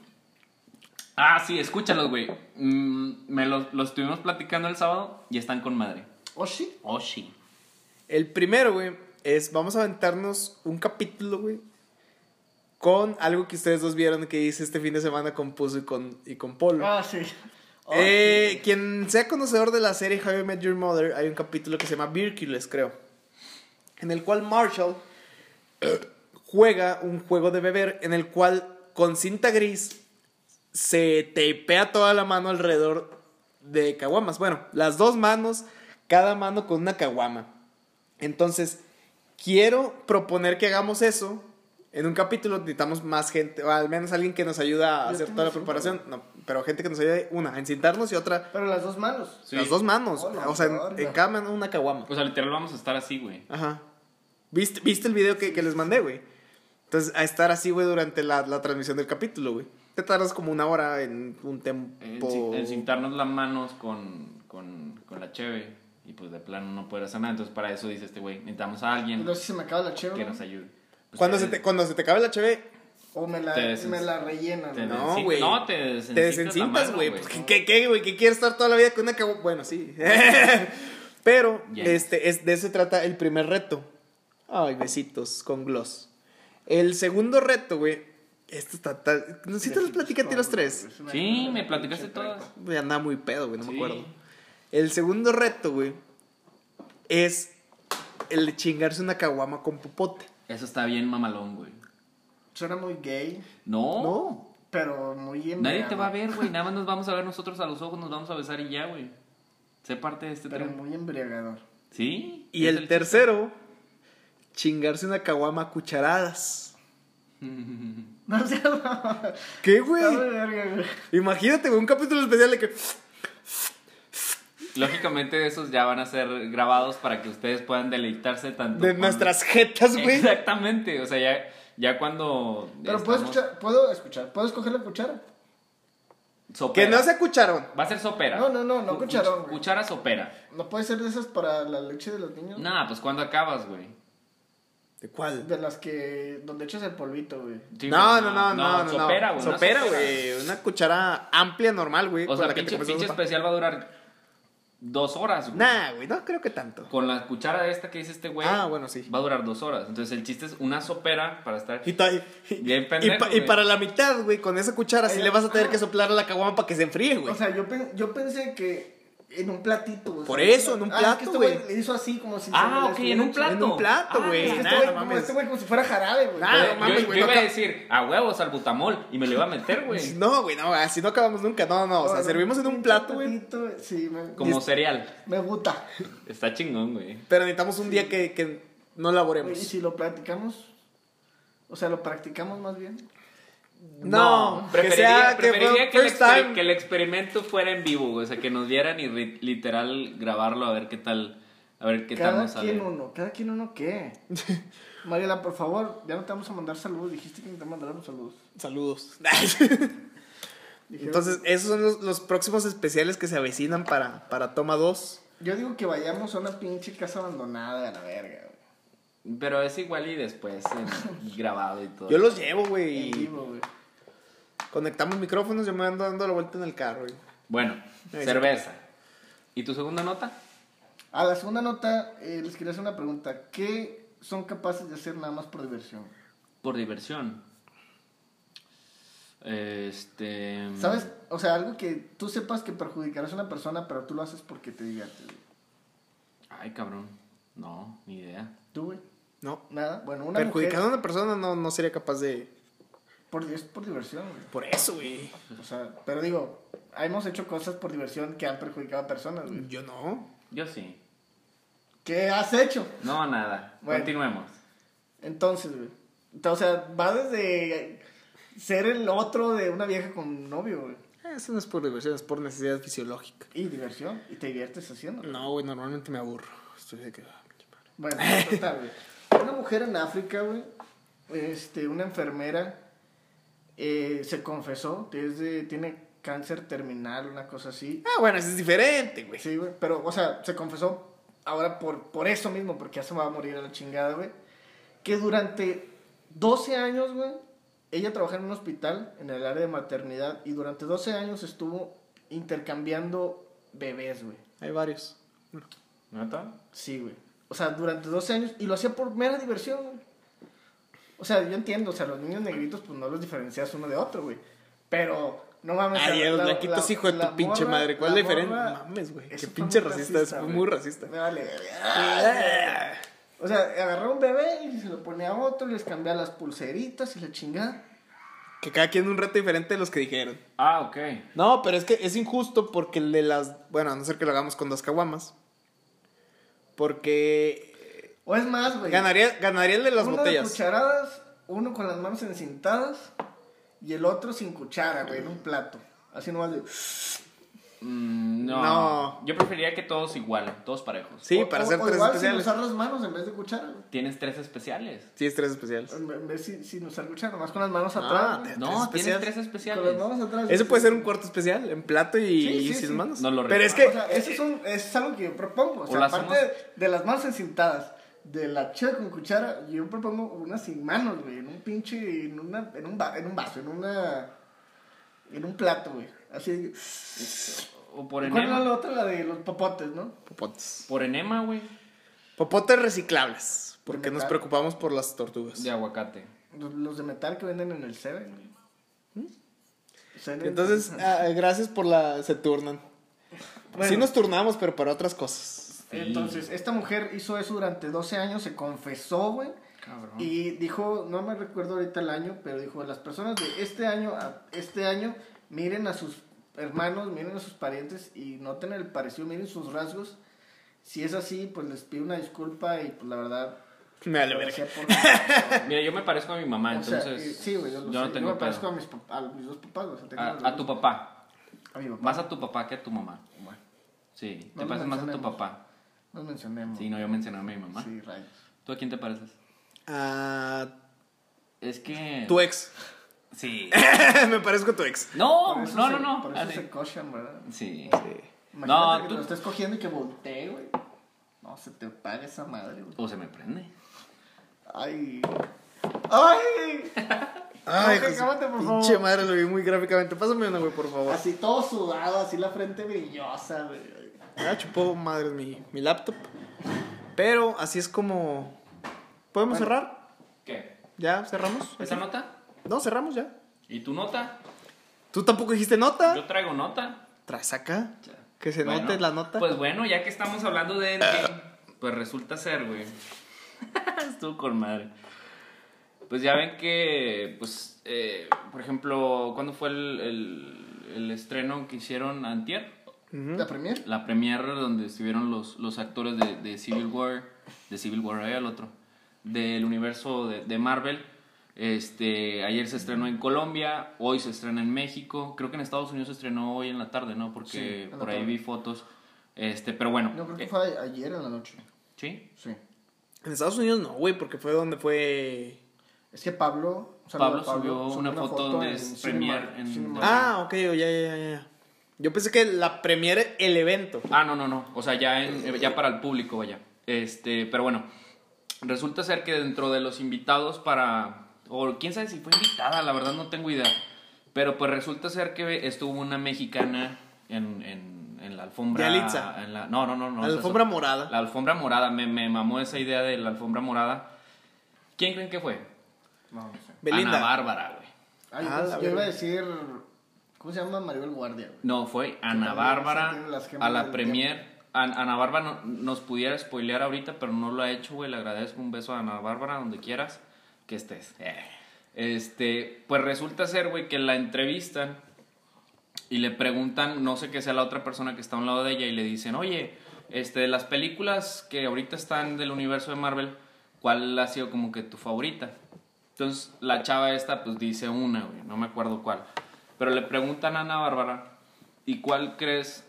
S1: Ah, sí, escúchalos, güey. Mm, me los, los estuvimos platicando el sábado y están con madre.
S2: ¿O sí?
S1: Oh, sí.
S3: El primero, güey, es vamos a aventarnos un capítulo, güey, con algo que ustedes dos vieron que hice este fin de semana con Puzo y con, y con Polo.
S2: Ah, sí. Oh,
S3: Eh, Quien sea conocedor de la serie How I Met Your Mother, hay un capítulo que se llama Vircules, creo. En el cual Marshall juega un juego de beber en el cual con cinta gris se tapea toda la mano alrededor de caguamas. Bueno, las dos manos, cada mano con una caguama. Entonces, quiero proponer que hagamos eso. En un capítulo necesitamos más gente, o al menos alguien que nos ayuda a
S2: Yo
S3: hacer
S2: tengo
S3: toda la
S2: cinta,
S3: preparación. No, pero gente que nos ayude, una, a encintarnos y otra,
S2: Pero las dos manos.
S1: Sí.
S3: las dos manos.
S2: Hola,
S3: o sea, en,
S2: verga.
S3: en cada mano una caguama.
S1: O sea, literal vamos a estar así, güey.
S3: Ajá. ¿Viste, ¿Viste el video que, que les mandé, güey? Entonces, a estar así, güey, durante la, la transmisión del capítulo, güey. Te tardas como una hora en un tiempo.
S1: Enci- Encintarnos las manos con, con, con la cheve. Y pues de plano no poder hacer nada. Entonces para eso dice este güey, necesitamos a alguien
S2: No sé si se me acaba la
S1: que
S2: chévere.
S1: nos ayude. Pues,
S3: Cuando se, te, cuando se te cabe la cheve,
S2: O me la,
S1: Te des-
S2: me la
S1: te
S2: rellenan.
S3: No,
S1: desenci-
S3: güey.
S1: No, te
S3: te,
S1: desencintas,
S3: desencintas,
S1: la mano,
S3: güey. Pues, ¿qué- ¿Qué, qué, güey? ¿Qué quieres estar toda la vida con una caguama? Bueno, sí. <laughs> Pero,
S1: Ya.
S3: este, es, de eso se trata el primer reto. Ay, besitos con gloss. El segundo reto, güey. Esto está tal. No sé si te los platicé a ti los tres.
S1: Sí, me platicaste todas.
S3: Güey, andaba muy pedo, güey, no me
S1: Sí.
S3: acuerdo. El segundo reto, güey, es el de chingarse una caguama con popote.
S1: Eso está bien mamalón, güey.
S2: Suena muy gay,
S1: No.
S3: No.
S2: pero muy en
S1: Nadie
S2: verano.
S1: te va a ver, güey. Nada más nos vamos a ver nosotros a los ojos, nos vamos a besar y ya, güey. Sé parte de este
S2: Pero
S1: tren.
S2: muy embriagador. <laughs>
S1: ¿Sí?
S3: Y
S1: es
S3: el tercero, chingarse una caguama a cucharadas.
S2: No sé, no.
S3: ¿Qué, güey?
S2: Está muy verga, güey.
S3: Imagínate, güey, un capítulo especial de que...
S1: Lógicamente esos ya van a ser grabados para que ustedes puedan deleitarse tanto.
S3: De
S1: con- <laughs>
S3: nuestras jetas, güey.
S1: Exactamente, o sea, ya, ya cuando...
S2: Pero puedo
S1: estamos-
S2: escuchar, puedo escuchar, puedo escoger la cuchara.
S1: Sopera.
S3: Que no se cucharón.
S1: Va a ser sopera.
S2: No, no, no, no
S1: Cu-
S2: cucharón,
S1: cuch-
S2: güey.
S1: Cuchara sopera.
S2: No puede ser de esas para la leche de los niños.
S1: Nah, pues cuando acabas, güey.
S3: ¿De cuál?
S2: De las que. donde echas el polvito, güey.
S1: Sí,
S3: no,
S1: güey,
S3: no, no, no, no.
S1: Sopera, güey. una
S3: Sopera, güey. Una cuchara amplia, normal, güey.
S1: O
S3: con
S1: sea,
S3: la que te
S1: pinche,
S3: comes una
S1: pinche
S3: sopa.
S1: especial va a durar dos horas, güey.
S3: Nah, güey, no creo que tanto.
S1: Con la cuchara esta que dice este güey.
S3: Ah, bueno, sí.
S1: Va a durar dos horas. Entonces el chiste es una sopera para estar...
S3: Y, ta- y-
S1: Bien
S3: y
S1: pendejo,
S3: pa- y
S1: güey.
S3: para la mitad, güey, con esa cuchara, sí
S2: Ay,
S3: le vas a tener que soplar a la caguama para que se enfríe, güey.
S2: O sea, yo, pen- yo pensé que. En un platito, güey.
S3: Por eso, en un
S2: Ah, es
S3: plato,
S2: que este
S3: güey.
S2: Le hizo así, como si. se
S1: Ah,
S2: le
S1: ok,
S2: estuviera
S1: en un
S2: echando-
S1: plato.
S3: En un plato,
S1: Ah,
S3: güey.
S2: Es que
S3: Nah,
S2: este güey,
S3: no
S2: como,
S3: mames.
S2: este güey como si fuera jarabe, güey.
S3: Nah,
S1: Yo-
S3: Ah, no mames,
S1: yo,
S3: güey, no
S1: iba a
S3: acab-
S1: decir, a huevos al butamol. Y me lo iba a meter,
S3: <laughs>
S1: güey.
S3: No, güey, no, así no acabamos nunca. No, no, o sea,
S2: Ahora,
S3: servimos en un plato, güey.
S2: platito, Sí, me,
S1: Como cereal.
S2: me gusta.
S1: Está chingón, güey.
S3: Pero necesitamos un día que, que no
S2: Oye,
S3: laboremos.
S2: Y si lo practicamos, o sea, lo practicamos más bien.
S3: No, que
S1: preferiría,
S3: sea que
S1: preferiría
S3: fue
S1: que, el
S3: first
S1: exper-
S3: time.
S1: que el experimento fuera en vivo, güey. O sea, que nos vieran y ri- literal grabarlo a ver qué tal. A ver qué tal
S2: cada
S1: nos
S2: quien
S1: sale.
S2: uno, cada quien uno
S3: <laughs>
S2: qué. Mariela, por favor, ya no te vamos a mandar saludos. Dijiste que no te mandaron saludos.
S3: Saludos.
S2: Dijeron-
S3: Entonces, esos son los, los próximos especiales que se avecinan para, para toma 2.
S2: yo digo que vayamos a una pinche casa abandonada, a la verga. güey.
S1: Pero es igual y después en- grabado y todo.
S3: Yo los llevo,
S2: En
S3: güey. y
S2: vivo, güey.
S3: Conectamos micrófonos, yo me ando dando la vuelta en el carro, güey.
S1: Bueno,
S3: Ahí
S1: cerveza. ¿Y tu segunda nota?
S2: A la segunda nota, eh, les quería hacer una pregunta. ¿Qué son capaces de hacer nada más por diversión?
S1: Por diversión. Este.
S2: ¿Sabes? O sea, algo que tú sepas que perjudicarás a una persona, pero tú lo haces porque te diviertes. güey.
S1: Ay, cabrón. No, ni idea.
S2: ¿Tú, güey?
S3: No.
S2: Nada. Bueno, una
S3: Perjudicar a
S2: mujer...
S3: una persona no, no sería capaz de.
S2: Por, es por diversión, güey.
S3: Por eso, güey.
S2: O sea, pero digo, hemos hecho cosas por diversión que han perjudicado a personas, güey.
S3: Yo no.
S1: Yo sí.
S2: ¿Qué has hecho?
S1: No, nada.
S2: Bueno.
S1: Continuemos.
S2: Entonces, güey. Ento- O sea, va desde ser el otro de una vieja con novio, güey.
S3: Eh, Eso no es por diversión, es por necesidad fisiológica.
S2: Y diversión. Y te diviertes haciendo.
S3: No, güey, normalmente me aburro. Estoy de que. ah, pinche madre.
S2: Bueno, total, güey. Una mujer en África, güey. Este, una enfermera. eh, se confesó. que es de- tiene cáncer terminal, una cosa así.
S3: Ah, bueno, eso es diferente, güey.
S2: Sí, güey. Pero, o sea, se confesó ahora por, por eso mismo, porque ya se me va a morir a la chingada, güey. Que durante 12 años, güey, ella trabajaba en un hospital en el área de maternidad y durante 12 años estuvo intercambiando bebés, güey.
S3: Hay varios.
S1: ¿Neta?
S2: Sí, güey. O sea, durante 12 años y lo hacía por mera diversión, güey. O sea, yo entiendo, o sea, los niños negritos, pues no los diferencias uno de otro, güey. Pero, no mames.
S3: Ay,
S2: la-
S3: a los
S2: la-
S3: blanquitos,
S2: la-
S3: hijo de
S2: la
S3: tu pinche
S2: morra-
S3: madre. ¿Cuál
S2: la
S3: es la diferencia?
S2: morra-
S3: Mames, güey.
S2: Eso
S3: Qué
S2: fue
S3: pinche
S2: muy
S3: racista, eso fue
S2: güey.
S3: muy racista. Eh,
S2: Me vale, verga. O sea, agarraba un bebé y se lo ponía a otro, les cambiaba las pulseritas y la chingada.
S3: Que cada quien un reto diferente de los que dijeron.
S1: Ah, ok.
S3: No, pero es que es injusto porque el de las. Bueno, a no ser que lo hagamos con dos caguamas. Porque.
S2: O es más, güey.
S3: Ganaría, ganaría el de las
S2: uno
S3: botellas.
S2: de cucharadas, uno con las manos encintadas y el otro sin cuchara, güey, en un plato. Así nomás de...
S1: Mm, no.
S3: No.
S1: Yo preferiría que todos igual, todos parejos.
S3: Sí,
S2: O-
S3: para
S2: o-
S3: hacer
S2: o
S3: tres
S2: igual
S3: especiales.
S2: sin usar las manos en vez de cuchara, güey.
S1: Tienes tres especiales.
S3: Sí, es tres especiales.
S2: En- En vez sin, sin usar cuchara, nomás con las manos
S3: Ah,
S2: atrás. güey.
S3: te-
S1: No,
S3: Tres
S1: tienes
S3: especiales.
S1: tres
S2: Con las
S1: especiales.
S2: manos atrás.
S3: Ese
S2: güey.
S3: puede ser un Ah, cuarto especial, en plato y,
S2: Sí, sí,
S3: y
S2: sí.
S3: sin manos.
S1: No lo
S3: pero es
S2: O
S3: que
S2: sea, eso es, un- es algo que yo propongo. O sea,
S1: la
S2: aparte
S1: hacemos-
S2: de las manos encintadas, de la chela con cuchara, yo propongo una sin manos, güey. En un pinche. En, una, en, un, va- en un vaso, en una. En un plato, güey. Así.
S1: O por
S2: ¿Cuál era
S1: enema.
S2: la otra? La de los popotes, ¿no?
S3: popotes.
S1: Por enema, güey.
S3: Popotes reciclables, porque
S2: De
S3: nos
S2: metal.
S3: preocupamos por las tortugas.
S2: Pues,
S1: De aguacate.
S2: Los, los de metal que venden en el Seven, güey. ¿Mm? Seven. <laughs>
S3: Entonces, ah, gracias por la se turnan.
S2: Bueno.
S3: Sí nos turnamos, pero para otras cosas.
S1: Sí.
S2: Entonces, esta mujer hizo eso durante 12 años, se confesó, güey.
S1: Cabrón.
S2: Y dijo, no me recuerdo ahorita el año, pero dijo, las personas de este año a este año miren a sus hermanos, miren a sus parientes y noten el parecido, miren sus rasgos. Si es así, pues les pido una disculpa y pues la verdad...
S3: Me vale
S2: lo
S3: verga.
S2: hacía
S1: <laughs>
S2: por-
S1: Mira, yo me parezco a mi mamá,
S2: o sea,
S1: Ah, entonces.
S2: eh, sí, güey, yo, lo
S1: yo
S2: sé.
S1: no tengo
S2: me parezco a
S1: pedo.
S2: mis, pap- a mis dos papás. o sea, tengo los
S1: a, a tu
S2: dos-
S1: papá.
S2: A mi papá.
S1: Más a tu papá que a tu mamá.
S2: Bueno,
S1: Sí, te
S2: No lo
S1: pareces más a tu
S2: mencionemos.
S1: papá.
S2: nos mencionemos.
S1: Sí, no, yo mencioné a mi mamá.
S2: Sí, rayos.
S1: ¿Tú a quién te pareces?
S3: Ah,
S1: Es que.
S3: tu ex. <laughs>
S1: Sí.
S3: Me parezco a tu ex.
S1: No,
S2: e- Por eso
S1: no,
S2: se-
S1: no, no. Ah,
S2: Por eso
S1: Así.
S2: se cochan, ¿verdad?
S1: Sí.
S2: Imagínate
S1: No,
S2: que
S1: tú-
S2: te lo estés cogiendo y que voltee, güey. No, se te paga esa madre, güey.
S1: O se me prende.
S2: Ay. ¡Ay! Jorge,
S3: Ay, José,
S2: cámate, por favor. Ah.
S3: pinche madre, lo vi muy gráficamente. Pásame una, güey, por favor.
S2: Así todo sudado, así la frente brillosa, güey.
S3: Ya Ah, chupó madre mi, mi laptop. Pero así es como. ¿Podemos cerrar?
S1: ¿Qué?
S3: ¿Ya cerramos?
S1: ¿Esa nota?
S3: No, cerramos ya.
S1: ¿Y tu nota?
S3: ¿Tú tampoco dijiste nota?
S1: Yo traigo nota.
S3: Traes acá. Ah. Que se
S1: Bueno,
S3: note la nota.
S1: Pues bueno, ya que estamos hablando de Endgame, pues resulta ser, güey. <laughs> Estuvo con madre. Pues ya ven que, pues, eh, por ejemplo, ¿cuándo fue el, el- el estreno que hicieron antier?
S3: ¿Mm?
S2: ¿La premier?
S1: La premiere donde estuvieron los, los actores de, de Civil War, de Civil War, ahí el otro, del universo de, de Marvel. Este, ayer se estrenó en Colombia, hoy se estrena en México, creo que en Estados Unidos se estrenó hoy en la tarde, ¿no?
S2: Sí,
S1: Porque
S2: en la
S1: por ahí
S2: tarde.
S1: vi fotos. Este, pero bueno.
S2: No, creo que
S1: eh,
S2: fue a- ayer en la noche.
S1: ¿Sí?
S2: Sí.
S3: En Estados Unidos no, güey, porque fue donde fue.
S2: Es que Pablo. un saludo
S1: Pablo
S2: a
S1: subió una foto donde es
S2: Cinema-
S1: premier en-
S2: Cinema-
S3: Ah, ok, ya, ya, ya, ya. Yo pensé que la premiere, el evento.
S1: Ah, no, no, no. O sea, ya, en- eh, ya para el público, vaya. Este, pero bueno. Resulta ser que dentro de los invitados para. O quién sabe si fue invitada, la verdad no tengo idea. Pero pues resulta ser que estuvo una mexicana en, en- en la alfombra.
S3: Yalitza.
S1: en la- no, no, no, no.
S3: La
S1: o sea,
S3: alfombra
S1: eso-
S3: morada.
S1: La alfombra morada. Me, me mamó esa idea de la alfombra morada. ¿Quién creen que fue?
S2: No, no sé.
S3: Belinda.
S1: Ana Bárbara, güey.
S2: Ay,
S3: Ah, la
S2: yo iba
S3: verga.
S2: a decir. ¿Cómo se llama Maribel Guardia? güey?
S1: No, fue Ana
S2: también se
S1: Bárbara
S2: tiene las gemas
S1: a la
S2: del
S1: premier. An- Ana Bárbara no- nos pudiera spoilear ahorita, pero no lo ha hecho, güey. Le agradezco un beso a Ana Bárbara, donde quieras que estés. Eh. Este, pues resulta ser, güey, que la entrevistan y le preguntan, no sé qué sea la otra persona que está a un lado de ella, y le dicen, oye, este, de las películas que ahorita están del universo de Marvel, ¿cuál ha sido como que tu favorita? Entonces, la chava esta, pues dice una, güey, no me acuerdo cuál. Pero le preguntan a Ana Bárbara, ¿y cuál crees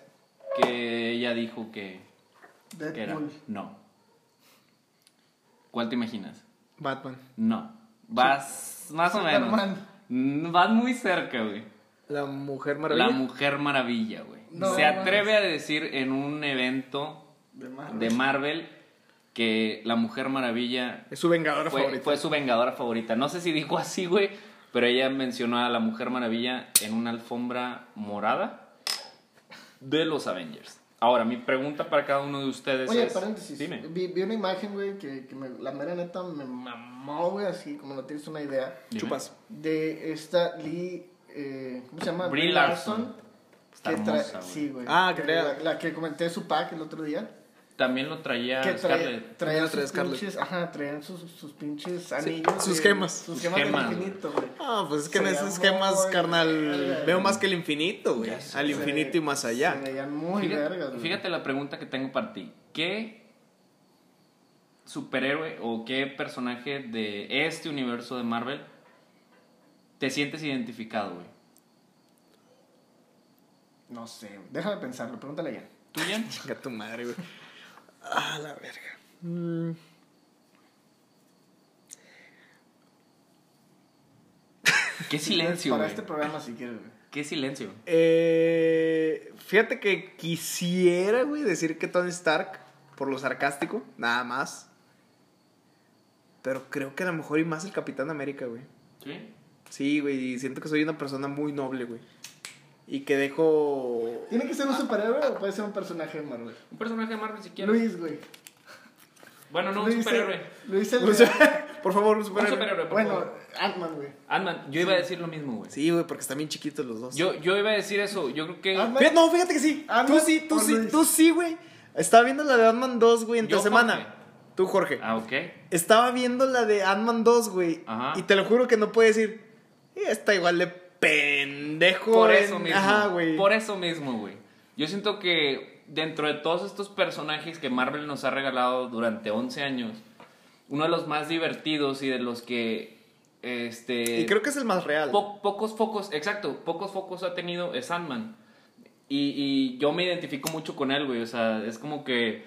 S1: que ella dijo que, que era?
S2: Deadpool.
S1: No. ¿Cuál te imaginas?
S3: Batman.
S1: No. Vas más o menos.
S2: Superman.
S1: Mm, Vas muy cerca, güey.
S3: La Mujer Maravilla.
S1: La Mujer Maravilla, güey.
S2: No,
S1: Se
S2: no
S1: atreve a decir en un evento
S2: De Marvel.
S1: de Marvel que la Mujer Maravilla
S3: es su vengadora
S1: fue,
S3: favorita.
S1: fue su vengadora favorita. No sé si dijo así, güey, pero ella mencionó a la Mujer Maravilla en una alfombra morada de los Avengers. Ahora, mi pregunta para cada uno de ustedes
S2: Oye,
S1: es...
S2: paréntesis.
S1: Dime.
S2: Vi, vi una imagen, güey, que, que me- la mera neta me mamó, güey, así como no tienes una idea.
S1: Dime.
S3: Chupas.
S2: De esta Lee. eh, ¿Cómo se llama?
S1: Brie Larson. Está
S2: que tra-
S1: hermosa, güey.
S2: sí, güey.
S3: Ah,
S2: que
S3: que traía-
S2: la, la que comenté su pack el otro día.
S1: También lo traía
S2: que traía,
S1: Ah, Scarlett.
S2: traía
S3: Traía
S2: sus
S3: Scarlett.
S2: pinches, ajá, traían sus, sus pinches anillos.
S3: sus
S2: de-
S3: gemas.
S2: Sus
S1: Sus
S2: gemas del
S1: gemas,
S2: infinito, güey.
S3: Ah, pues es que
S2: Se
S3: en esos
S2: llamó,
S3: gemas,
S2: güey.
S3: carnal, veo más que el infinito, güey.
S1: Ya sé.
S3: Al
S2: Se-
S3: infinito y más allá.
S2: Se veían muy
S1: Fíjate,
S2: vergas, güey.
S1: fíjate la pregunta que tengo para ti. ¿Qué superhéroe o qué personaje de este universo de Marvel te sientes identificado, güey?
S2: No sé, déjame pensarlo, pregúntale ya.
S1: ¿Tú, Jan?
S3: Chinga tu madre, güey. Ah,
S2: <laughs>
S3: la verga. Mm.
S1: Qué silencio,
S2: Para
S1: güey.
S2: este programa, si quieres, güey.
S1: Qué silencio.
S3: Eh, fíjate que quisiera, güey, decir que Tony Stark, por lo sarcástico, nada más. Pero creo que a lo mejor y más el Capitán América, güey.
S1: ¿Sí?
S3: Sí, güey, y siento que soy una persona muy noble, güey. Y que dejo... <laughs>
S2: ¿Tiene que ser un superhéroe o puede ser un personaje de Marvel?
S1: Un personaje de Marvel si quieres.
S2: Luis, güey.
S1: Bueno, no,
S2: Luis
S1: un
S2: el-
S1: superhéroe.
S2: Luis el.
S3: O sea, por favor, un
S1: Un
S2: <laughs>
S3: superhéroe.
S1: superhéroe, por
S2: bueno,
S1: favor.
S2: Ant-Man, güey.
S1: Ant-Man, yo iba a decir lo mismo, güey.
S3: Sí, güey, porque están bien chiquitos los dos.
S1: Yo, Ah, yo iba a decir eso. Yo creo que.
S2: Ant-Man.
S3: Fíjate- no, fíjate que sí. Tú
S2: Ant-Man
S3: sí, tú
S2: o
S3: sí,
S2: Luis.
S3: tú sí, güey. Estaba viendo la de Ant-Man 2, güey, entre
S1: Yo,
S3: semana.
S1: Jorge.
S3: Tú, Jorge.
S1: Ah, ok.
S3: Estaba viendo la de Ant-Man 2, güey.
S1: Ajá.
S3: Y te lo juro que no puedo decir. "Eh, Está igual de pendejo.
S1: Por
S3: en-
S1: eso mismo.
S3: Ajá, güey.
S1: Por eso mismo, güey. Yo siento que dentro de todos estos personajes que Marvel nos ha regalado durante 11 años, uno de los más divertidos y de los que. Este.
S3: Y creo que es el más real.
S1: po- pocos focos, exacto, pocos focos ha tenido es Sandman. Y, y yo me identifico mucho con él, güey. O sea, es como que.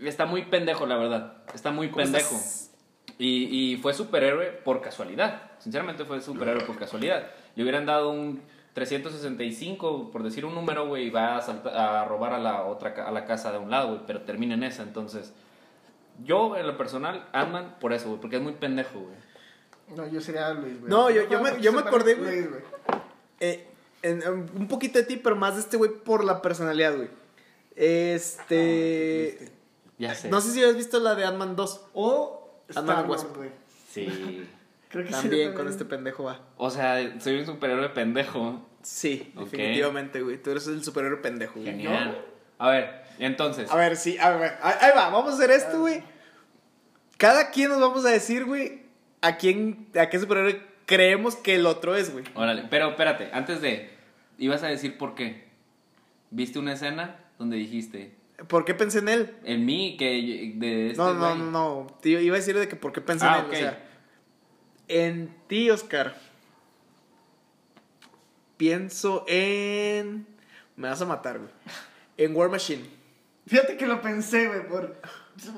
S1: Está muy pendejo, la verdad. Está muy
S3: ¿Cómo
S1: pendejo.
S3: estás?
S1: Y, y fue superhéroe por casualidad. Sinceramente fue superhéroe por casualidad. Le hubieran dado un 365, por decir un número, güey, y va a, salta- a robar a la otra ca- a la casa de un lado, güey, pero termina en esa. Entonces, yo en lo personal, Ant-Man por eso, güey, porque es muy pendejo, güey.
S2: No, yo sería Luis, güey.
S3: No, yo- yo me- yo me acordé, güey.
S2: Luis, güey.
S3: Eh, en- en- un poquito de ti, pero más de este güey por la personalidad, güey.
S2: Ah,
S3: Este.
S1: Ya sé.
S3: no sé si habías visto la de Ant-Man 2.
S2: O
S3: Ant-Man
S2: Star Wars,
S3: Wasp.
S2: güey.
S1: Sí.
S2: Creo que sí,
S3: También con este pendejo va.
S1: O sea, soy un superhéroe pendejo.
S3: Sí,
S1: Ok.
S3: definitivamente, güey. Tú eres el superhéroe pendejo, güey.
S1: Genial. A ver, entonces.
S3: A ver, sí, a ver, ahí ahí va, vamos a hacer esto, güey. Cada quien nos vamos a decir, güey, a quién, a qué superhéroe creemos que el otro es, güey.
S1: Órale, pero espérate, antes de. Ibas a decir por qué. ¿Viste una escena donde dijiste.
S3: ¿Por qué pensé en él?
S1: En mí, que de este
S3: no, no,
S1: güey?
S3: no, no, te iba a decir de que por qué pensé
S1: Ah,
S3: en él,
S1: ok.
S3: o sea, en ti, Oscar. Pienso en me vas a matar, güey. En War Machine,
S2: Fíjate que lo pensé, güey, por...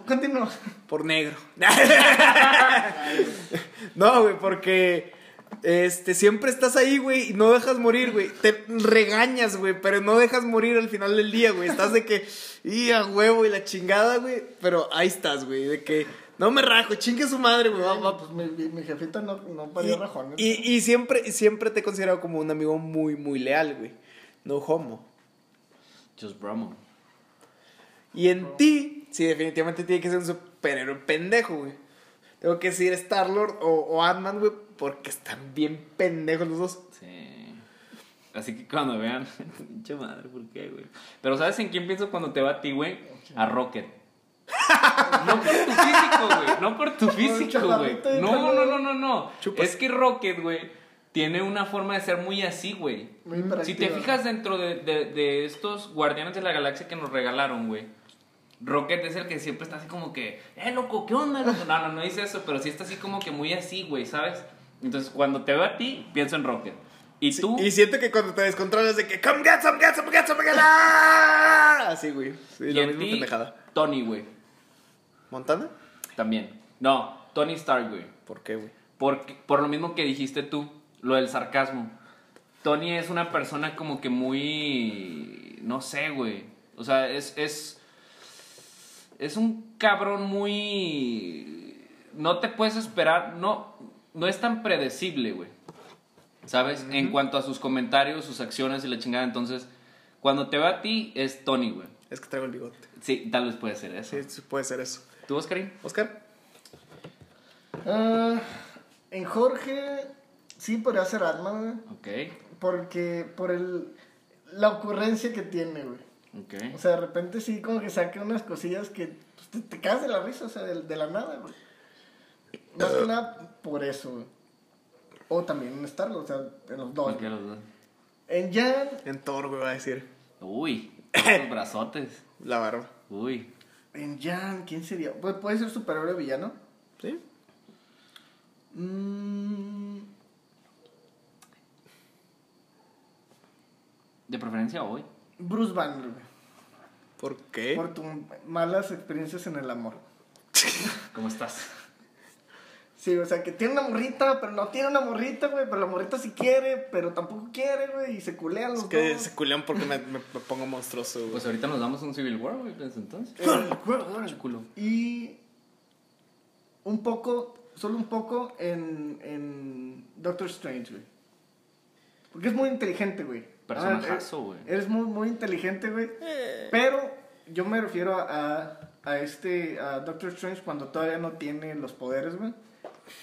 S2: Continúa.
S3: por negro. <laughs> No, güey, porque este, siempre estás ahí, güey, y no dejas morir, güey. Te regañas, güey, pero no dejas morir al final del día, güey. Estás de que, y a huevo y la chingada, güey. Pero ahí estás, güey, de que no me rajo, chingue su madre, güey.
S2: <laughs>
S3: va,
S2: No,
S3: va.
S2: pues mi, mi- mi jefita no, no parió
S3: Y-
S2: rajones.
S3: Y, y siempre, y siempre te he considerado como un amigo muy, muy leal, güey. No homo.
S1: Just bromo.
S3: Y en ti, sí, definitivamente tiene que ser un superhéroe pendejo, güey. Tengo que decir Star-Lord o, o Ant-Man, güey, porque están bien pendejos los dos.
S1: Sí. Así que cuando vean, <laughs> pinche madre, ¿por qué, güey? Pero ¿sabes en quién pienso cuando te va a ti, güey? A Rocket. No por tu físico, güey. No por tu físico, güey.
S2: chaparrito de
S1: No, no, no, no, no.
S3: Chupas.
S1: Es que Rocket, güey, tiene una forma de ser muy así, güey.
S2: Muy hiperactivo.
S1: Si te fijas dentro de, de- de estos Guardianes de la Galaxia que nos regalaron, güey. Rocket es el que siempre está así como que, eh, loco, ¿qué onda? loco?" No, no, no dice eso, pero sí está así como que muy así, güey, ¿sabes? Entonces, cuando te veo a ti, pienso en Rocket. Y tú...
S3: Y siento que cuando te descontrolas de que come get some, get some, get some, get some. ¡Ah! Así, güey. Sí,
S1: y
S3: lo
S1: en
S3: mismo
S1: ti,
S3: pendejada.
S1: Tony, güey.
S3: ¿Montana?
S1: También. No, Tony Stark, güey.
S3: ¿Por qué, güey?
S1: Por, por lo mismo que dijiste tú, lo del sarcasmo. Tony es una persona como que muy... No sé, güey. O sea, es... Es, es un cabrón muy... No te puedes esperar, no, no es tan predecible, güey. ¿Sabes? En cuanto a sus comentarios, sus acciones y la chingada. Entonces, cuando te va a ti, es Tony, güey.
S3: Es que traigo el bigote.
S1: Sí, tal vez puede ser eso.
S3: Sí, sí, puede ser eso.
S1: ¿Tú, Oscarín?
S3: Oscar,
S2: Ah, en Jorge, sí podría ser Atman, güey.
S1: Ok,
S2: Porque por el, la ocurrencia que tiene, güey.
S1: ok.
S2: O sea, de repente sí, como que saca unas cosillas que pues, te, te cagas de la risa, o sea, de, de la nada, güey. Más
S3: Eh.
S2: que nada por eso, güey. O también en Star, o sea, en los dos.
S1: Ok, los dos.
S2: En Jan,
S3: en Thor, güey, va a decir.
S2: <coughs>
S1: Uy, los brazotes.
S3: La barba.
S1: Uy.
S2: en Jan, ¿quién sería? Pu- puede ser superhéroe villano.
S3: ¿Sí?
S2: Mm,
S1: De preferencia hoy.
S2: Bruce Banner, güey.
S3: ¿Por qué?
S2: Por tus malas experiencias en el amor.
S1: ¿Cómo estás?
S2: Sí, o sea, que tiene una morrita, pero no tiene una morrita, güey. Pero la morrita sí quiere, pero tampoco quiere, güey. Y se culean los
S3: Es que
S2: dos.
S3: se culean porque me, me- me pongo monstruoso, güey.
S1: Pues ahorita nos damos un Civil War, güey, pues, entonces.
S2: Eh,
S1: Culo.
S2: y un poco, solo un poco en, en Doctor Strange, güey. Porque es muy inteligente, güey.
S1: Personajazo,
S2: Ah,
S1: güey.
S2: eh, Eres muy, muy inteligente, güey. Pero yo me refiero a, a este, a Doctor Strange cuando todavía no tiene los poderes, güey.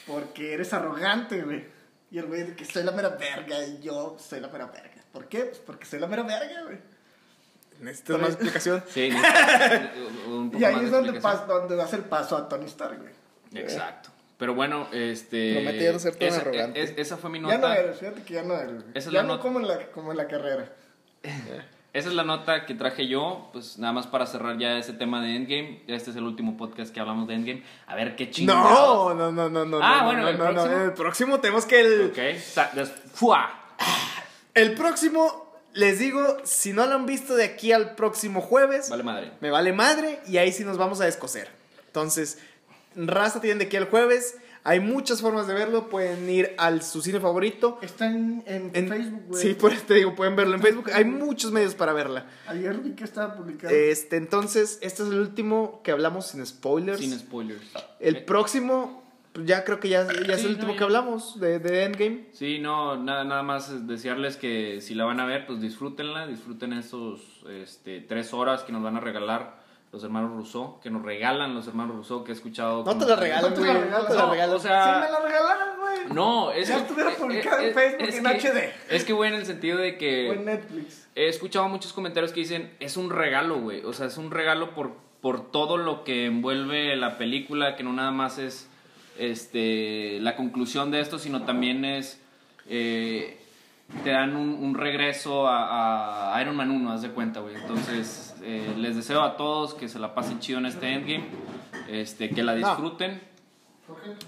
S2: Porque eres arrogante, güey. Y el güey de que soy la mera verga y yo soy la mera verga. ¿Por qué? Pues porque soy la mera verga, güey.
S3: ¿Necesitas más explicación?
S1: Sí, necesitas un poco
S2: Y ahí
S1: más de
S2: es donde,
S1: explicación.
S2: pas- donde das el paso a Tony Stark, güey.
S1: Exacto. Pero bueno, este.
S3: Prometí ya no ser tan
S1: esa,
S3: arrogante.
S1: es- esa fue mi
S2: Ya no
S1: nota.
S2: eres, fíjate que ya no eres. güey.
S1: Esa es la
S2: ya no
S1: nota.
S2: como en, la, como en la carrera.
S1: Esa es la nota que traje yo, pues nada más para cerrar ya ese tema de Endgame. Este es el último podcast que hablamos de Endgame. A ver qué chingados.
S3: No, no, no, no, no.
S1: Ah,
S3: no,
S1: bueno,
S3: no,
S1: el
S3: no, no.
S1: próximo.
S3: El próximo tenemos que el.
S1: Ok. sa- des- ¡Fua!
S3: El próximo, les digo, si no lo han visto de aquí al próximo jueves,
S1: Vale madre.
S3: me vale madre y ahí sí nos vamos a descoser. Entonces, raza tienen de aquí al jueves. Hay muchas formas de verlo. Pueden ir al su cine favorito.
S2: Está en, en
S3: En-
S2: Facebook, güey.
S3: Sí, por eso te digo, pueden verlo en Facebook. Hay muchos medios para verla.
S2: Ayer vi que estaba publicado.
S1: Eh,
S3: Este, entonces, este es el último que hablamos sin spoilers.
S1: Sin spoilers.
S3: el
S1: Ok.
S3: próximo, pues, ya creo que ya, ya es
S1: Sí,
S3: el
S1: no,
S3: último
S1: ya.
S3: que hablamos de, de Endgame.
S1: Sí, no, nada, nada más desearles que si la van a ver, pues disfrútenla, disfruten esos este, tres horas que nos van a regalar los hermanos Rousseau, que nos regalan los hermanos Rousseau, que he escuchado...
S3: No
S1: como-
S3: te la regalan,
S2: te
S3: güey.
S2: la
S3: No te
S2: regalan.
S3: la
S1: No,
S3: regalan.
S1: o sea-
S2: Sí, me la regalaron, güey.
S1: No, es
S2: Ya
S1: que-
S2: estuviera
S1: eh,
S2: publicado en
S1: eh,
S2: Facebook en
S1: que-
S2: HD.
S1: Es que, güey, en el sentido de que...
S2: O en Netflix.
S1: He escuchado muchos comentarios que dicen, es un regalo, güey. O sea, es un regalo por, por todo lo que envuelve la película, que no nada más es este, la conclusión de esto, sino también es... eh, te dan un, un regreso a, a Iron Man 1, haz de cuenta, güey. Entonces, eh, les deseo a todos que se la pasen chido en este Endgame, este, que la
S3: No.
S1: disfruten.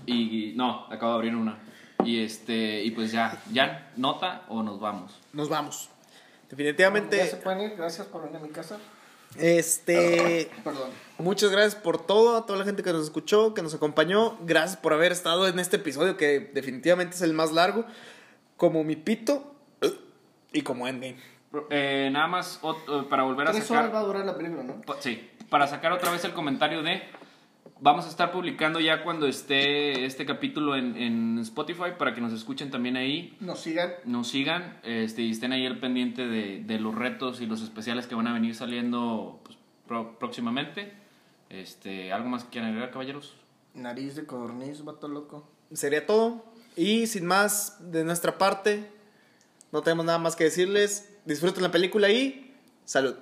S1: Y, y- no, acabo de abrir una. Y, este, y pues ya, ya, nota o nos vamos.
S3: Nos vamos. Definitivamente.
S2: Ya se pueden ir. Gracias por venir a mi casa.
S3: Este,
S2: Perdón.
S3: muchas gracias por todo, a toda la gente que nos escuchó, que nos acompañó. Gracias por haber estado en este episodio que definitivamente es el más largo, como mi pito y como Endgame.
S1: Eh, nada más ot- eh, para volver a
S2: Tres horas va a
S1: sacar.
S2: durar la película, ¿no?
S1: pa- sí, para sacar otra vez el comentario de. Vamos a estar publicando ya cuando esté este capítulo en, en Spotify para que nos escuchen también ahí,
S2: Nos sigan.
S1: nos sigan este, y estén ahí al pendiente de, de los retos y los especiales que van a venir saliendo pues, pro- próximamente. Este, ¿Algo más que quieran agregar, caballeros?
S2: Nariz de codorniz, vato loco.
S3: Sería todo. Y sin más de nuestra parte, no tenemos nada más que decirles. Disfruten la película y salud.